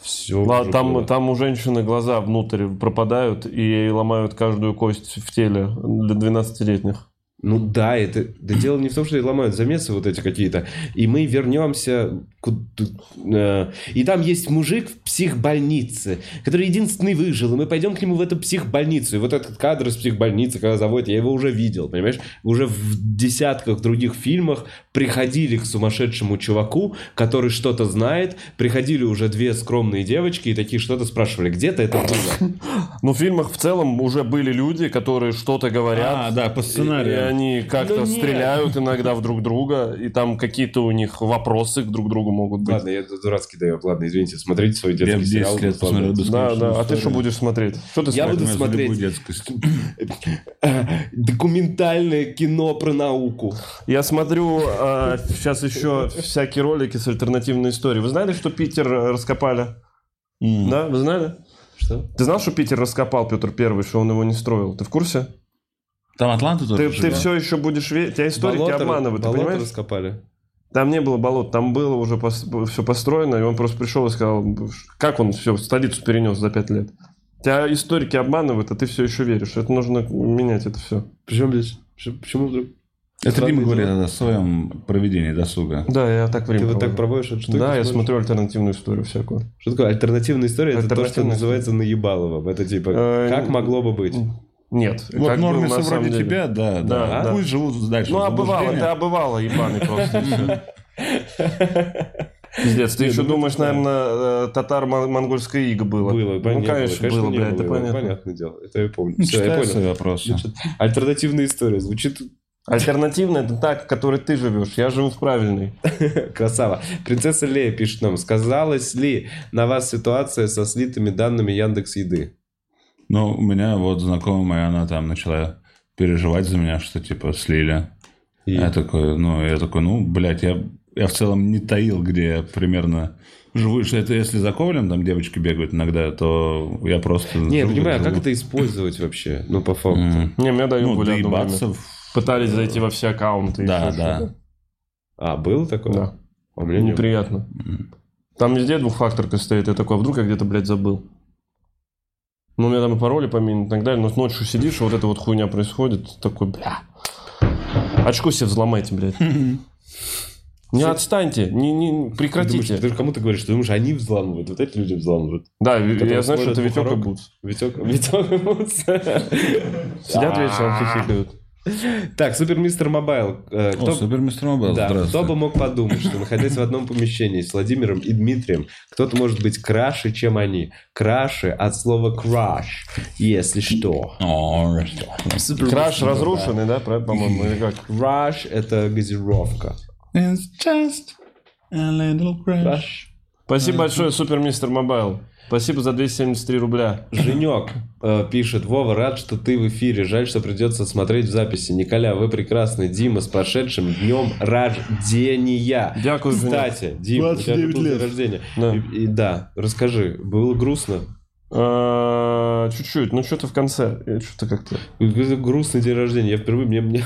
Speaker 2: Все.
Speaker 1: Ладно, там, там у женщины глаза внутрь пропадают и ломают каждую кость в теле для 12-летних.
Speaker 2: Ну да, это да дело не в том, что ломают замесы вот эти какие-то. И мы вернемся. к- э, и там есть мужик в психбольнице, который единственный выжил. И мы пойдем к нему в эту психбольницу. И вот этот кадр из психбольницы, когда заводят, я его уже видел, понимаешь? Уже в десятках других фильмах приходили к сумасшедшему чуваку, который что-то знает. Приходили уже две скромные девочки и такие что-то спрашивали. Где-то это было?
Speaker 1: Но Ну, в фильмах в целом уже были люди, которые что-то говорят.
Speaker 3: А, да, по
Speaker 1: И
Speaker 3: сценарию.
Speaker 1: они как-то
Speaker 2: Ну, нет.
Speaker 1: стреляют иногда в друг друга, и там какие-то у них вопросы к друг другу могут быть.
Speaker 2: Ладно, я дурацкий даю. Ладно, извините, смотрите свой
Speaker 3: Я в
Speaker 2: детский
Speaker 3: 10 лет
Speaker 2: сериал.
Speaker 3: посмотрел
Speaker 1: да,
Speaker 3: бесконечную
Speaker 1: да. А ты
Speaker 3: историю.
Speaker 1: что будешь смотреть? Что ты
Speaker 2: Я
Speaker 1: смотришь?
Speaker 2: буду
Speaker 3: Поэтому за любую
Speaker 2: смотреть.
Speaker 3: детскость.
Speaker 2: документальное кино про науку.
Speaker 1: Я смотрю сейчас еще всякие ролики с альтернативной историей. Вы знали, что Питер э, раскопали?
Speaker 3: М.
Speaker 1: Да, вы знали?
Speaker 2: Что?
Speaker 1: Ты знал, что Питер раскопал Петр Первый, что он его не строил? Ты в курсе?
Speaker 3: Там Атланты
Speaker 2: Ну,
Speaker 1: Ты,
Speaker 3: тоже
Speaker 1: ты все еще будешь верить. Тебя историки обманывают, ты понимаешь?
Speaker 2: раскопали.
Speaker 1: Там не было болот, там было уже все построено, и он просто пришел и сказал, как он все, столицу перенес за пять лет. Тебя историки обманывают, а ты все еще веришь. Это нужно менять это все.
Speaker 5: Причем здесь? Почему- Почему вдруг?
Speaker 3: Это Дима
Speaker 5: Странное
Speaker 3: говорит
Speaker 5: дело.
Speaker 3: о своем проведении досуга.
Speaker 1: Да, я так
Speaker 2: Ты
Speaker 1: время
Speaker 2: вот так
Speaker 1: провожу.
Speaker 2: проводишь эту штуку?
Speaker 1: Да, я
Speaker 2: смотришь?
Speaker 1: смотрю альтернативную историю всякую.
Speaker 2: Что такое альтернативная история? Это то, что
Speaker 1: Альтернативная
Speaker 2: называется наебаловым. Это типа,
Speaker 1: Э,
Speaker 2: как
Speaker 1: не-
Speaker 2: могло бы быть?
Speaker 1: Нет.
Speaker 3: Вот
Speaker 1: как было
Speaker 3: нормисы
Speaker 1: на самом
Speaker 3: вроде
Speaker 1: деле.
Speaker 3: тебя, да, да.
Speaker 1: Да, да.
Speaker 3: Пусть живут дальше.
Speaker 1: Ну,
Speaker 3: в
Speaker 1: а бывало,
Speaker 3: заблуждении.
Speaker 1: ты обывала ебаный просто. и всё. ну, Пиздец, ты еще думаешь, наверное, татар-монгольская ига было.
Speaker 2: Было,
Speaker 1: Ну,
Speaker 2: понятно.
Speaker 1: конечно, было,
Speaker 2: не
Speaker 1: бля,
Speaker 2: было,
Speaker 1: это
Speaker 2: его,
Speaker 1: понятно.
Speaker 2: Понятное дело, это я помню.
Speaker 3: Ну,
Speaker 2: Всё, я
Speaker 3: Читай
Speaker 2: понял.
Speaker 3: свои вопросы.
Speaker 2: Значит, Альтернативная история. Звучит
Speaker 1: Альтернативная это та, в которой ты живешь. Я живу в правильной.
Speaker 2: красава. Принцесса Лея пишет нам. Сказалась ли на вас ситуация со слитыми данными Яндекс Еды?
Speaker 3: Ну, у меня вот знакомая, она там начала переживать за меня, что типа слили. Я такой, ну, я такой, ну, блядь, я, я в целом не таил, где я примерно живу. И Что это если за Ковлем там девочки бегают иногда, то я просто...
Speaker 2: Не, я
Speaker 3: живу,
Speaker 2: понимаю, а
Speaker 3: живу.
Speaker 2: как это использовать вообще? Ну, по факту.
Speaker 3: М.
Speaker 1: Не, меня дают
Speaker 3: Ну,
Speaker 1: были одно время.
Speaker 3: доебаться... в-
Speaker 1: Пытались зайти во все аккаунты. и всё
Speaker 3: Да,
Speaker 2: ну,
Speaker 3: да.
Speaker 2: А, было такое?
Speaker 1: Да.
Speaker 2: А у меня не было.
Speaker 1: Неприятно. Ну, Там везде двухфакторка стоит. Я такой, а вдруг я где-то, блядь, забыл. Ну, у меня там и пароли поменены и так далее. Но ночью сидишь, и вот эта вот хуйня происходит. Такой, бля. Очко себе взломайте, блядь. Не отстаньте, не, не
Speaker 2: Ты
Speaker 1: прекратите.
Speaker 2: думаешь, ты же кому-то говоришь, что ты думаешь, они взламывают, вот эти люди взламывают.
Speaker 1: Да, я знаю, что
Speaker 2: смотрят
Speaker 1: это Витек и
Speaker 2: Бухарок.
Speaker 1: Бутс.
Speaker 2: Витек, Витек,
Speaker 1: Сидят вечером,
Speaker 2: А.
Speaker 1: хихикают.
Speaker 2: Так, Супер Мистер Мобайл. э,
Speaker 3: О,
Speaker 2: Кто,
Speaker 3: Супер Мистер Мобайл,
Speaker 2: да, кто
Speaker 3: здравствуй.
Speaker 2: бы мог подумать, что находясь в одном помещении с Владимиром и Дмитрием, кто-то может быть краше, чем они. Краше от слова краш, если что.
Speaker 3: О, что?
Speaker 2: Супер
Speaker 1: Краш
Speaker 2: Мистер Мобайл.
Speaker 1: разрушенный, да, правильно, по-моему, или как?
Speaker 2: Краш – это газировка.
Speaker 3: It's just a little crash.
Speaker 2: Краш.
Speaker 1: Спасибо большое, Супер Мистер Мобайл. Спасибо за 273 рубля.
Speaker 2: Женек э, пишет, Вова, рад, что ты в эфире. Жаль, что придется смотреть в записи. Николя, вы прекрасны. Дима, с прошедшим днем рождения.
Speaker 1: Дякую, Женек.
Speaker 2: Кстати, Дима, у тебя же
Speaker 5: 29
Speaker 2: был день
Speaker 5: лет.
Speaker 2: рождения.
Speaker 1: Да.
Speaker 2: И- и да, расскажи, было грустно?
Speaker 1: Э, Чуть-чуть, ну что-то в конце. Я Что-то как-то...
Speaker 2: Это грустный день рождения. Я впервые мне мне,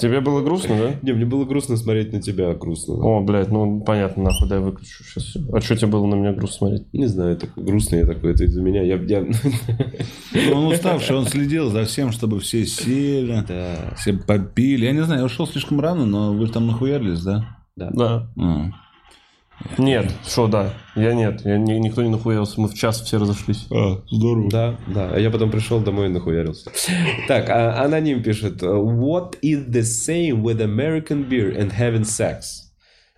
Speaker 1: Тебе было грустно, да?
Speaker 2: не, мне было грустно смотреть на тебя грустно.
Speaker 1: О, блядь, ну понятно, нахуй, да, я выключу сейчас. А что тебе было на меня грустно смотреть?
Speaker 2: Не знаю, такой грустный я такой, это из-за меня. Я, я-
Speaker 3: Он уставший, он следил за всем, чтобы все сели,
Speaker 2: Да,
Speaker 3: все попили. Я не знаю, я ушел слишком рано, но вы же там нахуярились, да?
Speaker 1: Да.
Speaker 3: А.
Speaker 1: Нет, что, да. Я нет, я, ни- никто не нахуялся, мы в час все разошлись.
Speaker 3: А, здорово.
Speaker 2: да, да. А я потом пришел домой и нахуярился. Так, а- аноним пишет. What is the same with American beer and having sex?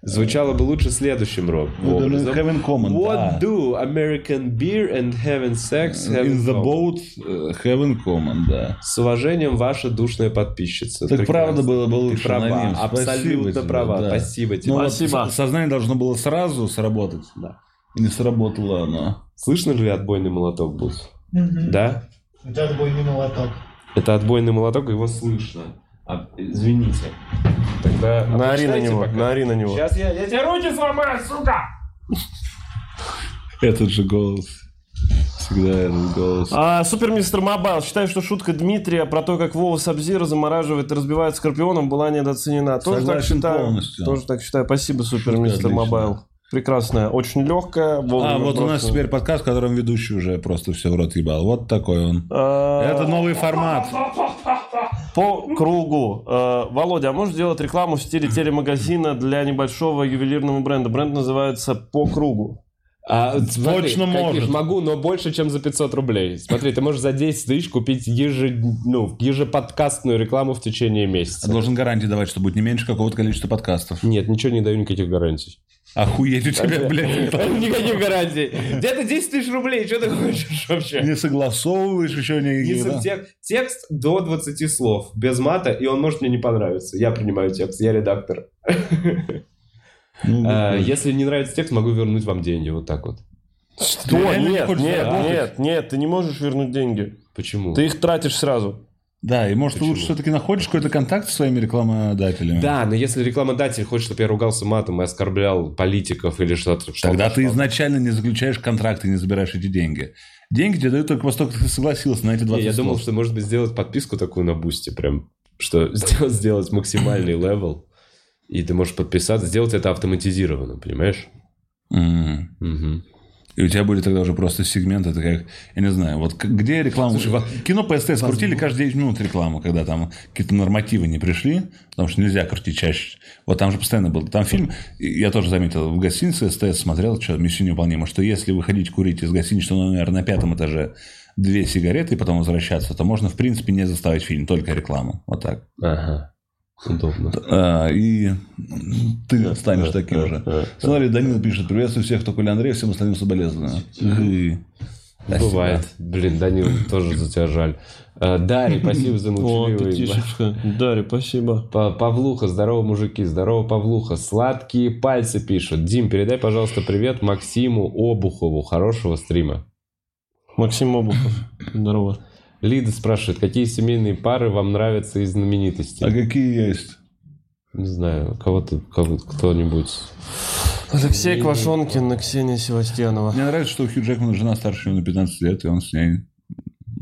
Speaker 2: Звучало бы лучше следующим ро- образом.
Speaker 3: Heaven Common,
Speaker 2: What
Speaker 3: да.
Speaker 2: do American beer and having sex have in
Speaker 3: In the
Speaker 2: common?
Speaker 3: boat, э, Heaven Common, да.
Speaker 2: С уважением, ваша душная подписчица.
Speaker 3: Так правда было бы
Speaker 2: Ты
Speaker 3: лучше.
Speaker 2: права,
Speaker 3: аноним. Спасибо
Speaker 2: абсолютно
Speaker 3: тебе,
Speaker 2: права.
Speaker 3: да.
Speaker 2: Спасибо тебе.
Speaker 3: Ну вот
Speaker 1: Спасибо.
Speaker 3: со- сознание должно было сразу сработать.
Speaker 2: Да.
Speaker 3: И не сработало оно.
Speaker 2: Слышно ли отбойный молоток был? Да?
Speaker 4: Это отбойный молоток.
Speaker 2: Это отбойный молоток, его слышно. А, извините. Тогда... а
Speaker 1: наори на
Speaker 2: почитайте
Speaker 1: него,
Speaker 2: пока.
Speaker 1: наори на него.
Speaker 2: Сейчас я, я тебе руки сломаю, сука!
Speaker 3: Этот же голос. Всегда этот голос.
Speaker 1: А, супер мистер Мобайл. Считаю, что шутка Дмитрия про то, как Вова Сабзира замораживает и разбивает скорпионом, была недооценена. Тоже
Speaker 3: Согласен
Speaker 1: так считаю.
Speaker 3: полностью.
Speaker 1: Тоже так считаю. Спасибо, супер
Speaker 3: Шутка
Speaker 1: мистер
Speaker 3: отличная.
Speaker 1: Мобайл. Прекрасная. Очень легкая. Вовремя
Speaker 3: А, вот у нас
Speaker 1: брошенная.
Speaker 3: теперь подкаст, в котором ведущий уже просто все в рот ебал. Вот такой он.
Speaker 1: А,
Speaker 3: Это новый формат.
Speaker 1: По кругу. Э, Володя, а можешь сделать рекламу в стиле телемагазина для небольшого ювелирного бренда? Бренд называется «По кругу».
Speaker 2: А, смотри,
Speaker 3: Точно
Speaker 2: как
Speaker 3: может.
Speaker 2: видишь, могу, но больше, чем за 500 рублей. Смотри, ты можешь за 10 тысяч купить еже, ну, ежеподкастную рекламу в течение
Speaker 3: А
Speaker 2: месяца.
Speaker 3: Должен гарантии давать, что будет не меньше какого-то количества подкастов.
Speaker 2: Нет, ничего не даю никаких гарантий.
Speaker 3: Охуеть у тебя, блядь.
Speaker 2: Никаких гарантий. Где-то 10 тысяч рублей, что ты хочешь вообще?
Speaker 3: Не согласовываешь еще
Speaker 2: Не
Speaker 3: никакие,
Speaker 2: сам
Speaker 3: да?
Speaker 2: тек- Текст до 20 слов, без мата, и он может мне не понравиться. Я принимаю текст, я редактор.
Speaker 3: Ну,
Speaker 2: А,
Speaker 3: блядь.
Speaker 2: Если не нравится текст, могу вернуть вам деньги, вот так вот.
Speaker 1: Что?
Speaker 3: реально не
Speaker 1: Нет,
Speaker 3: хочешь
Speaker 1: нет,
Speaker 3: заработать?
Speaker 1: нет, нет, ты не можешь вернуть деньги.
Speaker 2: Почему?
Speaker 1: Ты их тратишь сразу.
Speaker 3: Да, и может
Speaker 2: Почему?
Speaker 3: лучше все-таки находишь какой-то контакт со своими рекламодателями.
Speaker 2: Да, но если рекламодатель хочет, чтобы я ругался матом и оскорблял политиков или что-то... что-
Speaker 3: Тогда ты
Speaker 2: что-
Speaker 3: изначально не заключаешь контракт и не забираешь эти деньги. Деньги тебе дают только после того, как ты согласился на эти 20
Speaker 2: Не, Я думал,
Speaker 3: слов.
Speaker 2: что, может быть, сделать подписку такую на бусте, прям, что сделать, сделать максимальный левел, и ты можешь подписаться, сделать это автоматизированно, понимаешь?
Speaker 3: М.
Speaker 2: Мгм.
Speaker 3: И И у тебя были тогда уже просто сегменты, это как, я не знаю, вот к- где реклама... Во- кино по СТС крутили каждые 9 минут рекламу, когда там какие-то нормативы не пришли, потому что нельзя крутить чаще. Вот там же постоянно был. Там фильм, и я тоже заметил, в гостинице СТС смотрел, что миссия невыполнима, что если выходить курить из гостиничного номера на пятом этаже две сигареты и потом возвращаться, то можно, в принципе, не заставить фильм, только реклама. Вот так.
Speaker 2: Ага. Удобно.
Speaker 3: А, и ты станешь таким же. Смотри, Данил пишет, приветствую всех, кто Коля Андрей, всем остальным соболезную.
Speaker 2: Бывает. Блин, Данил, тоже за тебя жаль. Э, Дарья, спасибо за
Speaker 1: О,
Speaker 2: молчаливый.
Speaker 1: пятишечка. Дарья, спасибо.
Speaker 2: Па- Павлуха, здорово, мужики, здорово, Павлуха. Сладкие пальцы пишут. Дим, передай, пожалуйста, привет Максиму Обухову. Хорошего стрима.
Speaker 1: Максим Обухов. Здорово.
Speaker 2: Лида спрашивает, какие семейные пары вам нравятся из знаменитостей?
Speaker 3: А какие есть?
Speaker 2: Не знаю, кого-то, кого кто-нибудь.
Speaker 1: Алексей Квашонкин и Ксения Севастьянова.
Speaker 3: Мне нравится, что у Хью Джекмана жена старше его на 15 лет, и он с ней...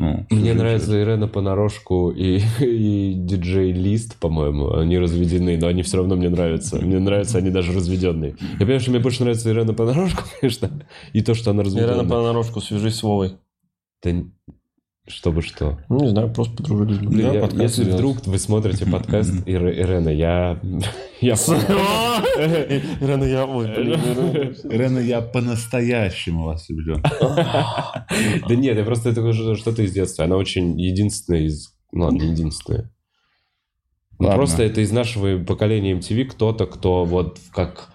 Speaker 3: Ну,
Speaker 2: Мне
Speaker 3: жил.
Speaker 2: нравится Ирена Понарошку и, и диджей Лист, по-моему. Они разведены, но они все равно мне нравятся. Мне нравятся они даже разведенные. Я понимаю, что мне больше нравится Ирена Понарошку, конечно, и то, что она разведенная.
Speaker 1: Ирена понарошку, свяжись с Вовой.
Speaker 2: Да н- Чтобы что.
Speaker 1: Ну, не знаю, просто подружились. бы.
Speaker 2: Блин,
Speaker 3: Да,
Speaker 2: я-
Speaker 3: подкаст
Speaker 2: если
Speaker 3: делать.
Speaker 2: вдруг вы смотрите подкаст Иры- Ирена, я... я
Speaker 1: Ирена, я... Ой, блин, Ирена.
Speaker 3: Рена, я по-настоящему вас люблю.
Speaker 2: Да нет, я просто это уже что-то из детства. Она очень единственная из... Ну ладно, не единственная. Ну,
Speaker 3: Ладно.
Speaker 2: Просто это из нашего поколения MTV кто-то, кто вот как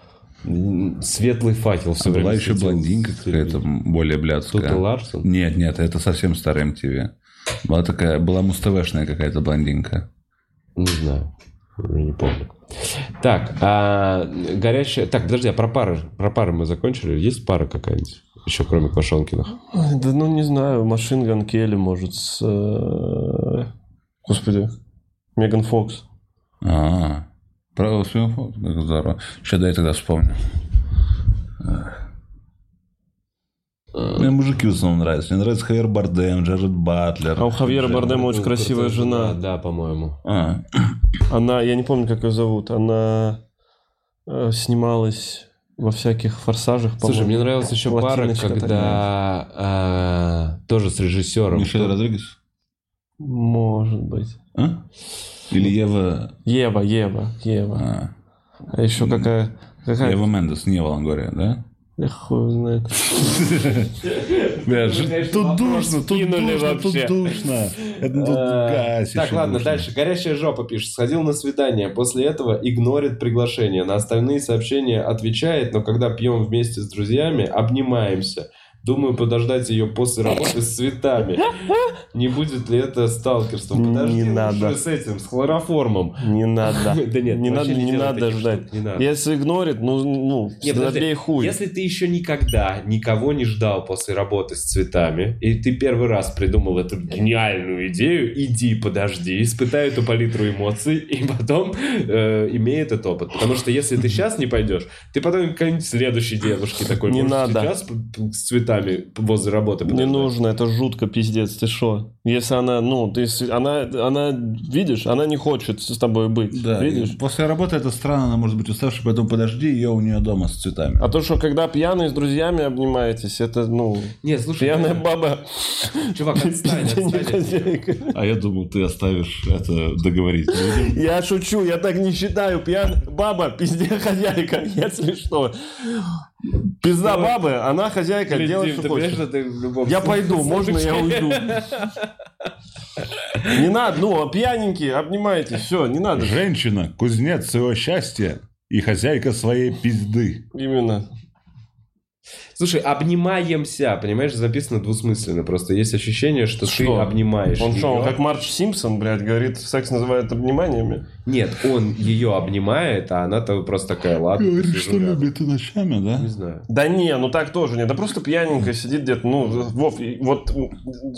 Speaker 2: м, светлый факел все
Speaker 3: А
Speaker 2: время.
Speaker 3: была еще
Speaker 2: светил.
Speaker 3: блондинка какая-то более блядская.
Speaker 2: Тута Ларсон?
Speaker 3: Нет, нет, это совсем старая MTV. Была такая, была муставешная какая-то блондинка.
Speaker 2: Не знаю. Уже не помню. Так, а, горящая... Так, подожди, а про пары? Про пары мы закончили? Есть пара какая-нибудь? Еще кроме Квашонкиных?
Speaker 1: Ой, Да ну, не знаю, Машин Ган Келли, может, с... э, Господи, Меган Фокс.
Speaker 3: А, право своего как здорово. Сейчас дай тогда вспомню. Эх. Мне мужики в основном нравятся. Мне нравится Хавьер Бардем, Джаред Батлер.
Speaker 1: А у Хавьера
Speaker 3: Джаред-
Speaker 1: Бардема очень красивая жена.
Speaker 2: Да, по-моему.
Speaker 3: А,
Speaker 1: Она, я не помню, как ее зовут, она э, снималась во всяких форсажах,
Speaker 2: Слушай, мне
Speaker 1: по-моему.
Speaker 2: нравилась еще пара,
Speaker 1: Латиночка
Speaker 2: когда а, тоже с режиссером.
Speaker 3: Мишель Родригес?
Speaker 1: Может быть.
Speaker 3: А? Или Ева...
Speaker 1: Ева, Ева, Ева.
Speaker 3: а,
Speaker 1: А еще какая... Какая?
Speaker 3: Ева Мендес, не Ева Лонгория, да?
Speaker 1: Я хуй знает.
Speaker 3: Бля, ж- Тут душно, тут
Speaker 2: кинули
Speaker 3: душно,
Speaker 2: вообще.
Speaker 3: тут душно. Это
Speaker 1: Ну,
Speaker 3: тут
Speaker 2: А,
Speaker 3: гасишь,
Speaker 2: Так,
Speaker 3: и
Speaker 2: ладно,
Speaker 3: душно.
Speaker 2: дальше. Горящая жопа пишет. Сходил на свидание, после этого игнорит приглашение. На остальные сообщения отвечает, но когда пьем вместе с друзьями, обнимаемся. Думаю, подождать ее после работы с цветами. Не будет ли это сталкерством?
Speaker 1: Не
Speaker 2: Подожди лучше
Speaker 1: надо.
Speaker 2: с этим, с хлороформом.
Speaker 1: Не надо.
Speaker 2: Да нет,
Speaker 1: не
Speaker 2: вообще
Speaker 1: надо, не
Speaker 2: делай
Speaker 1: надо
Speaker 2: таких
Speaker 1: ждать.
Speaker 2: штук, не надо.
Speaker 1: Если игнорит, ну, ну,
Speaker 2: Не, подожди.
Speaker 1: забей хуй.
Speaker 2: Если ты еще никогда никого не ждал после работы с цветами, и ты первый раз придумал эту гениальную идею, иди, подожди, испытай эту палитру эмоций, и потом э, имей этот опыт. Потому что если ты сейчас не пойдешь, ты потом к какой-нибудь следующей девушке такой
Speaker 1: Не
Speaker 2: «Может,
Speaker 1: надо.
Speaker 2: сейчас п- п- с цветами возле работы
Speaker 1: Не
Speaker 2: подождать?»
Speaker 1: нужно, это жутко, пиздец, ты шо? Если она, ну, ты, с- она, она, видишь, она не хочет с тобой быть,
Speaker 3: Да,
Speaker 1: видишь?
Speaker 3: и после работы это странно, она может быть уставшая, поэтому подожди ее у нее дома с цветами.
Speaker 1: А то, что когда пьяные с друзьями обнимаетесь, это, ну,
Speaker 2: Не, слушай,
Speaker 1: пьяная баба,
Speaker 2: чувак, отстань,
Speaker 1: пиздец, не
Speaker 2: отстань от нее.
Speaker 1: хозяйка.
Speaker 3: А я думал, ты оставишь это договорить.
Speaker 1: Я шучу, я так не считаю, пьяная баба, пиздец, хозяйка, если что. Пизда бабы, она хозяйка,
Speaker 2: Ну, Блин,
Speaker 1: делай,
Speaker 2: Дим,
Speaker 1: что
Speaker 2: ты понимаешь,
Speaker 1: хочешь.
Speaker 2: что ты в любом
Speaker 1: Я пойду,
Speaker 2: случае-
Speaker 1: можно я уйду? Не надо, ну, пьяненькие, обнимайтесь, все, не надо.
Speaker 3: Женщина, кузнец своего счастья и хозяйка своей пизды.
Speaker 1: Именно.
Speaker 2: Слушай, обнимаемся, понимаешь, записано двусмысленно. Просто есть ощущение, что, ты
Speaker 1: Что?
Speaker 2: обнимаешь
Speaker 1: Он
Speaker 2: её.
Speaker 1: что, он как Марч Симпсон, блядь, говорит, секс называют обниманиями?
Speaker 2: Нет, он ее обнимает, а она-то просто такая, ладно.
Speaker 3: Говорит,
Speaker 2: посижу
Speaker 3: что
Speaker 2: рядом.
Speaker 3: любит и ночами,
Speaker 2: Не
Speaker 3: да?
Speaker 2: знаю.
Speaker 1: Да не, ну так тоже нет. Да просто пьяненькая сидит где-то. Ну, Вов, и вот м,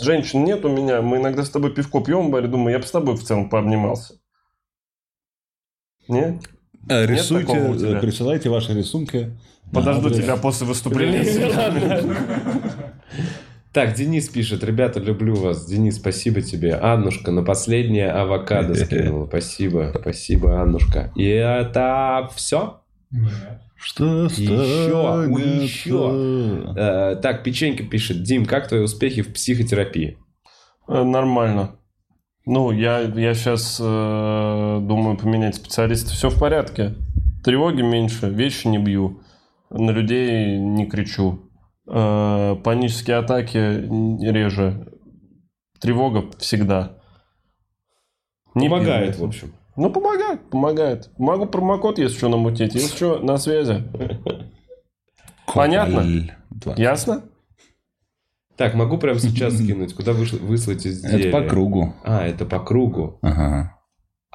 Speaker 1: женщин нет у меня. Мы иногда с тобой пивко пьем, Барри, думаю, я бы с тобой в целом пообнимался. Не? такого
Speaker 3: А,
Speaker 1: у тебя?
Speaker 3: Рисуйте, э, присылайте ваши рисунки. на
Speaker 1: Подожду
Speaker 3: адрес.
Speaker 1: тебя после выступления.
Speaker 2: Так, Денис пишет, ребята, люблю вас. Денис, спасибо тебе. Аннушка на последнее авокадо скинула. Спасибо, спасибо, Аннушка. И это все?
Speaker 4: Нет.
Speaker 3: Что
Speaker 2: Еще, у
Speaker 3: останется?
Speaker 2: еще. Э, так, печенька пишет. Дим, как твои успехи в психотерапии?
Speaker 1: Э, Нормально. Ну, я, я сейчас думаю поменять специалиста. Все в порядке. Тревоги меньше, вещи не бью. На людей не кричу. Э, панические атаки н- реже. Тревога всегда. Не бью.
Speaker 2: Помогает, в общем.
Speaker 1: Ну, помогает, помогает. Могу промокод, если что, намутить. Если что, на связи. Понятно?
Speaker 3: Коваль. Два.
Speaker 1: Ясно?
Speaker 2: Так, могу прямо сейчас скинуть. Куда вышл- выслать изделие?
Speaker 3: Это по кругу.
Speaker 2: А, это по кругу.
Speaker 3: Ага.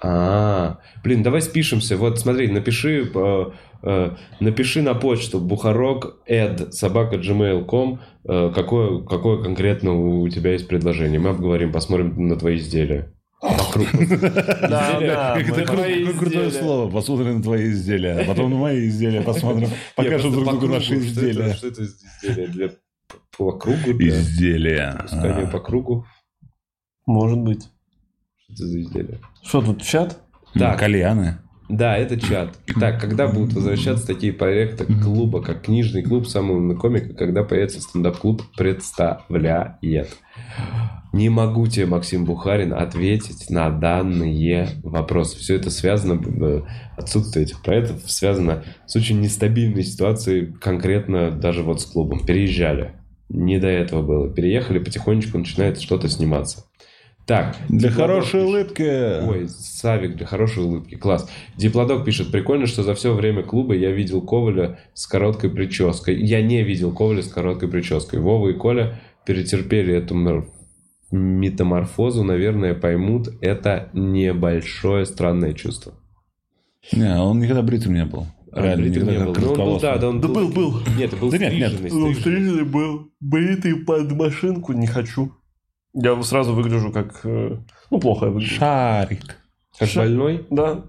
Speaker 2: А, блин, давай спишемся. Вот смотри, напиши, э, э, напиши на почту бухарок эд собака gmail.com э, какое, какое конкретно у тебя есть предложение. Мы обговорим, посмотрим на твои изделия. Вокруг.
Speaker 1: Да, да.
Speaker 3: Как это
Speaker 1: мы
Speaker 3: кру-
Speaker 1: твои
Speaker 3: какое крутое
Speaker 1: изделия.
Speaker 3: слово. Посмотрим на твои изделия, а потом на мои изделия посмотрим. Покажем
Speaker 2: Я просто
Speaker 3: друг
Speaker 2: по
Speaker 3: другу
Speaker 2: кругу,
Speaker 3: наши
Speaker 2: что это-
Speaker 3: изделия.
Speaker 2: Что это за изделие? Для... По кругу? для
Speaker 3: Изделия.
Speaker 2: пускания
Speaker 3: А.
Speaker 2: по кругу?
Speaker 1: Может быть.
Speaker 2: Что это за изделие?
Speaker 1: Что тут, чат?
Speaker 2: Так.
Speaker 3: Кальяны.
Speaker 2: Да, это чат. Так, когда будут возвращаться такие проекты клуба, как книжный клуб самого умного комика, когда появится стендап-клуб представляет? Не могу тебе, Максим Бухарин, ответить на данные вопросы. Все это связано, э, отсутствие этих проектов связано с очень нестабильной ситуацией, конкретно даже вот с клубом. Переезжали. Не до этого было. Переехали, потихонечку начинает что-то сниматься. Так.
Speaker 3: Для
Speaker 2: Диплодок
Speaker 3: хорошей
Speaker 2: пишет.
Speaker 3: улыбки.
Speaker 2: Ой, Савик для хорошей улыбки. Класс. Диплодок пишет, прикольно, что за все время клуба я видел Коваля с короткой прической. Я не видел Коваля с короткой прической. Вова и Коля перетерпели эту мер- метаморфозу, наверное, поймут, это небольшое странное чувство.
Speaker 3: Не, он никогда бритым не был.
Speaker 2: А,
Speaker 3: Реально,
Speaker 2: бритым
Speaker 3: никогда
Speaker 2: не был. Ну, он был,
Speaker 3: коротколосым.
Speaker 2: да, да, он
Speaker 1: Да
Speaker 2: был.
Speaker 1: был, был.
Speaker 2: Нет, был
Speaker 3: Да нет, нет.
Speaker 2: стриженный,
Speaker 1: Ну,
Speaker 2: стриженный.
Speaker 1: стриженный был. Бритый под машинку не хочу. Я сразу выгляжу как... э, Ну, плохо я выгляжу.
Speaker 3: Шарик.
Speaker 2: Как
Speaker 1: Ша-
Speaker 2: больной?
Speaker 1: Да.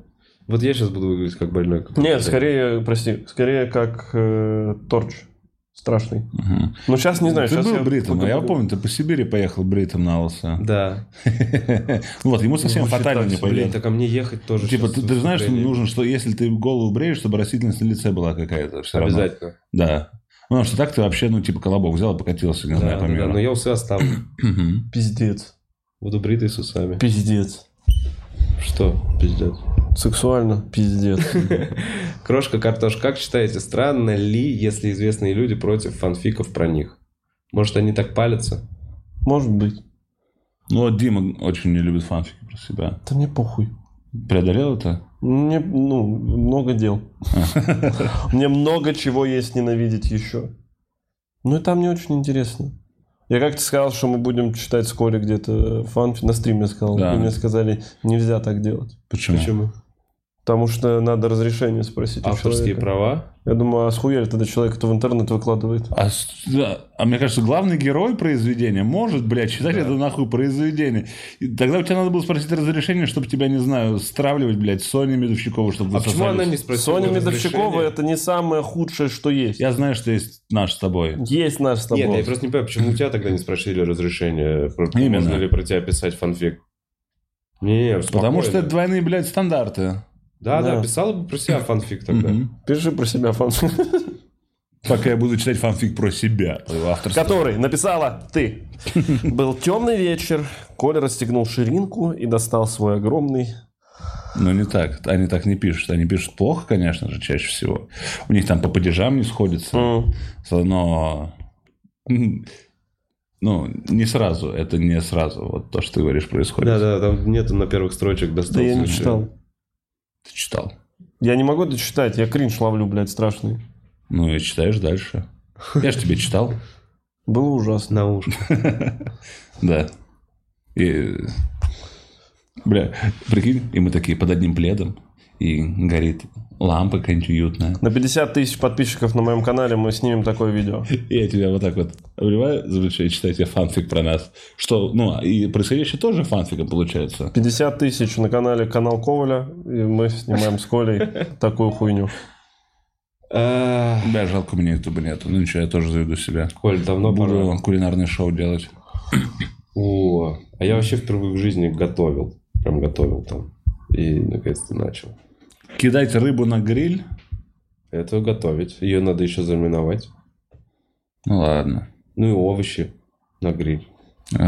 Speaker 2: Вот я сейчас буду выглядеть как больной. как
Speaker 1: Нет,
Speaker 2: будто.
Speaker 1: скорее, прости, скорее как э, торч. Страшный.
Speaker 3: Мгм.
Speaker 1: Ну, сейчас не знаю.
Speaker 3: Ты
Speaker 1: сейчас
Speaker 3: был
Speaker 1: а я
Speaker 3: бритым,
Speaker 1: пока
Speaker 3: я
Speaker 1: буду.
Speaker 3: помню, ты по Сибири поехал бритым на лысо.
Speaker 2: Да.
Speaker 3: Вот, ему совсем
Speaker 1: Звучит
Speaker 3: фатально
Speaker 1: так
Speaker 3: не
Speaker 1: себе.
Speaker 2: Блин,
Speaker 3: пойдет.
Speaker 2: так ко мне ехать тоже.
Speaker 3: Типа,
Speaker 2: щас
Speaker 3: ты, ты же знаешь, что
Speaker 2: выступление.
Speaker 3: нужно, что если ты голову бреешь, чтобы растительность на лице была какая-то все равно.
Speaker 2: Обязательно.
Speaker 3: Да. Потому что так ты вообще, ну, типа, колобок взял и покатился, не
Speaker 2: Да,
Speaker 3: знаю,
Speaker 2: да,
Speaker 3: по
Speaker 2: да,
Speaker 3: миру.
Speaker 2: но я усы оставлю.
Speaker 3: Мгм.
Speaker 1: Пиздец.
Speaker 2: Буду бритый с усами.
Speaker 1: Пиздец.
Speaker 2: Что? Пиздец.
Speaker 1: Сексуально. Пиздец.
Speaker 2: Крошка Картош, как считаете, странно ли, если известные люди против фанфиков про них? Может, они так палятся?
Speaker 1: Может быть.
Speaker 3: Ну, вот Дима очень не любит фанфики про себя.
Speaker 1: Да мне похуй.
Speaker 3: Преодолел это?
Speaker 1: Мне, ну, много дел. Мне много чего есть ненавидеть еще. Ну и там не очень интересно. Я как-то сказал, что мы будем читать вскоре где-то фан на стриме сказал.
Speaker 3: Да.
Speaker 1: И мне сказали, нельзя так делать.
Speaker 3: Почему?
Speaker 1: Потому что надо разрешение спросить у
Speaker 2: Авторские
Speaker 1: человека.
Speaker 2: права?
Speaker 1: Я думаю, а схуяли тогда человек, кто в интернет выкладывает?
Speaker 3: А, с- да, а мне кажется, главный герой произведения может, блядь, считать это нахуй произведение. И тогда у тебя надо было спросить разрешение, чтобы тебя, не знаю, стравливать, блядь, Соня Медовщикова, чтобы вы
Speaker 2: А почему она
Speaker 3: сосались.
Speaker 2: не спросила?
Speaker 1: Соня
Speaker 2: разрешения?
Speaker 1: Медовщикова это не самое худшее, что есть.
Speaker 3: Я знаю, что есть наш с тобой.
Speaker 1: Есть наш с тобой.
Speaker 2: Нет, я просто не понимаю, почему у тебя тогда не спросили разрешения, про-
Speaker 3: Именно.
Speaker 2: можно ли про тебя писать фанфик? Не, спокойно.
Speaker 3: Потому что это двойные, блядь, стандарты.
Speaker 2: Да, да,
Speaker 1: Да.
Speaker 2: писала бы про себя фанфик тогда.
Speaker 3: Мгм.
Speaker 1: Пиши про себя фан.
Speaker 3: Пока я буду читать фанфик про себя. твоего авторства.
Speaker 1: который написала ты. Был темный вечер. Коля расстегнул ширинку и достал свой огромный.
Speaker 3: Но не так. Они так не пишут. Они пишут плохо, конечно же, чаще всего. У них там по падежам не сходится. Но... Ну, не сразу. Это не сразу. Вот то, что ты говоришь, происходит.
Speaker 2: Да, да, там нету на первых строчек достался.
Speaker 1: Да я не
Speaker 2: еще.
Speaker 1: читал.
Speaker 3: Ты читал.
Speaker 1: Я не могу это читать, я кринж ловлю, блядь, страшный.
Speaker 3: Ну и читаешь дальше. Я же тебе читал.
Speaker 1: Было ужасно.
Speaker 2: На ушко.
Speaker 3: Да. И... Бля, прикинь, и мы такие под одним пледом, и горит лампа какая-нибудь уютная.
Speaker 1: На 50 тысяч подписчиков на моем канале мы снимем такое видео.
Speaker 3: И я тебя вот так вот обливаю, заключаю, читаю тебе фанфик про нас. Что, ну, и происходящее тоже фанфиком получается.
Speaker 1: 50 тысяч на канале Канал Коваля, и мы снимаем с Колей такую хуйню.
Speaker 2: А,
Speaker 3: Да, жалко, у меня ютуба нету. Ну ничего, я тоже заведу себя.
Speaker 2: Коль, давно пора.
Speaker 3: Буду кулинарное шоу делать.
Speaker 2: О, а я вообще впервые в жизни готовил. Прям готовил там. И наконец-то начал.
Speaker 3: Кидать рыбу на гриль
Speaker 2: Это готовить. Ее надо еще заминовать.
Speaker 3: Ну ладно.
Speaker 2: Ну и овощи на гриль.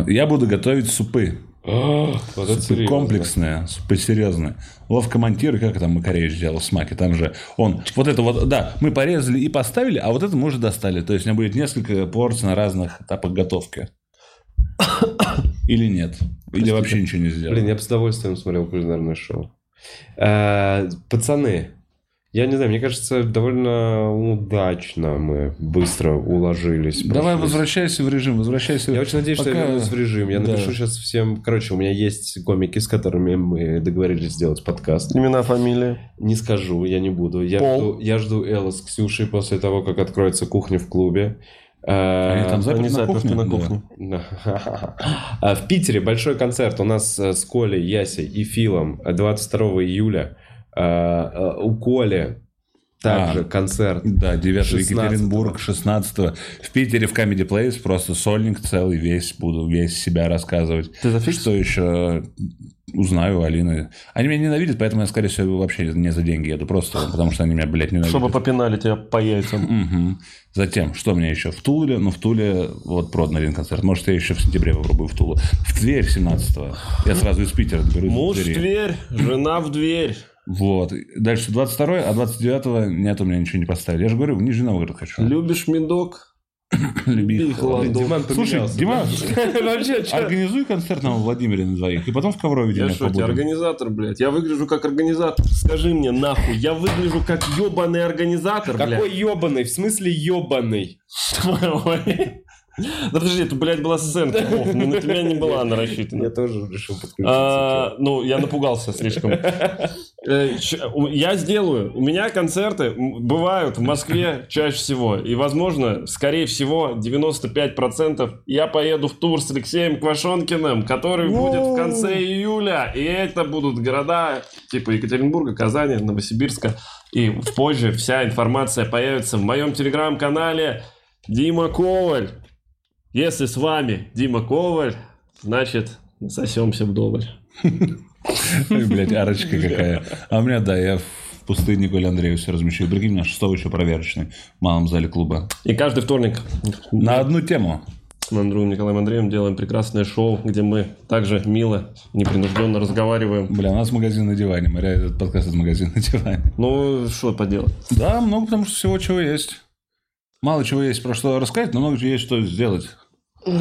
Speaker 3: Я буду готовить супы.
Speaker 2: А, вот это
Speaker 3: Супы
Speaker 2: серьезно.
Speaker 3: комплексные, супы серьезные. Ловко монтируй, как там Макаревич делал в смаке. Там же он, вот это вот, да, мы порезали и поставили, а вот это мы уже достали. То есть у меня будет несколько порций на разных этапах готовки. Или нет. Или вообще ничего не сделал.
Speaker 2: Блин, я бы с удовольствием смотрел кулинарное шоу. Э, Пацаны, я не знаю, мне кажется, довольно удачно мы быстро уложились.
Speaker 3: Давай
Speaker 2: прошлись.
Speaker 3: возвращайся в режим, возвращайся.
Speaker 2: Я очень надеюсь, что я
Speaker 3: Пока-
Speaker 2: вернусь в режим. Я
Speaker 3: Да.
Speaker 2: напишу сейчас всем... Короче, у меня есть комики, с которыми мы договорились сделать подкаст.
Speaker 1: Имена, фамилии.
Speaker 2: Не скажу, я не буду. Я,
Speaker 1: Пол.
Speaker 2: жду, я жду Элла с Ксюшей после того, как откроется кухня в клубе.
Speaker 3: Они
Speaker 2: Э,
Speaker 3: там заперты
Speaker 1: Они
Speaker 3: на
Speaker 1: заперты
Speaker 3: кухне?
Speaker 1: на
Speaker 3: Да.
Speaker 1: кухне.
Speaker 2: а, В Питере большой концерт у нас э, с Колей, Ясей и Филом э, 22 июля. Э, э, У Коли также
Speaker 3: А.
Speaker 2: концерт.
Speaker 3: Да, 9
Speaker 2: 16-го.
Speaker 3: Екатеринбург, 16 В Питере в Comedy Place просто сольник целый, весь буду, весь себя рассказывать.
Speaker 1: Ты зафиксил?
Speaker 3: Что еще э, узнаю у Алины. Они меня ненавидят, поэтому я, скорее всего, вообще не за деньги еду. Просто потому что они меня, блядь, ненавидят.
Speaker 1: Чтобы попинали тебя по яйцам.
Speaker 3: Мгм. Затем, что мне еще? В Туле, ну в Туле вот продан один концерт. Может, я еще в сентябре попробую в Тулу. В Тверь 17 Я сразу из Питера доберусь. до
Speaker 1: Муж в
Speaker 3: Твери.
Speaker 1: дверь, жена в дверь.
Speaker 3: Вот. Дальше 22 а 29 нет, у меня ничего не поставили. Я же говорю, в Нижний Новгород хочу.
Speaker 1: Любишь медок?
Speaker 3: Люби их.
Speaker 1: ладно.
Speaker 2: Диман а
Speaker 3: Слушай,
Speaker 2: поменялся.
Speaker 3: Дима,
Speaker 1: Вообще, чё?
Speaker 3: организуй концерт нам в Владимире на двоих, и потом в Коврове
Speaker 1: Я
Speaker 3: денек
Speaker 1: что,
Speaker 3: побудем.
Speaker 1: тебе организатор, блядь? Я выгляжу как организатор. Скажи мне, нахуй, я выгляжу как ебаный организатор,
Speaker 2: Какой
Speaker 1: блядь.
Speaker 2: ебаный? В смысле ебаный?
Speaker 1: Ой. Да подожди, это, блядь, была сценка, Вов, ну, на тебя не была она
Speaker 2: Я
Speaker 1: рассчитана.
Speaker 2: тоже решил подключиться.
Speaker 1: А, ну, я напугался слишком. Э, щ- у- Я сделаю. У меня концерты м, бывают в Москве чаще всего. И, возможно, скорее всего, 95% я поеду в тур с Алексеем Квашонкиным, который будет в конце июля. И это будут города типа Екатеринбурга, Казани, Новосибирска. И позже вся информация появится в моем телеграм-канале Дима Коваль. Если с вами Дима Коваль, значит, сосемся вдоволь.
Speaker 3: Ой, Блядь, арочка какая. А у меня, да, я в пустыне Коля Андреева все размещу. Прикинь, у меня шестого еще проверочный в малом зале клуба.
Speaker 1: И каждый вторник
Speaker 3: На одну тему.
Speaker 1: с Андреем Николаем Андреем делаем прекрасное шоу, где мы также мило, непринужденно разговариваем.
Speaker 3: Бля, у нас магазин на диване. Мы реально этот подкаст из магазина на диване.
Speaker 1: Ну, что поделать?
Speaker 3: Да, много потому что всего чего есть. Мало чего есть про что рассказать, но много чего есть, что сделать.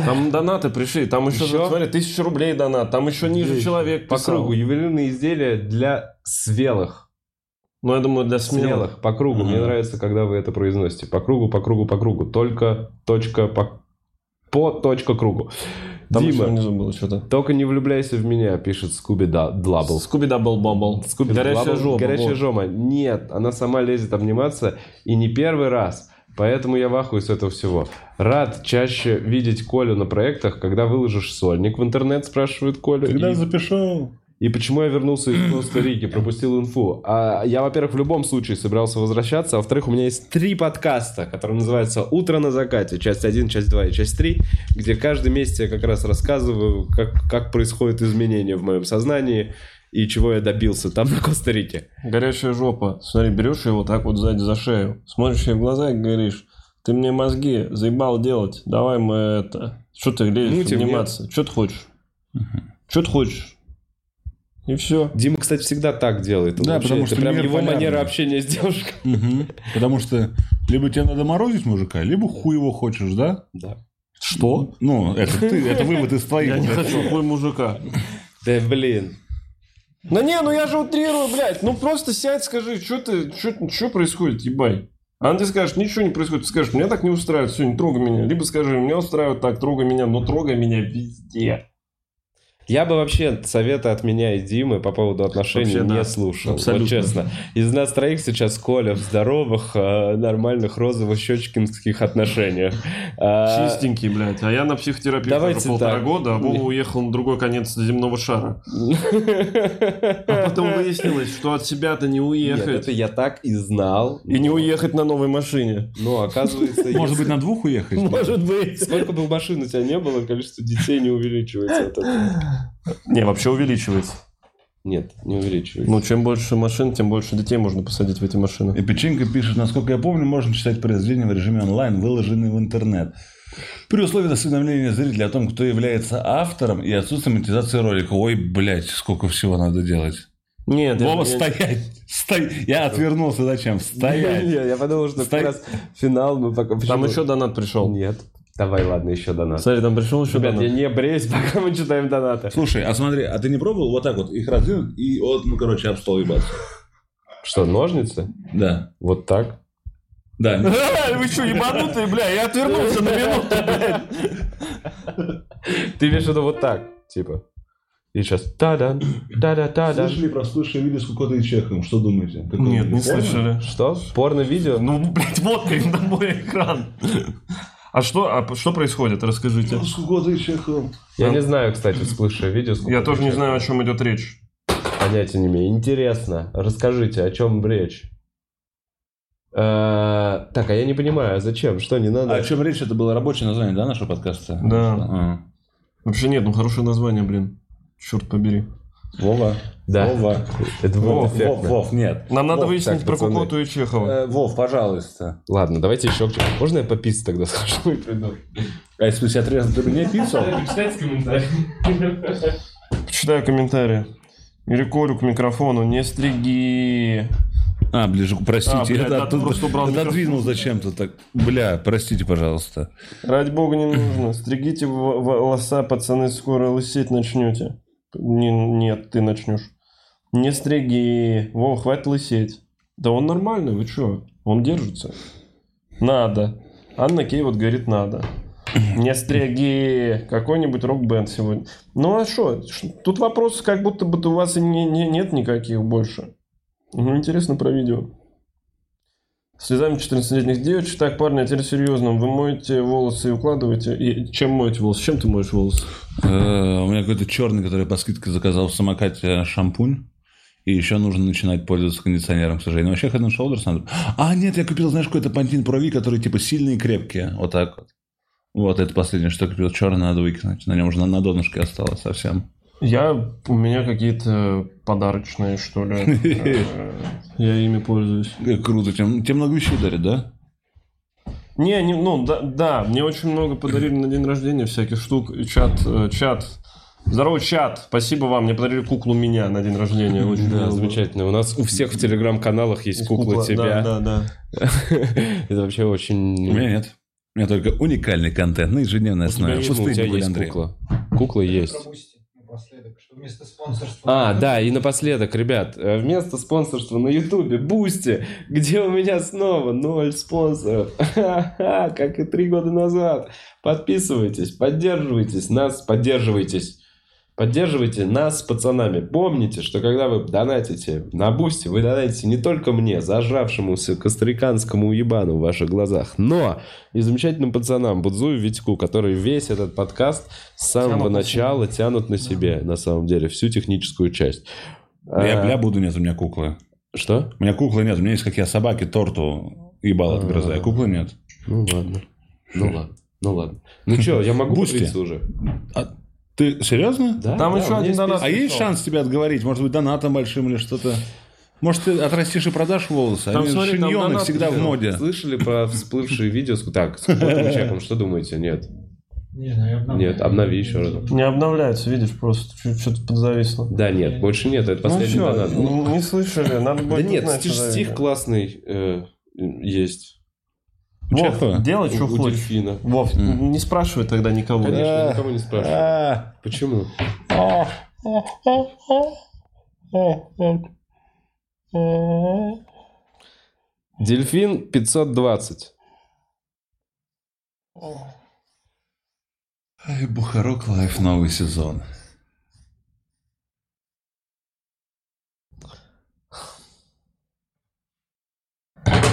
Speaker 1: Там донаты пришли, там еще,
Speaker 2: Ещё?
Speaker 1: смотри, тысяча рублей донат, там еще ниже человек
Speaker 2: По
Speaker 1: писал.
Speaker 2: кругу. Ювелирные изделия для свелых.
Speaker 1: Ну, я думаю, для смелых.
Speaker 2: Смелых. По кругу. Мне
Speaker 3: Ага.
Speaker 2: нравится, когда вы это произносите. По кругу, по кругу, по кругу. Только точка по... По точка кругу.
Speaker 1: Там еще
Speaker 2: Дима,
Speaker 1: внизу было что-то.
Speaker 2: только не влюбляйся в меня, пишет Скуби Да- Длабл.
Speaker 1: Скуби дабл бабл.
Speaker 2: Скуби
Speaker 1: Горячая
Speaker 2: Длабл-
Speaker 1: жопа.
Speaker 2: Горячая
Speaker 1: вот.
Speaker 2: жома. Нет, она сама лезет обниматься и не первый раз. Поэтому я в ахуе с этого всего. Рад чаще видеть Колю на проектах, когда выложишь сольник в интернет, спрашивает Коля. И-
Speaker 3: запишу?
Speaker 2: и почему я вернулся из Коста-Рики, пропустил инфу? А, я, во-первых, в любом случае собирался возвращаться, а во-вторых, у меня есть три подкаста, которые называются «Утро на закате», часть 1, часть 2 и часть 3, где каждый месяц я как раз рассказываю, как, как происходят изменения в моем сознании и чего я добился там, на Коста-Рике.
Speaker 1: Горячая жопа. Смотри, берешь его так вот сзади за шею, смотришь ей в глаза и говоришь, ты мне мозги заебал делать, давай мы это... Что ты лезешь
Speaker 2: Мутим, нет?
Speaker 1: обниматься? Что ты хочешь? Что ты хочешь? И все.
Speaker 2: Дима, кстати, всегда так делает. Он
Speaker 3: Да,
Speaker 2: вообще-
Speaker 3: потому
Speaker 2: это
Speaker 3: что
Speaker 2: прям
Speaker 3: мир
Speaker 2: его
Speaker 3: полярный.
Speaker 2: манера общения с девушкой.
Speaker 3: Потому что либо тебе надо морозить мужика, либо хуй его хочешь, да?
Speaker 2: Да.
Speaker 3: Что? Ну, это ты, это вывод из твоих.
Speaker 1: Я не хочу хуй мужика.
Speaker 2: Да, блин.
Speaker 1: Да не, ну я же утрирую, блядь. Ну просто сядь, скажи, что ты, что происходит, ебай. А она ты скажешь, ничего не происходит. Ты скажешь, меня так не устраивает, все, не трогай меня. Либо скажи, меня устраивает так, трогай меня, но трогай меня везде.
Speaker 2: Я бы вообще советы от меня и Димы по поводу отношений
Speaker 1: Вообще,
Speaker 2: не
Speaker 1: да.
Speaker 2: слушал.
Speaker 1: Абсолютно.
Speaker 2: Вот честно. Из нас троих сейчас Коля в здоровых, э, нормальных розово-щечкинских отношениях. А,
Speaker 1: Чистенький, блядь. А я на психотерапии
Speaker 2: Давайте
Speaker 1: уже полтора
Speaker 2: так.
Speaker 1: года, а Вова
Speaker 2: Не.
Speaker 1: уехал на другой конец земного шара. А потом выяснилось, что от себя-то не
Speaker 2: Нет,
Speaker 1: уехать.
Speaker 2: это я так и знал.
Speaker 1: И не уехать на новой машине.
Speaker 2: Но оказывается...
Speaker 3: Может
Speaker 2: если-
Speaker 3: быть, на двух уехать?
Speaker 1: быть.
Speaker 2: Сколько бы машин у тебя не было, количество детей не увеличивается от этого.
Speaker 1: Не, вообще увеличивается.
Speaker 2: Нет, не увеличивается.
Speaker 1: Ну, чем больше машин, тем больше детей можно посадить в эти машины.
Speaker 3: И Печенька пишет, насколько я помню, можно читать произведения в режиме онлайн, выложенные в интернет. При условии осведомления зрителя о том, кто является автором и отсутствие монетизации ролика. Ой, блядь, сколько всего надо делать.
Speaker 1: Нет, я- я-
Speaker 3: Вова, стоять! Сто- Я отвернулся, зачем?
Speaker 2: Не,
Speaker 3: Стоять!
Speaker 2: я подумал, что
Speaker 3: Стой.
Speaker 2: как раз финал мы пока...
Speaker 1: Там
Speaker 2: Почему?
Speaker 1: еще донат пришел.
Speaker 2: Нет. Давай, ладно, еще донат.
Speaker 1: Смотри, там пришел еще
Speaker 2: Ребят, я
Speaker 1: донат.
Speaker 2: не бреюсь, пока мы читаем донаты.
Speaker 3: Слушай, а смотри, а ты не пробовал вот так вот их раздвинуть и вот, ну, короче, об стол ебаться?
Speaker 2: Что, ножницы?
Speaker 3: Да.
Speaker 2: Вот так?
Speaker 3: Да. не-
Speaker 1: Вы что, ебанутые, бля, я отвернулся на минуту.
Speaker 2: Ты имеешь в виду вот так, типа. И сейчас та-да, та-да-та-да.
Speaker 3: Слышали про слышали видео с Кукотой и Чехом? Что думаете? Какое
Speaker 1: Нет, не
Speaker 3: видео?
Speaker 1: слышали.
Speaker 2: Что? Порно-видео?
Speaker 1: Ну, блядь, вот перед тобой экран. А что, а что происходит? Расскажите.
Speaker 3: С Кукотой и Чехом.
Speaker 2: Я не знаю, кстати, вспышее видео. сколько
Speaker 1: Я тоже не
Speaker 2: сейчас.
Speaker 1: знаю, о чем идет речь.
Speaker 2: Понятия не имею. Интересно. Расскажите, о чем речь? Э, Так, а я не понимаю, а зачем? Что, не
Speaker 3: А о
Speaker 2: надо?
Speaker 3: чем речь? Это было рабочее название, да, нашего подкаста? А.
Speaker 1: Да.
Speaker 3: Ага.
Speaker 1: Вообще нет, ну хорошее название, блин. Черт побери.
Speaker 3: Вова.
Speaker 2: Да.
Speaker 3: Вова.
Speaker 2: Это было
Speaker 3: Вов, Вов,
Speaker 2: эффектно.
Speaker 3: Вов, нет.
Speaker 1: Нам надо
Speaker 2: Вот
Speaker 1: выяснить
Speaker 2: так,
Speaker 1: про
Speaker 2: пацаны.
Speaker 1: Кукоту и Чехова.
Speaker 3: Э, Вов, пожалуйста.
Speaker 2: Ладно, давайте еще... к- Можно я пописать тогда схожу и приду?
Speaker 3: А если бы тебя отрезал, ты бы не писал?
Speaker 4: Почитайте комментарии.
Speaker 2: Э.
Speaker 1: Почитаю комментарии. Или Колю к микрофону, не стриги.
Speaker 3: А, ближе, простите.
Speaker 1: А, блядь,
Speaker 3: я
Speaker 1: да,
Speaker 3: оттуда-
Speaker 1: ты просто убрал микрофон.
Speaker 3: отодвинул зачем-то так. Бля, простите, пожалуйста.
Speaker 1: Ради бога не нужно. Стригите в- волоса, пацаны, скоро лысеть начнете. Не- нет, ты начнешь. Не стриги. Вова, хватит лысеть. Да он нормальный, вы чё? Он держится. Надо. Анна Кей вот говорит надо. Не стриги. Какой-нибудь рок-бенд сегодня. Ну а что? Тут вопрос как будто бы у вас и не- не- нет никаких больше. Ну, интересно про видео. Слезами 14-летних девочек. Так, парни, а теперь серьезно. Вы моете волосы и укладываете? И чем моете волосы? Чем ты моешь волосы?
Speaker 3: Э, У меня какой-то черный, который я по скидке заказал в самокате э, шампунь. И еще нужно начинать пользоваться кондиционером, к сожалению. Вообще Head and Shoulders надо. А, нет, я купил, знаешь, какой-то пантин прови, который типа сильные и крепкие. Вот так вот. Вот это последнее, что я купил. Черный надо выкинуть. На нем уже на, на донышке осталось совсем.
Speaker 1: Я... У меня какие-то подарочные, что ли. Э, Я ими пользуюсь.
Speaker 3: Э, Круто. Тем, тем много вещей дарят, да?
Speaker 1: Не, не, ну, да, да, мне очень много подарили на день рождения всяких штук. И чат, э, чат. Здорово, чат. Спасибо вам. Мне подарили куклу меня на день рождения. Очень
Speaker 2: Да,
Speaker 1: мило было.
Speaker 2: замечательно. У нас у всех в телеграм-каналах есть кукла
Speaker 1: Кукла,
Speaker 2: тебя.
Speaker 1: Да, да, да.
Speaker 2: Это вообще
Speaker 3: У меня
Speaker 2: очень...
Speaker 3: нет. У меня только уникальный контент на ежедневной основе.
Speaker 2: Ну, Ну. У
Speaker 3: Пустые
Speaker 2: тебя
Speaker 3: дебили,
Speaker 2: есть
Speaker 3: А Андрей.
Speaker 2: кукла. Кукла есть.
Speaker 4: Пропустите напоследок, что вместо спонсорства...
Speaker 2: А, да, и напоследок, ребят, э, вместо спонсорства на Ютубе, Бусти, где у меня снова ноль спонсоров, Ха-ха, как и три года назад. Подписывайтесь, поддерживайтесь нас, поддерживайтесь. Поддерживайте нас с пацанами. Помните, что когда вы донатите на Бусти, вы донатите не только мне, зажравшемуся костриканскому ебану в ваших глазах, но и замечательным пацанам Будзу и Витьку, которые весь этот подкаст с самого
Speaker 1: Тянут на себе.
Speaker 2: начала тянут на себе, на самом деле, всю техническую часть.
Speaker 3: Я,
Speaker 2: А,
Speaker 3: бля, буду, нет у меня куклы.
Speaker 2: Что?
Speaker 3: У меня куклы нет. У меня есть, как я собаке торту ебал
Speaker 2: А.
Speaker 3: отгрызаю. Куклы нет.
Speaker 2: Ну ладно. Ну ладно. Ну ладно. Ну что, я могу
Speaker 3: Бусти.
Speaker 2: поделиться уже?
Speaker 3: Ты серьезно?
Speaker 2: Да?
Speaker 1: Там
Speaker 2: да,
Speaker 1: еще
Speaker 2: у меня
Speaker 1: один
Speaker 2: есть
Speaker 1: донат.
Speaker 3: А есть шанс тебя отговорить? Может быть, донатом большим или что-то? Может, ты отрастишь и продашь волосы?
Speaker 1: Там,
Speaker 3: Они
Speaker 1: смотри, там
Speaker 3: шиньоны
Speaker 1: донат
Speaker 3: всегда в
Speaker 1: сделал.
Speaker 3: моде.
Speaker 2: Слышали про всплывшие видео? с- Так, с Котом и Чаком, что думаете? Нет.
Speaker 4: Не знаю, обновлю.
Speaker 2: Нет, обнови еще раз.
Speaker 1: Не обновляется, видишь, просто чуть- что-то подзависло.
Speaker 2: Да, нет, больше нет, это последний
Speaker 1: ну, всё,
Speaker 2: донат. был.
Speaker 1: ну, не слышали, надо будет
Speaker 2: Да нет,
Speaker 1: узнать,
Speaker 2: стих,
Speaker 1: что за
Speaker 2: стих
Speaker 1: видео.
Speaker 2: классный э, есть.
Speaker 3: У
Speaker 1: Вов,
Speaker 3: Чехова?
Speaker 1: делай,
Speaker 2: У-
Speaker 1: что
Speaker 2: у
Speaker 1: хочешь.
Speaker 2: дельфина.
Speaker 1: Вов,
Speaker 3: М.
Speaker 1: не спрашивай тогда никого.
Speaker 2: Конечно,
Speaker 3: А.
Speaker 2: никому не спрашиваю.
Speaker 3: А,
Speaker 2: Почему?
Speaker 3: а.
Speaker 2: Дельфин 520.
Speaker 3: Ай, Бухарок Лайф новый сезон.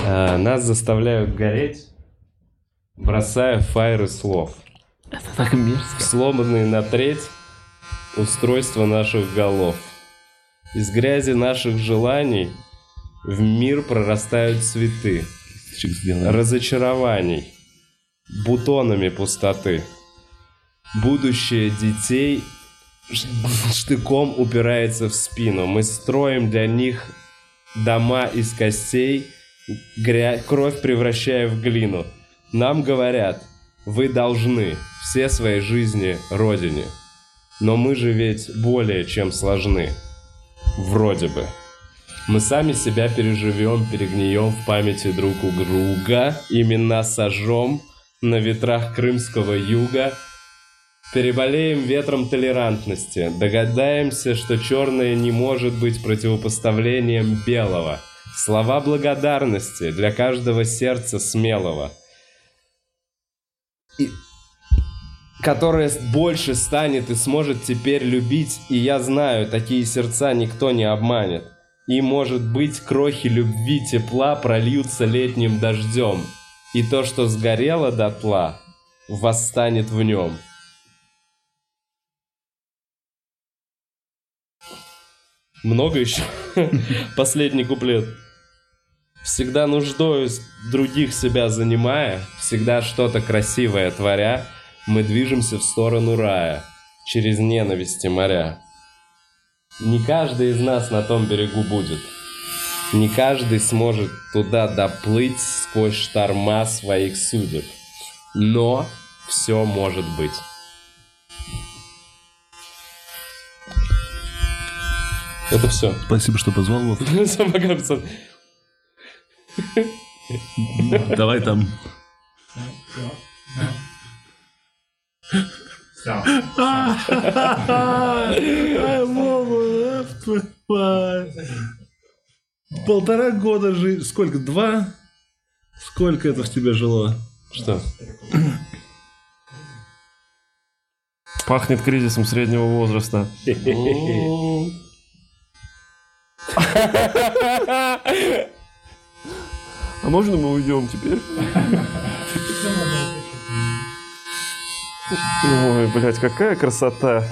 Speaker 2: А, нас заставляют гореть, бросая фаеры слов. Сломанные на треть устройства наших голов. Из грязи наших желаний в мир прорастают цветы
Speaker 3: Чик сделаем.
Speaker 2: разочарований, бутонами пустоты. Будущее детей штыком упирается в спину. Мы строим для них дома из костей, гря- кровь превращая в глину. Нам говорят, вы должны все своей жизни родине. Но мы же ведь более чем сложны. Вроде бы. Мы сами себя переживем, перегнием в памяти друг у друга, имена сожжем на ветрах крымского юга, переболеем ветром толерантности, догадаемся, что черное не может быть противопоставлением белого. Слова благодарности для каждого сердца смелого, и- которое больше станет и сможет теперь любить, и я знаю, такие сердца никто не обманет. И, может быть, крохи любви тепла прольются летним дождем. И то, что сгорело дотла, восстанет в нем. Много еще? Последний куплет. Всегда нуждою с- других себя занимая, всегда что-то красивое творя, мы движемся в сторону рая, через ненависти моря. Не каждый из нас на том берегу будет. Не каждый сможет туда доплыть сквозь шторма своих судеб. Но все может быть. Это все.
Speaker 3: Спасибо, что позвал. Вов. Давай там.
Speaker 4: Все.
Speaker 3: Полтора года жить. Сколько? Два? Сколько это в тебе жило?
Speaker 2: Что?
Speaker 1: Пахнет кризисом среднего возраста. А можно мы уйдем теперь? Ой, блядь, какая красота.